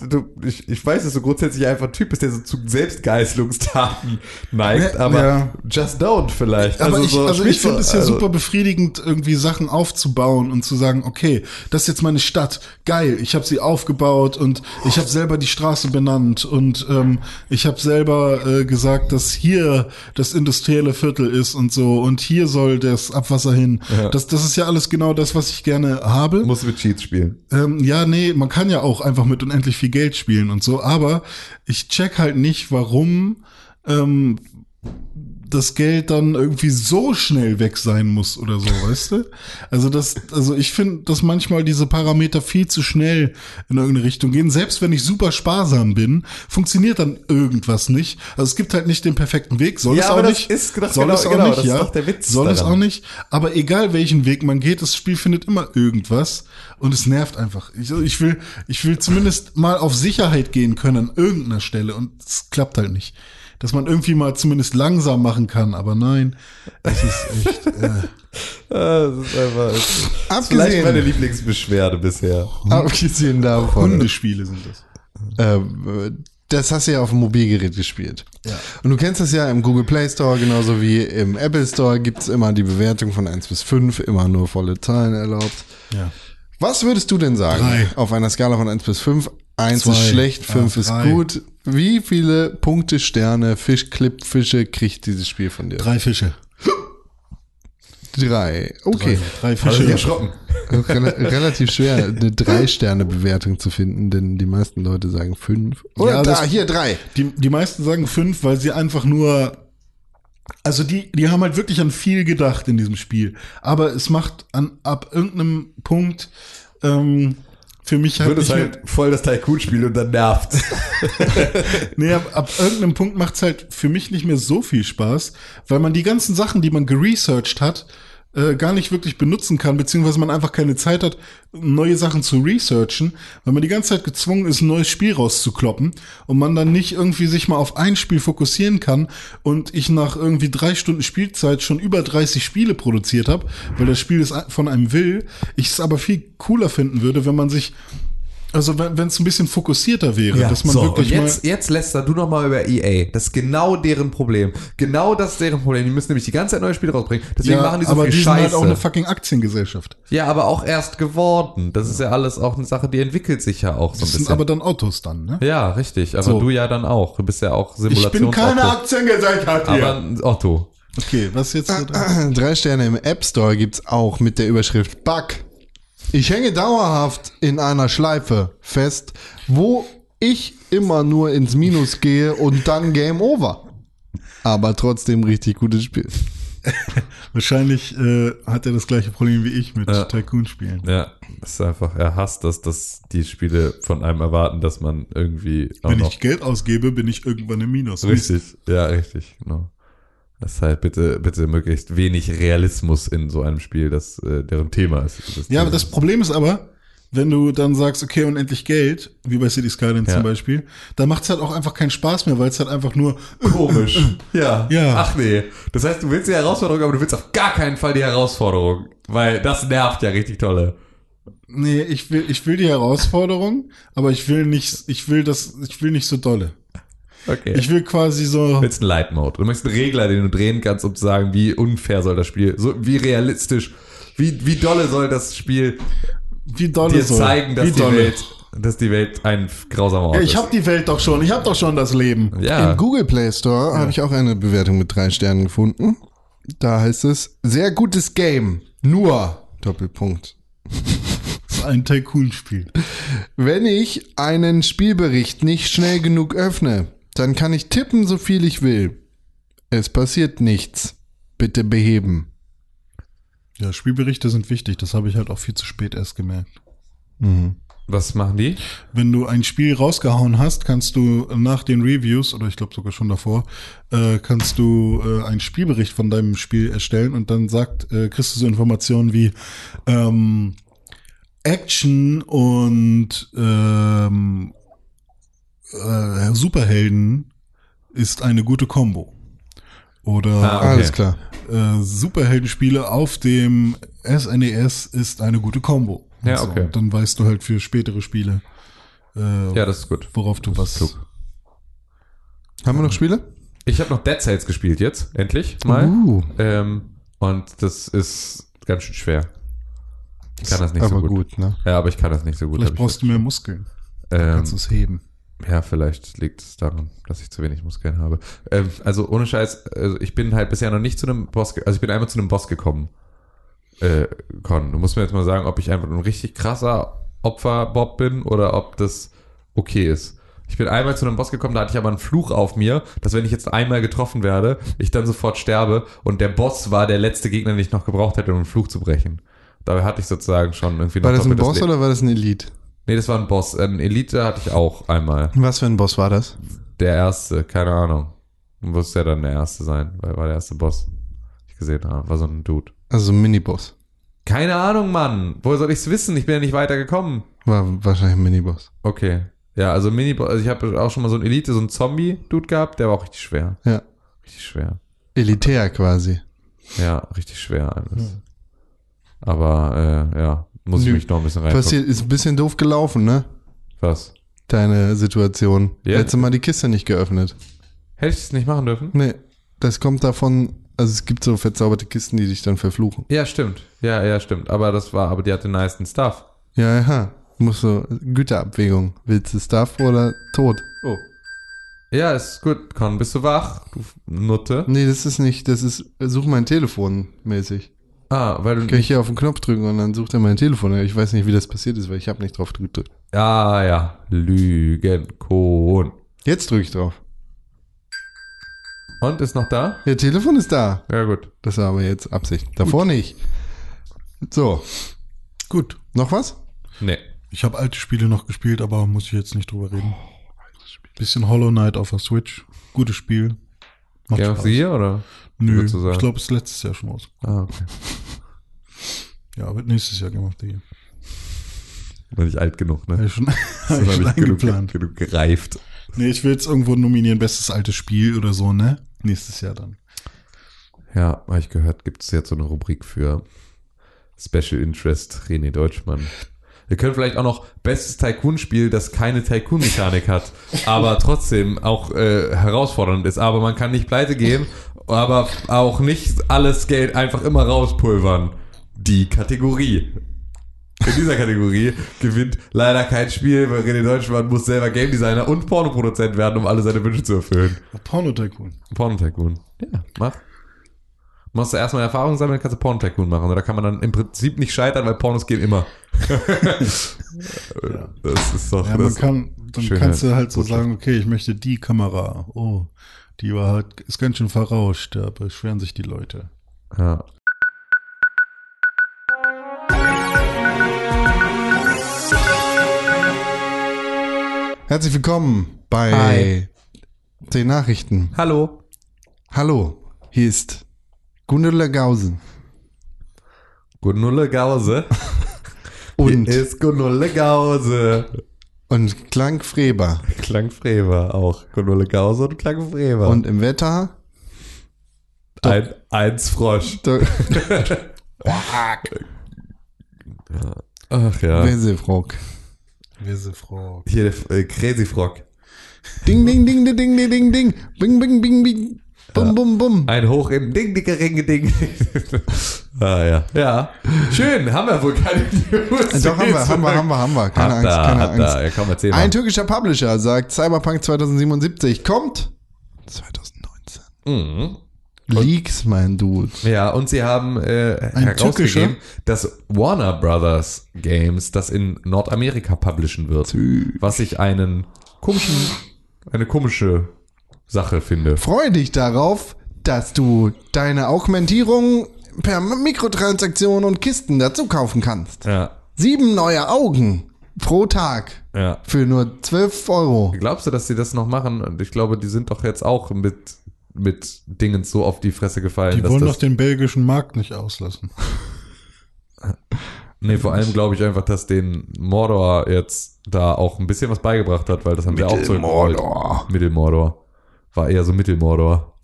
Speaker 3: du, ich, ich weiß, dass du grundsätzlich einfach ein Typ bist, der so zu Selbstgeißelungstaten neigt,
Speaker 2: Ja,
Speaker 3: aber
Speaker 2: ja.
Speaker 3: just don't vielleicht.
Speaker 2: Aber
Speaker 3: also
Speaker 2: ich,
Speaker 3: so,
Speaker 2: also ich finde es ja
Speaker 3: also-
Speaker 2: super befriedigend, irgendwie Sachen aufzubauen und zu sagen, okay, das ist jetzt meine Stadt, geil, ich habe sie aufgebaut und ich habe selber die Straße benannt und ähm, ich habe selber äh, gesagt, dass hier das industrielle Viertel ist und so und hier soll das Abwasser hin. Das, das ist ja alles genau das, was ich gerne habe.
Speaker 3: Musst du mit Cheats spielen.
Speaker 2: Ähm, ja, nee, man kann ja auch einfach mit unendlich viel Geld spielen und so, aber ich check halt nicht, warum ähm, das Geld dann irgendwie so schnell weg sein muss oder so, weißt du? Also das, also ich finde, dass manchmal diese Parameter viel zu schnell in irgendeine Richtung gehen. Selbst wenn ich super sparsam bin, funktioniert dann irgendwas nicht. Also es gibt halt nicht den perfekten Weg. Soll
Speaker 3: Ja,
Speaker 2: es
Speaker 3: aber
Speaker 2: auch
Speaker 3: das
Speaker 2: nicht.
Speaker 3: ist doch
Speaker 2: soll
Speaker 3: genau-
Speaker 2: es auch
Speaker 3: genau,
Speaker 2: nicht,
Speaker 3: das ist
Speaker 2: ja.
Speaker 3: doch der Witz
Speaker 2: soll es
Speaker 3: daran.
Speaker 2: auch nicht. Aber egal welchen Weg man geht, das Spiel findet immer irgendwas und es nervt einfach. Ich, also ich will, ich will zumindest mal auf Sicherheit gehen können an irgendeiner Stelle und es klappt halt nicht. Dass man irgendwie mal zumindest langsam machen kann, aber nein, es ist echt. Äh,
Speaker 3: Ah, Das ist einfach, das ist vielleicht meine
Speaker 1: abgesehen,
Speaker 3: Lieblingsbeschwerde bisher.
Speaker 1: abgesehen davon.
Speaker 2: Hundespiele sind das.
Speaker 1: Ähm, das hast du ja auf dem Mobilgerät gespielt. Und du kennst das ja im Google Play Store, genauso wie im Apple Store gibt's immer die Bewertung von 1 bis 5, immer nur volle Zahlen erlaubt.
Speaker 2: Ja.
Speaker 1: Was würdest du denn sagen?
Speaker 2: Drei.
Speaker 1: Auf einer Skala von 1 bis 5. 1
Speaker 2: Zwei.
Speaker 1: ist schlecht,
Speaker 2: Ja,
Speaker 1: 5 ist
Speaker 2: drei.
Speaker 1: gut. Wie viele Punkte, Sterne, Fisch, Clip, Fische kriegt dieses Spiel von dir?
Speaker 2: Drei Fische.
Speaker 1: Drei. Okay.
Speaker 2: Drei
Speaker 3: Hast du dich
Speaker 2: Fische.
Speaker 3: erschrocken?
Speaker 1: Rel relativ schwer, eine 3-Sterne-Bewertung zu finden, denn die meisten Leute sagen 5. Oder
Speaker 2: Ja,
Speaker 1: da,
Speaker 2: das-
Speaker 1: hier 3.
Speaker 2: Die, die meisten sagen fünf, weil sie einfach nur. Also die, die haben halt wirklich an viel gedacht in diesem Spiel. Aber es macht an, ab irgendeinem Punkt ähm, für mich halt
Speaker 3: Wird es
Speaker 2: nicht mehr-
Speaker 3: halt voll das Tycoon-Spiel und dann nervt's.
Speaker 2: Nee, ab, ab irgendeinem Punkt macht's halt für mich nicht mehr so viel Spaß, weil man die ganzen Sachen, die man geresearched hat, äh, gar nicht wirklich benutzen kann, beziehungsweise man einfach keine Zeit hat, neue Sachen zu researchen, weil man die ganze Zeit gezwungen ist, ein neues Spiel rauszukloppen und man dann nicht irgendwie sich mal auf ein Spiel fokussieren kann und ich nach irgendwie drei Stunden Spielzeit schon über 30 Spiele produziert habe, weil das Spiel es von einem will, ich es aber viel cooler finden würde, wenn man sich also wenn es ein bisschen fokussierter wäre, dass man wirklich
Speaker 3: und
Speaker 2: mal
Speaker 3: jetzt, jetzt lässt du noch mal über EA. Das ist genau deren Problem. Genau das ist deren Problem. Die müssen nämlich die ganze Zeit neue Spiele rausbringen. Deswegen machen die so
Speaker 2: aber
Speaker 3: viel
Speaker 2: die sind
Speaker 3: Scheiße.
Speaker 2: halt auch eine fucking Aktiengesellschaft.
Speaker 3: ja, aber auch erst geworden. Das ist ja alles auch eine Sache, die entwickelt sich ja auch so ein
Speaker 2: Das
Speaker 3: bisschen.
Speaker 2: sind aber dann Autos dann, ne?
Speaker 3: ja, richtig. Aber
Speaker 2: So.
Speaker 3: du ja dann auch. Du bist ja auch Simulations
Speaker 2: Ich bin keine
Speaker 3: Otto.
Speaker 2: Aktiengesellschaft
Speaker 3: Aber
Speaker 2: hier.
Speaker 3: ein Otto.
Speaker 2: Okay, was jetzt?
Speaker 3: Ah.
Speaker 1: Drei Sterne im App Store gibt's auch mit der Überschrift Bug. Ich hänge dauerhaft in einer Schleife fest, wo ich immer nur ins Minus gehe und dann Game Over. Aber trotzdem richtig gutes Spiel.
Speaker 2: Wahrscheinlich äh, hat er das gleiche Problem wie ich mit Tycoon-Spielen.
Speaker 3: Ja, das ist einfach, er hasst das, dass die Spiele von einem erwarten, dass man irgendwie auch
Speaker 2: Wenn
Speaker 3: noch
Speaker 2: ich Geld ausgebe, bin ich irgendwann im Minus.
Speaker 3: Richtig, ja, richtig, genau. Das ist halt bitte, bitte möglichst wenig Realismus in so einem Spiel, das äh, deren Thema ist.
Speaker 2: Ja, aber das Problem ist aber, wenn du dann sagst, okay, unendlich Geld, wie bei City Skylines
Speaker 3: Ja.
Speaker 2: zum Beispiel, dann macht's halt auch einfach keinen Spaß mehr, weil es halt einfach nur
Speaker 3: komisch. ja.
Speaker 2: Ja.
Speaker 3: Ach nee. Das heißt, du willst die Herausforderung, aber du willst auf gar keinen Fall die Herausforderung. Weil das nervt ja richtig tolle.
Speaker 2: Nee, ich will, ich will die Herausforderung, aber ich will nicht, ich will das, ich will nicht so dolle.
Speaker 3: Okay.
Speaker 2: Ich will quasi so.
Speaker 3: Du willst einen Light Mode. Du möchtest einen Regler, den du drehen kannst, um zu sagen, wie unfair soll das Spiel, so, wie realistisch, wie, wie dolle soll das Spiel
Speaker 2: Wie dolle
Speaker 3: dir
Speaker 2: soll.
Speaker 3: zeigen, dass
Speaker 2: Wie
Speaker 3: die,
Speaker 2: dolle.
Speaker 3: Welt, dass die Welt ein grausamer Ort
Speaker 2: Ja, ich
Speaker 3: ist.
Speaker 2: hab die Welt doch schon. Ich hab doch schon das Leben.
Speaker 3: ja.
Speaker 1: Im Google Play Store habe ich auch eine Bewertung mit drei Sternen gefunden. Da heißt es, sehr gutes Game. Nur Doppelpunkt.
Speaker 2: Das ist ein Tycoon-Spiel.
Speaker 1: Wenn ich einen Spielbericht nicht schnell genug öffne, dann kann ich tippen, so viel ich will. Es passiert nichts. Bitte beheben.
Speaker 2: Ja, Spielberichte sind wichtig. Das habe ich halt auch viel zu spät erst gemerkt.
Speaker 3: Was machen die?
Speaker 2: Wenn du ein Spiel rausgehauen hast, kannst du nach den Reviews, oder ich glaube sogar schon davor, äh, kannst du äh, einen Spielbericht von deinem Spiel erstellen und dann sagt, äh, kriegst du so Informationen wie ähm, Action und ähm, äh, Superhelden ist eine gute Combo. Oder
Speaker 3: Ah, okay.
Speaker 1: Alles klar.
Speaker 2: äh, Superheldenspiele auf dem SNES ist eine gute Combo. Und
Speaker 3: Ja, okay.
Speaker 2: dann weißt du halt für spätere Spiele, äh,
Speaker 3: Ja, das ist gut.
Speaker 2: worauf du was.
Speaker 1: Haben wir noch Spiele?
Speaker 3: Ich habe noch Dead Cells gespielt jetzt, endlich mal.
Speaker 1: Uh,
Speaker 3: Ähm, und das ist ganz schön schwer. Ich kann das nicht
Speaker 1: aber
Speaker 3: so gut.
Speaker 1: gut. ne?
Speaker 3: Ja, aber ich kann das nicht so gut.
Speaker 2: Vielleicht
Speaker 3: hab ich
Speaker 2: brauchst du mehr Muskeln.
Speaker 3: ähm,
Speaker 2: Kannst du es heben.
Speaker 3: Ja, vielleicht liegt es daran, dass ich zu wenig Muskeln habe. Ähm, also ohne Scheiß, also ich bin halt bisher noch nicht zu einem Boss, ge also ich bin einmal zu einem Boss gekommen. Äh, Con, du musst mir jetzt mal sagen, ob ich einfach ein richtig krasser Opferbob bin oder ob das okay ist. Ich bin einmal zu einem Boss gekommen, da hatte ich aber einen Fluch auf mir, dass wenn ich jetzt einmal getroffen werde, ich dann sofort sterbe und der Boss war der letzte Gegner, den ich noch gebraucht hätte, um einen Fluch zu brechen. Dabei hatte ich sozusagen schon irgendwie noch
Speaker 1: War das ein
Speaker 3: doppeltes
Speaker 1: Boss
Speaker 3: Le-
Speaker 1: oder war das ein Elite?
Speaker 3: Nee, das war ein Boss. Ein Elite hatte ich auch einmal.
Speaker 1: Was für ein Boss war das?
Speaker 3: Der erste, keine Ahnung. Muss ja dann der erste sein, weil war der erste Boss, den ich gesehen habe. War so ein Dude.
Speaker 1: Also ein Miniboss.
Speaker 3: Keine Ahnung, Mann. Woher soll ich es wissen? Ich bin ja nicht weitergekommen.
Speaker 1: War wahrscheinlich ein Miniboss.
Speaker 3: Okay. Ja, also Mini, also ich habe auch schon mal so einen Elite, so einen Zombie-Dude gehabt, der war auch richtig schwer.
Speaker 1: Ja.
Speaker 3: Richtig schwer.
Speaker 1: Elitär quasi.
Speaker 3: Ja, richtig schwer alles. Aber äh, ja, muss ich
Speaker 1: Hm. Nö.
Speaker 3: mich noch ein bisschen reinpacken.
Speaker 1: Passiert, ist ein bisschen doof gelaufen, ne?
Speaker 3: Was?
Speaker 1: Deine Situation.
Speaker 3: Ja.
Speaker 1: Hättest du mal die Kiste nicht geöffnet.
Speaker 3: Hätte ich es nicht machen dürfen?
Speaker 1: Nee, das kommt davon, also es gibt so verzauberte Kisten, die dich dann verfluchen.
Speaker 3: Ja, stimmt. Ja, ja, stimmt. Aber das war, aber die hatte niceen Stuff.
Speaker 1: Ja, ja. Musst du, Güterabwägung. Willst du Stuff oder tot?
Speaker 3: Oh. Ja, ist gut, Con. Bist du wach, du Nutte?
Speaker 1: Nee, das ist nicht, das ist, such mein Telefon mäßig.
Speaker 3: Ah, weil du
Speaker 1: Kann ich hier auf den Knopf drücken und dann sucht er mein Telefon. Ich weiß nicht, wie das passiert ist, weil ich habe nicht drauf gedrückt.
Speaker 3: Ah ja, Lügenkohn.
Speaker 1: Jetzt drücke ich drauf.
Speaker 3: Und ist noch da?
Speaker 1: Ja, Telefon ist da.
Speaker 3: Ja gut.
Speaker 1: Das war aber jetzt Absicht. Davor nicht. So,
Speaker 2: Gut.
Speaker 1: noch was?
Speaker 3: Nee.
Speaker 2: Ich habe alte Spiele noch gespielt, aber muss ich jetzt nicht drüber reden.
Speaker 3: Oh,
Speaker 2: Bisschen Hollow Knight auf der Switch. Gutes Spiel. Macht
Speaker 3: Game of the Year oder?
Speaker 2: Nö,
Speaker 3: sozusagen.
Speaker 2: ich glaube, es ist letztes Jahr schon raus.
Speaker 3: Ah, okay.
Speaker 2: Ja, wird nächstes Jahr Game of the Year.
Speaker 3: Bin ich alt genug,
Speaker 2: Hab
Speaker 3: ne?
Speaker 2: ich schon, hab ich schon eingeplant.
Speaker 3: genug gereift.
Speaker 2: Nee, ich will jetzt irgendwo nominieren, bestes altes Spiel oder so, ne? Nächstes Jahr dann.
Speaker 3: Ja, habe ich gehört, gibt es jetzt so eine Rubrik für Special Interest René Deutschmann. Wir können vielleicht auch noch bestes Tycoon-Spiel, das keine Tycoon-Mechanik hat, aber trotzdem auch äh, herausfordernd ist. Aber man kann nicht pleite gehen, aber auch nicht alles Geld einfach immer rauspulvern. Die Kategorie. In dieser Kategorie gewinnt leider kein Spiel, weil René Deutschmann muss selber Game Designer und Pornoproduzent werden, um alle seine Wünsche zu erfüllen.
Speaker 2: Porno Tycoon.
Speaker 3: Porno-Tycoon. Ja, mach. Musst du erstmal Erfahrung sammeln, kannst du Porno-Tycoon machen. Da kann man dann im Prinzip nicht scheitern, weil Pornos gehen immer. Äh, Das ist doch.
Speaker 2: Ja, man
Speaker 3: das,
Speaker 2: kann, dann
Speaker 3: Schönheit.
Speaker 2: kannst du halt so
Speaker 3: Botschaft.
Speaker 2: sagen, okay, ich möchte die Kamera. Oh, die war halt, ist ganz schön verrauscht, da beschweren sich die Leute.
Speaker 3: ja.
Speaker 1: Herzlich willkommen bei den Nachrichten.
Speaker 3: Hallo.
Speaker 1: Hallo, hier ist Gundula Gausen.
Speaker 3: Gunulle Gause.
Speaker 1: Und,
Speaker 3: Hier ist Gunulle Gause.
Speaker 1: und Klang Freber.
Speaker 3: Klang Frever auch. Gunulle Gause und Klang Frever.
Speaker 1: Und im Wetter.
Speaker 3: ein, eins Frosch.
Speaker 1: Da,
Speaker 3: Ach ja.
Speaker 1: Wesefrock.
Speaker 2: Wir sind froh.
Speaker 3: Hier der äh, Crazy Frog.
Speaker 1: Ding, ding, ding, ding, ding, ding, ding, ding. Bing, bing, bing, bing. Bum, bum, bum.
Speaker 3: Ein Hoch in Ding, dicke Ringe, Ding. ah ja. Ja. Schön, haben wir wohl keine News.
Speaker 1: Doch, haben wir, haben wir, haben wir, haben wir. Keine
Speaker 3: Hat
Speaker 1: Angst,
Speaker 3: da,
Speaker 1: keine
Speaker 3: hat
Speaker 1: Angst.
Speaker 3: Da. Ja, komm, erzähl mal.
Speaker 1: Ein türkischer Publisher sagt, Cyberpunk 2077 kommt 2019.
Speaker 3: Mhm.
Speaker 1: Leaks, mein Dude.
Speaker 3: Ja, und sie haben äh, herausgegeben, dass Warner Brothers Games das in Nordamerika publishen wird. Was ich einen komischen, eine komische Sache finde.
Speaker 1: Freue dich darauf, dass du deine Augmentierung per Mikrotransaktionen und Kisten dazu kaufen kannst.
Speaker 3: Ja.
Speaker 1: Sieben neue Augen. pro Tag
Speaker 3: Ja.
Speaker 1: für nur 12 Euro.
Speaker 3: Glaubst du, dass sie das noch machen? Und ich glaube, die sind doch jetzt auch mit, mit Dingen so auf die Fresse gefallen.
Speaker 2: Die
Speaker 3: dass
Speaker 2: wollen
Speaker 3: das,
Speaker 2: doch den belgischen Markt nicht auslassen.
Speaker 3: Nee, vor allem glaube ich einfach, dass den Mordor jetzt da auch ein bisschen was beigebracht hat, weil das haben sie auch zurückgerollt.
Speaker 1: Mittelmordor.
Speaker 3: Mittelmordor. War eher so Mittelmordor.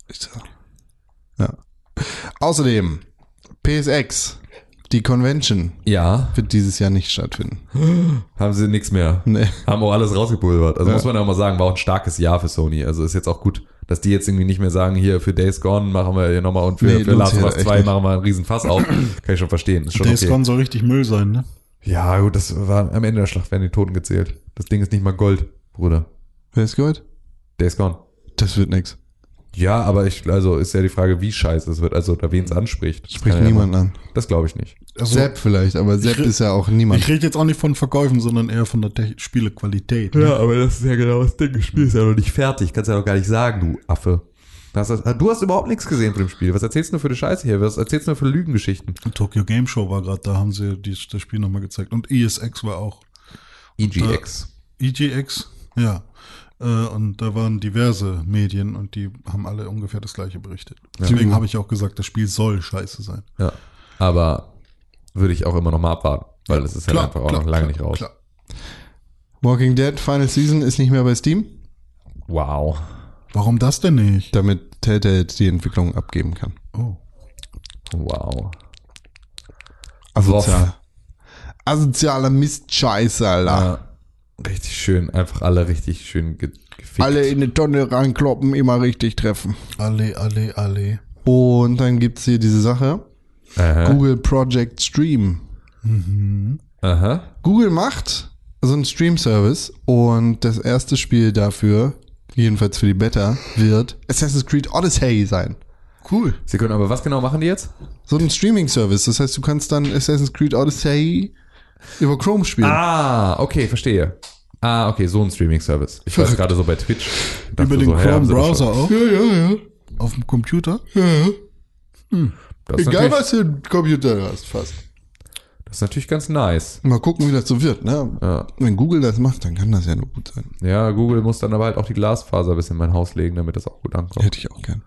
Speaker 1: Außerdem, PSX, die Convention,
Speaker 3: Ja.
Speaker 1: wird dieses Jahr nicht stattfinden.
Speaker 3: Haben sie nichts mehr.
Speaker 1: Nee.
Speaker 3: Haben auch alles rausgepulvert. Also muss man auch mal sagen, war auch ein starkes Jahr für Sony. Also ist jetzt auch gut, dass die jetzt irgendwie nicht mehr sagen, hier für Days Gone machen wir hier nochmal und für,
Speaker 1: Nee,
Speaker 3: für Last of
Speaker 1: lohnt
Speaker 3: Us
Speaker 1: sich halt echt
Speaker 3: 2
Speaker 1: nicht.
Speaker 3: machen wir einen riesen Fass auf. Kann ich schon verstehen. Ist schon
Speaker 2: Days
Speaker 3: okay.
Speaker 2: Gone soll richtig Müll sein, ne?
Speaker 3: Ja, gut, das war am Ende der Schlacht werden die Toten gezählt. Das Ding ist nicht mal Gold, Bruder.
Speaker 1: Wer ist gut?
Speaker 3: Days Gone.
Speaker 1: Das wird nix.
Speaker 3: Ja, aber ich, also ist ja die Frage, wie scheiße es wird, also da wen es anspricht. Das
Speaker 1: Spricht
Speaker 3: kann ja
Speaker 1: niemand an.
Speaker 3: Mal, das glaube ich nicht.
Speaker 2: Also,
Speaker 1: Sepp vielleicht, aber Sepp
Speaker 2: re-
Speaker 1: ist ja auch niemand.
Speaker 2: ich rede jetzt auch nicht von Verkäufen, sondern eher von der Te Spielequalität. ne?
Speaker 3: aber das ist ja genau das Ding. Das Spiel ist ja noch nicht fertig. Kannst ja noch gar nicht sagen, du Affe. Das ist, ah, du hast überhaupt nichts gesehen von dem Spiel. Was erzählst du nur für eine Scheiße hier? Was erzählst du nur für Lügengeschichten?
Speaker 2: Tokyo Game Show war gerade da, haben sie die, das Spiel nochmal gezeigt. Und ESX war auch.
Speaker 3: E EGX.
Speaker 2: EGX, ja. Äh, Und da waren diverse Medien und die haben alle ungefähr das gleiche berichtet.
Speaker 3: Mhm.
Speaker 2: Deswegen habe ich auch gesagt, das Spiel soll scheiße sein.
Speaker 3: Ja. Aber würde ich auch immer noch mal abwarten, weil es ist halt einfach auch noch lange nicht raus.
Speaker 2: Klar.
Speaker 1: Walking Dead Final Season ist nicht mehr bei Steam,
Speaker 3: Wow.
Speaker 2: Warum das denn nicht?
Speaker 1: damit Telltale die Entwicklung abgeben kann.
Speaker 2: Oh.
Speaker 3: Wow.
Speaker 1: Asozial. Asozialer Mistscheiße, Alter.
Speaker 3: Ja. Ah, Richtig schön, einfach alle richtig schön ge gefickt.
Speaker 1: Alle in eine Tonne reinkloppen, immer richtig treffen.
Speaker 2: Alle, alle, alle.
Speaker 1: Und dann gibt's hier diese Sache.
Speaker 3: Aha.
Speaker 1: Google Project Stream.
Speaker 3: Aha.
Speaker 1: Google macht so einen Stream-Service und das erste Spiel dafür, jedenfalls für die Beta, wird Assassin's Creed Odyssey sein.
Speaker 2: Cool.
Speaker 3: Sie können aber was genau machen die jetzt?
Speaker 1: So ein Streaming-Service. Das heißt, du kannst dann Assassin's Creed Odyssey über Chrome spielen.
Speaker 3: Ah, okay, verstehe. Ah, okay, so ein Streaming-Service. Ich war jetzt gerade so bei Twitch. Dachte
Speaker 2: Über den
Speaker 3: so, also hä, haben sie doch
Speaker 2: Chrome-Browser
Speaker 3: schon.
Speaker 2: auch? Ja, ja, ja. Auf dem Computer?
Speaker 3: Das ist,
Speaker 1: Egal,
Speaker 3: natürlich,
Speaker 1: was du im Computer hast, fast.
Speaker 3: das ist natürlich ganz nice.
Speaker 1: Mal gucken, wie das so wird. Ne?
Speaker 3: Ja.
Speaker 1: Wenn Google das macht, dann kann das ja nur gut sein.
Speaker 3: ja, Google muss dann aber halt auch die Glasfaser bis in mein Haus legen, damit das auch gut ankommt.
Speaker 1: Hätte ich auch gern.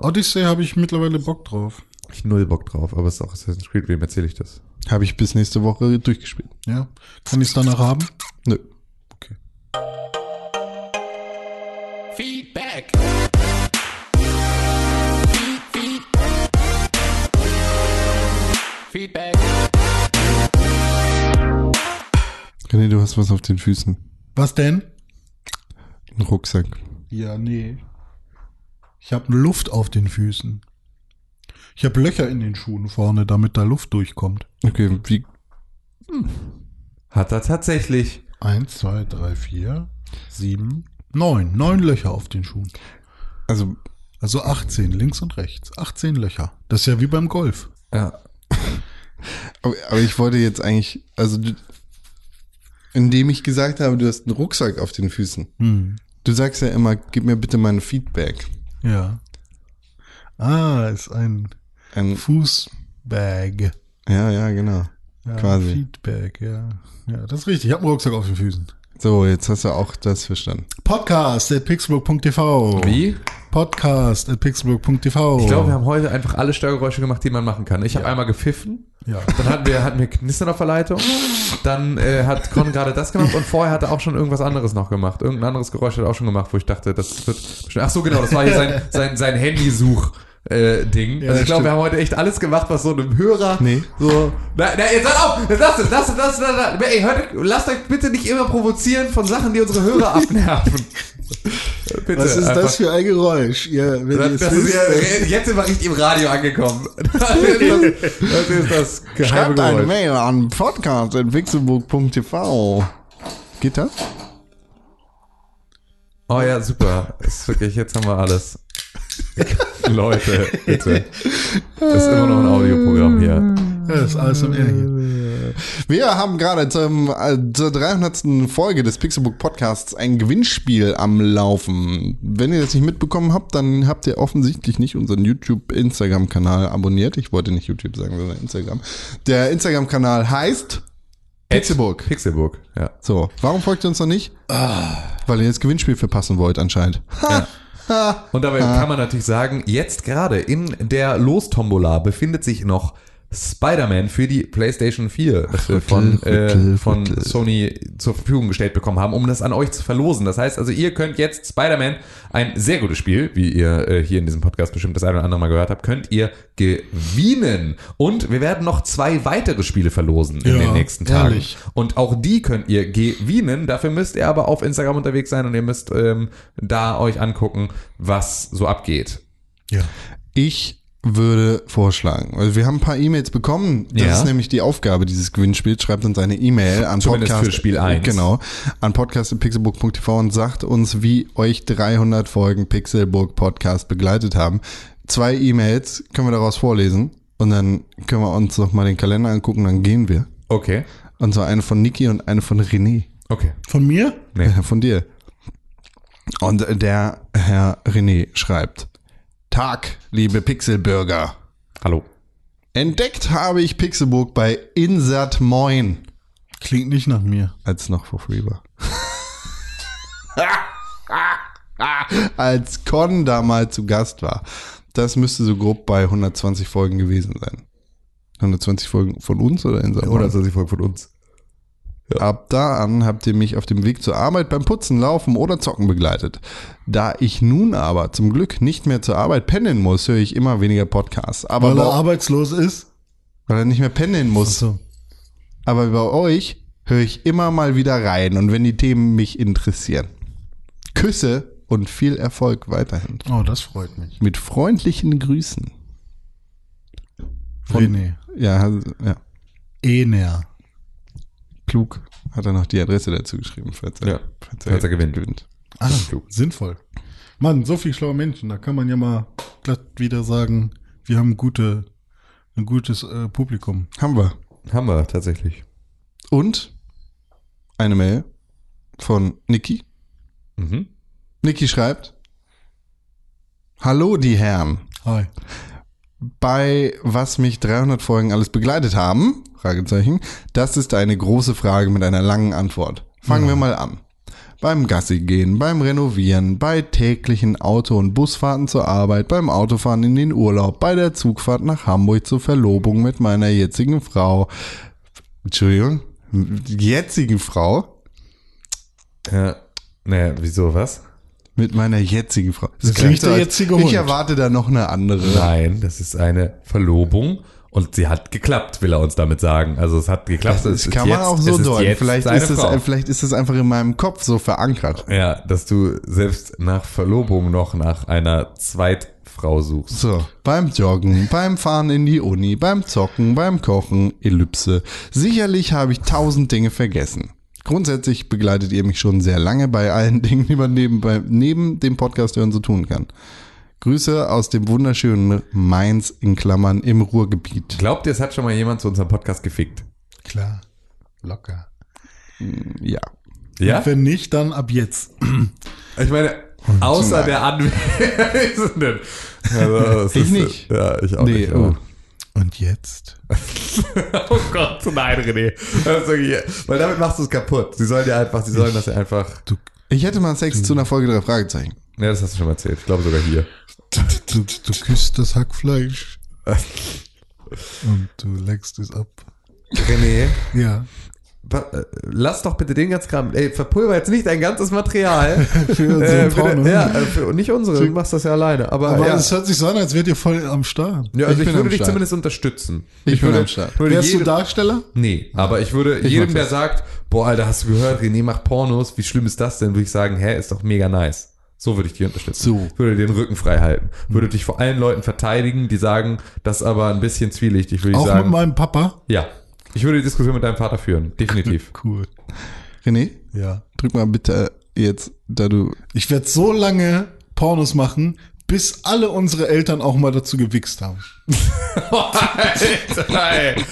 Speaker 2: Odyssey habe ich mittlerweile Bock drauf.
Speaker 3: Ich null Bock drauf, aber es ist auch Assassin's Creed, wem erzähle ich das?
Speaker 1: Habe ich bis nächste Woche durchgespielt.
Speaker 2: Ja. Kann ich es danach haben?
Speaker 1: Nö.
Speaker 5: Feedback. Feedback.
Speaker 1: René, du hast was auf den Füßen.
Speaker 2: Was denn?
Speaker 1: Ein Rucksack.
Speaker 2: Ja, nee. Ich habe Luft auf den Füßen. Ich habe Löcher in den Schuhen vorne, damit da Luft durchkommt.
Speaker 1: Okay, wie
Speaker 3: Hat er tatsächlich.
Speaker 2: Eins, zwei, drei, vier, sieben, neun. Neun Löcher auf den Schuhen.
Speaker 1: Also,
Speaker 2: Also 18, links und rechts. 18 Löcher. Das ist ja wie beim Golf.
Speaker 3: Ja.
Speaker 1: aber, aber ich wollte jetzt eigentlich, also, du- indem ich gesagt habe, du hast einen Rucksack auf den Füßen.
Speaker 2: Hm.
Speaker 1: Du sagst ja immer, gib mir bitte mein Feedback.
Speaker 2: Ja. Ah, ist ein
Speaker 1: Ein,
Speaker 2: Fußbag.
Speaker 1: ja, ja, genau.
Speaker 2: Ja,
Speaker 1: Quasi.
Speaker 2: Feedback, ja. Ja, das ist richtig. Ich habe einen Rucksack auf den Füßen.
Speaker 1: So, jetzt hast du auch das verstanden.
Speaker 2: Podcast at pixelburg.tv.
Speaker 3: Wie?
Speaker 2: Podcast at pixelburg.tv.
Speaker 3: Ich glaube, wir haben heute einfach alle Störgeräusche gemacht, die man machen kann. Ich habe einmal gepfiffen.
Speaker 2: Ja.
Speaker 3: Dann hatten wir, hatten wir Knistern auf der Leitung. Dann äh, hat Con gerade das gemacht und vorher hat er auch schon irgendwas anderes noch gemacht. Irgendein anderes Geräusch hat er auch schon gemacht, wo ich dachte, das wird bestimmt. Ach so, genau, das war hier sein, sein, sein Handysuch. Äh, Ding. also ich glaube, wir haben heute echt alles gemacht, was so einem Hörer
Speaker 1: Nee.
Speaker 3: so. Na, na, jetzt hört auf! Jetzt lasst es, lasst es, lasst es, lasst es. Ey, hört, lasst euch bitte nicht immer provozieren von Sachen, die unsere Hörer abnerven. Bitte,
Speaker 1: Was ist
Speaker 3: einfach.
Speaker 1: das für ein Geräusch? Ihr, wenn ihr
Speaker 3: Das,
Speaker 1: es
Speaker 3: das
Speaker 1: wisst,
Speaker 3: ist ja, jetzt sind wir richtig im Radio angekommen. Das ist das, das, ist das geheime
Speaker 1: schreibt eine
Speaker 3: Geräusch.
Speaker 1: Mail an podcast.pixelburg.tv. Geht das?
Speaker 3: Oh ja, super. Das ist wirklich, jetzt haben wir alles. Leute, bitte. Das ist immer noch ein Audioprogramm hier.
Speaker 2: Ja, das ist alles im R hier.
Speaker 1: Wir haben gerade zum, äh, zur 300. Folge des Pixelbook Podcasts ein Gewinnspiel am Laufen. Wenn ihr das nicht mitbekommen habt, dann habt ihr offensichtlich nicht unseren YouTube-Instagram-Kanal abonniert. Ich wollte nicht YouTube sagen, sondern Instagram. Der Instagram-Kanal heißt Pixelburg.
Speaker 3: Pixelburg, ja.
Speaker 1: So, warum folgt ihr uns noch nicht? Weil ihr das Gewinnspiel verpassen wollt anscheinend.
Speaker 3: Und dabei kann man natürlich sagen, jetzt gerade in der Lostombola befindet sich noch Spider-Man für die PlayStation 4, das wir von, äh, von Sony zur Verfügung gestellt bekommen haben, um das an euch zu verlosen. Das heißt also, ihr könnt jetzt Spider-Man, ein sehr gutes Spiel, wie ihr äh, hier in diesem Podcast bestimmt das eine oder andere Mal gehört habt, könnt ihr gewinnen. Und wir werden noch zwei weitere Spiele verlosen in
Speaker 2: Ja,
Speaker 3: den nächsten Tagen.
Speaker 2: ehrlich.
Speaker 3: Und auch die könnt ihr gewinnen. Dafür müsst ihr aber auf Instagram unterwegs sein und ihr müsst ähm, da euch angucken, was so abgeht.
Speaker 2: Ja.
Speaker 1: Ich würde vorschlagen, also wir haben ein paar E-Mails bekommen. Das
Speaker 3: Ja.
Speaker 1: ist nämlich die Aufgabe dieses Gewinnspiels. Schreibt uns eine E-Mail an
Speaker 3: Zumindest
Speaker 1: Podcast.
Speaker 3: für Spiel eins.
Speaker 1: Genau. An podcast.pixelburg.tv und sagt uns, wie euch 300 Folgen Pixelburg Podcast begleitet haben. Zwei E-Mails können wir daraus vorlesen und dann können wir uns nochmal den Kalender angucken, dann gehen wir.
Speaker 3: Okay.
Speaker 1: Und zwar eine von Niki und eine von René.
Speaker 3: Okay.
Speaker 2: Von mir?
Speaker 3: Nee.
Speaker 1: Ja, Von dir. Und der Herr René schreibt: Tag, liebe Pixelbürger.
Speaker 3: Hallo.
Speaker 1: Entdeckt habe ich Pixelburg bei Insert Moin,
Speaker 2: Klingt nicht nach mir.
Speaker 1: als es noch for free war. als Con da mal zu Gast war. Das müsste so grob bei 120 Folgen gewesen sein. 120 Folgen von uns oder Insert Moin?
Speaker 3: 120 Folgen von uns.
Speaker 1: Ab da an habt ihr mich auf dem Weg zur Arbeit beim Putzen, Laufen oder Zocken begleitet. Da ich nun aber zum Glück nicht mehr zur Arbeit pendeln muss, höre ich immer weniger Podcasts. Aber
Speaker 2: Weil er
Speaker 1: bei,
Speaker 2: arbeitslos ist?
Speaker 1: weil er nicht mehr pendeln muss.
Speaker 2: Achso.
Speaker 1: Aber bei euch höre ich immer mal wieder rein und wenn die Themen mich interessieren. Küsse und viel Erfolg weiterhin.
Speaker 2: Oh, das freut mich.
Speaker 1: Mit freundlichen Grüßen.
Speaker 2: René.
Speaker 1: Ja, ja.
Speaker 2: Ener.
Speaker 1: klug hat er noch die Adresse dazu geschrieben. Falls er,
Speaker 3: Ja.
Speaker 1: falls
Speaker 3: Falls er gewinnt.
Speaker 2: Ah, sinnvoll. Mann, so viel schlaue Menschen, da kann man ja mal glatt wieder sagen, wir haben gute, ein gutes äh, Publikum.
Speaker 1: Haben wir.
Speaker 3: Haben wir tatsächlich.
Speaker 1: Und eine Mail von Niki.
Speaker 3: Mhm.
Speaker 1: Niki schreibt: Hallo, die Herren.
Speaker 2: Hi.
Speaker 1: Bei was mich 300 Folgen alles begleitet haben? Fragezeichen. Das ist eine große Frage mit einer langen Antwort. Fangen
Speaker 2: Mhm.
Speaker 1: wir mal an. Beim Gassi gehen, beim Renovieren, bei täglichen Auto- und Busfahrten zur Arbeit, beim Autofahren in den Urlaub, bei der Zugfahrt nach Hamburg zur Verlobung mit meiner jetzigen Frau. Entschuldigung, jetzigen Frau?
Speaker 3: Ja. Äh, Naja, wieso was?
Speaker 1: Mit meiner jetzigen Frau. Das,
Speaker 2: klingt der
Speaker 1: als-
Speaker 2: jetzige Hund.
Speaker 1: Ich erwarte da noch eine andere.
Speaker 3: Nein, das ist eine Verlobung und sie hat geklappt, will er uns damit sagen. Also es hat geklappt.
Speaker 1: Das
Speaker 3: es ist
Speaker 1: kann man
Speaker 3: jetzt-
Speaker 1: auch
Speaker 3: es
Speaker 1: so
Speaker 3: ist
Speaker 1: deuten.
Speaker 3: jetzt
Speaker 1: Vielleicht
Speaker 3: seine
Speaker 1: ist, es,
Speaker 3: Frau.
Speaker 1: vielleicht ist es einfach in meinem Kopf so verankert.
Speaker 3: Ja, dass du selbst nach Verlobung noch nach einer Zweitfrau suchst.
Speaker 1: So, beim Joggen, beim Fahren in die Uni, beim Zocken, beim Kochen, Ellipse. Sicherlich habe ich tausend Dinge vergessen. Grundsätzlich begleitet ihr mich schon sehr lange bei allen Dingen, die man nebenbei, neben dem Podcast hören so tun kann. Grüße aus dem wunderschönen Mainz in Klammern im Ruhrgebiet.
Speaker 3: Glaubt ihr, es hat schon mal jemand zu unserem Podcast gefickt?
Speaker 2: Klar. Locker.
Speaker 1: Ja.
Speaker 3: Ja?
Speaker 2: Und wenn nicht, dann ab jetzt.
Speaker 3: Ich meine, außer der Anwesenden. Also, das
Speaker 1: Ich
Speaker 3: ist-
Speaker 1: nicht.
Speaker 3: Ja, ich auch
Speaker 1: Nee,
Speaker 3: nicht. aber-
Speaker 1: oh.
Speaker 2: Und jetzt?
Speaker 3: Oh Gott, nein, René. Das ist wirklich, weil damit machst du es kaputt. Sie sollen ja einfach, sie sollen das ja einfach.
Speaker 2: Du,
Speaker 1: Ich hätte mal Sex zu einer Folge drei Fragezeichen.
Speaker 3: Ja, das hast du schon mal erzählt. Ich glaube sogar hier.
Speaker 2: du, du küsst das Hackfleisch. Und du leckst es ab.
Speaker 3: René,
Speaker 2: Ja.
Speaker 3: wa- äh, lass doch bitte den ganzen Kram. Ey, verpulver jetzt nicht dein ganzes Material.
Speaker 2: Für unseren
Speaker 3: äh,
Speaker 2: Porno.
Speaker 3: bitte, ja, äh, für, nicht unsere. Du machst das ja alleine. Aber,
Speaker 2: Aber
Speaker 3: ja.
Speaker 2: es hört sich so an, als wärt ihr voll am Start.
Speaker 3: ja,
Speaker 1: ich
Speaker 3: also ich,
Speaker 1: bin am
Speaker 3: würde dich
Speaker 1: Start.
Speaker 3: zumindest unterstützen.
Speaker 1: Ich bin
Speaker 3: würde,
Speaker 1: am Start.
Speaker 3: Würde
Speaker 2: Wärst du
Speaker 3: jedem,
Speaker 2: Darsteller?
Speaker 3: nee, aber ich würde jedem, der sagt, boah, Alter, hast du gehört, René macht Pornos, wie schlimm ist das denn? Würde ich sagen, hä, ist doch mega nice. So würde ich dich unterstützen.
Speaker 1: So.
Speaker 3: Würde dir den Rücken frei halten. Würde dich vor allen Leuten verteidigen, die sagen, das ist aber ein bisschen zwielichtig, würde ich
Speaker 2: Auch mit
Speaker 3: sagen.
Speaker 2: meinem Papa?
Speaker 3: Ja. Ich würde die Diskussion mit deinem Vater führen. Definitiv.
Speaker 2: Cool.
Speaker 1: René,
Speaker 2: Ja.
Speaker 1: drück mal bitte jetzt, da du
Speaker 2: Ich werde so lange Pornos machen, bis alle unsere Eltern auch mal dazu gewichst haben.
Speaker 3: Alter, ey.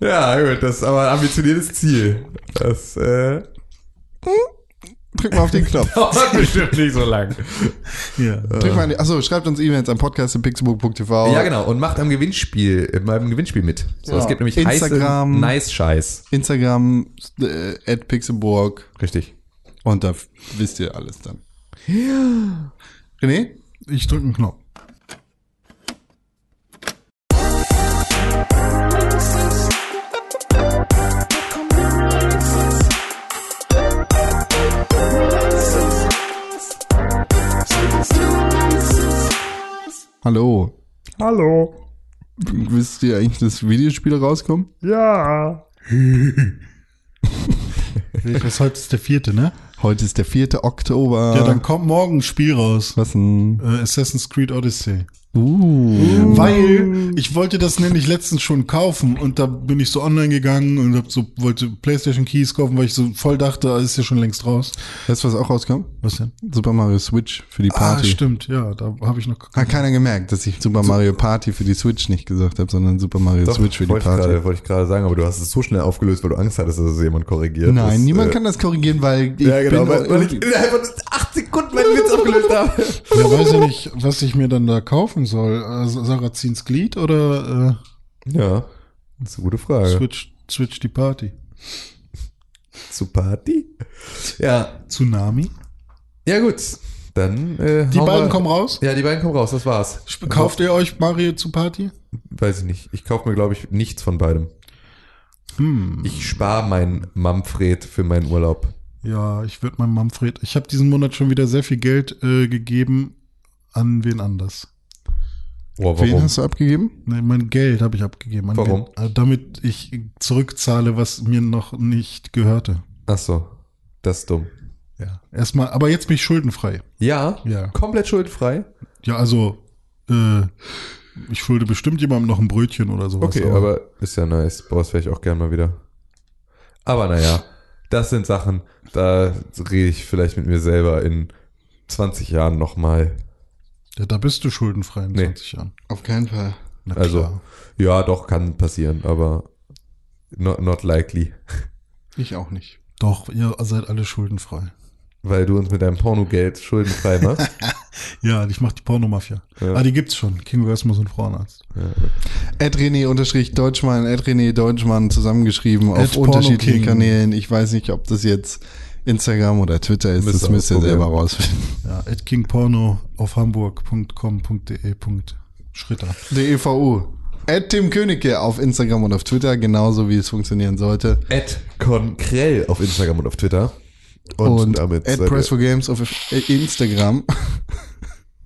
Speaker 3: Ja, gut, das ist aber ein ambitioniertes Ziel. Das, äh,
Speaker 1: Drück mal auf den Knopf.
Speaker 3: Dauert bestimmt nicht so lang.
Speaker 2: Ja.
Speaker 1: Drück mal an die, achso, schreibt uns E-Mails an podcast.pixelburg.tv.
Speaker 3: Ja, genau. Und macht am Gewinnspiel, äh, beim Gewinnspiel mit. So,
Speaker 1: Ja.
Speaker 3: Es gibt nämlich
Speaker 1: Instagram.
Speaker 3: heißen Nice-Scheiß.
Speaker 1: Instagram, äh, at pixelburg.
Speaker 3: Richtig.
Speaker 1: Und da f- wisst ihr alles dann. René?
Speaker 2: Ich drücke einen Knopf.
Speaker 1: Hallo.
Speaker 3: Hallo.
Speaker 1: Wisst ihr eigentlich, dass Videospiele rauskommen?
Speaker 3: Ja.
Speaker 2: Das heute ist der vierte, ne? Ah.
Speaker 1: Heute ist der 4. Oktober.
Speaker 2: Ja, dann kommt morgen ein Spiel raus.
Speaker 1: Was denn?
Speaker 2: Äh, Assassin's Creed Odyssey.
Speaker 1: Uh.
Speaker 2: Weil ich wollte das nämlich letztens schon kaufen und da bin ich so online gegangen und hab so, wollte PlayStation Keys kaufen, weil ich so voll dachte, ah, ist ja schon längst raus.
Speaker 1: Weißt du, was auch rauskommt?
Speaker 2: Was denn?
Speaker 1: Super Mario Switch für die
Speaker 2: Ah,
Speaker 1: Party.
Speaker 2: stimmt, ja, da habe ich noch.
Speaker 1: Hat keiner gemerkt, dass ich Super Mario Party für die Switch nicht gesagt habe, sondern Super Mario
Speaker 3: Doch,
Speaker 1: Switch für die
Speaker 3: wollte, ich
Speaker 1: Party.
Speaker 3: gerade, wollte ich gerade sagen, aber du hast es so schnell aufgelöst, weil du Angst hattest, dass es jemand korrigiert.
Speaker 1: Nein,
Speaker 3: das,
Speaker 1: niemand
Speaker 3: äh,
Speaker 1: kann das korrigieren, weil ich
Speaker 3: Ja, genau,
Speaker 1: bin
Speaker 3: weil, weil ich innerhalb von acht Sekunden meinen Witz aufgelöst habe.
Speaker 2: Ja, weiß ich nicht, was ich mir dann da kaufen soll. Äh, Sarazins Glied oder
Speaker 3: Ja, das ist eine gute
Speaker 2: äh,
Speaker 3: Frage.
Speaker 2: Switch, Switch die Party?
Speaker 3: Zu Party? Ja,
Speaker 2: Tsunami?
Speaker 3: ja gut. Dann äh,
Speaker 2: Die
Speaker 3: hauen
Speaker 2: beiden
Speaker 3: wir-
Speaker 2: kommen raus.
Speaker 3: Ja, die beiden kommen raus, das war's.
Speaker 2: Sp- Kauft ihr euch Mario zu Party?
Speaker 3: Weiß ich nicht. Ich kaufe mir, glaube ich, nichts von beidem.
Speaker 2: Hm.
Speaker 3: Ich spare meinen Manfred für meinen Urlaub.
Speaker 2: Ja, ich würde meinem Manfred. Ich habe diesen Monat schon wieder sehr viel Geld äh, gegeben an wen anders.
Speaker 3: Oh,
Speaker 1: Wen hast du abgegeben?
Speaker 2: Nein, mein Geld habe ich abgegeben. An
Speaker 3: Warum?
Speaker 2: Wen, äh, damit ich zurückzahle, was mir noch nicht gehörte.
Speaker 3: Ach so, das ist dumm.
Speaker 2: Ja. Erstmal, aber jetzt bin ich schuldenfrei.
Speaker 3: Ja,
Speaker 2: Ja.
Speaker 3: komplett schuldfrei.
Speaker 2: Ja, also, äh, ich schulde bestimmt jemandem noch ein Brötchen oder sowas.
Speaker 3: Okay, aber ist ja nice. Boah, das wäre ich auch gern mal wieder. Aber naja, das sind Sachen, da rede ich vielleicht mit mir selber in 20 Jahren nochmal.
Speaker 2: Ja, da bist du schuldenfrei in
Speaker 3: Nee.
Speaker 2: 20 Jahren.
Speaker 1: Auf keinen Fall.
Speaker 2: Na
Speaker 3: Also-
Speaker 2: klar.
Speaker 3: Ja, doch, kann passieren, aber not, not likely.
Speaker 1: Ich auch nicht.
Speaker 2: Doch, ihr seid alle schuldenfrei.
Speaker 3: Weil du uns mit deinem Pornogeld schuldenfrei machst.
Speaker 2: Ja, ich mach die Pornomafia.
Speaker 3: Ja.
Speaker 2: Ah, die gibt's schon. King Orgasmus und Frauenarzt.
Speaker 1: Ed René unterstrich Deutschmann, Ed René Deutschmann zusammengeschrieben auf
Speaker 2: Ed Porno
Speaker 1: unterschiedlichen
Speaker 2: King.
Speaker 1: Kanälen. Ich weiß nicht, ob das jetzt Instagram oder Twitter ist.
Speaker 3: Müsst
Speaker 1: das
Speaker 3: ihr
Speaker 1: müsst ihr
Speaker 3: ausprobieren.
Speaker 1: selber rausfinden.
Speaker 2: Ja, at kingporno auf hamburg.com.de. Punkt Schritter.
Speaker 1: Der EVU. Ed Tim Königke auf Instagram und auf Twitter, genauso wie es funktionieren sollte.
Speaker 3: Ed Konkrell auf Instagram und auf Twitter. Und,
Speaker 1: und
Speaker 3: damit
Speaker 1: at
Speaker 3: seid
Speaker 1: Press
Speaker 3: ihr-
Speaker 1: for Games auf äh, Instagram.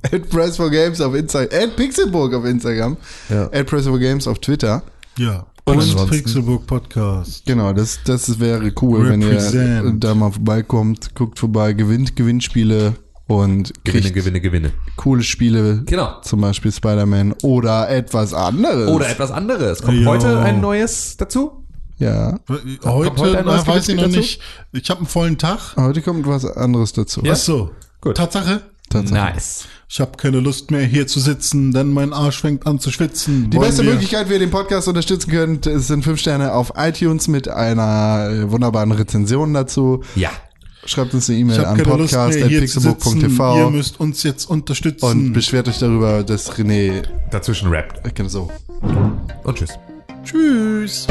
Speaker 1: at Press for Games auf Instagram. At Pixelburg auf Instagram.
Speaker 3: Ja.
Speaker 1: At Press for Games auf Twitter.
Speaker 2: Ja.
Speaker 1: Und
Speaker 2: Und
Speaker 1: ansonsten-
Speaker 2: Pixelburg Podcast.
Speaker 1: Genau, das, das wäre cool, wenn ihr
Speaker 2: Represent.
Speaker 1: da mal vorbeikommt. Guckt vorbei, gewinnt Gewinnspiele und
Speaker 3: Gewinne,
Speaker 1: kriegt
Speaker 3: Gewinne, Gewinne.
Speaker 1: coole Spiele.
Speaker 3: Genau.
Speaker 1: Zum Beispiel Spider-Man oder etwas anderes.
Speaker 3: Oder etwas anderes. Kommt
Speaker 2: Ja.
Speaker 3: heute ein neues dazu?
Speaker 1: ja.
Speaker 2: äh, Heute,
Speaker 3: heute ein
Speaker 2: na,
Speaker 3: neues
Speaker 2: weiß ich
Speaker 3: Gewinnspiel
Speaker 2: noch
Speaker 3: dazu?
Speaker 2: nicht. Ich habe einen vollen Tag.
Speaker 1: Heute kommt was anderes dazu.
Speaker 2: Ach so.
Speaker 3: Gut.
Speaker 2: Tatsache,
Speaker 3: Nice.
Speaker 2: ich habe keine Lust mehr hier zu sitzen, denn mein Arsch fängt an zu schwitzen.
Speaker 1: Die
Speaker 2: Wollen
Speaker 1: beste
Speaker 2: wir-
Speaker 1: Möglichkeit, wie ihr den Podcast unterstützen könnt, ist, sind fünf Sterne auf iTunes mit einer äh, wunderbaren Rezension dazu.
Speaker 3: Ja.
Speaker 1: Schreibt uns eine
Speaker 2: Ich
Speaker 1: E-Mail an
Speaker 2: habe keine Lust mehr hier zu sitzen. Ihr
Speaker 1: podcast.pixelbook.tv
Speaker 2: müsst uns jetzt unterstützen.
Speaker 1: und beschwert euch darüber, dass René genau
Speaker 3: Dazwischen rappt.
Speaker 1: äh, so
Speaker 3: Und tschüss.
Speaker 2: Tschüss.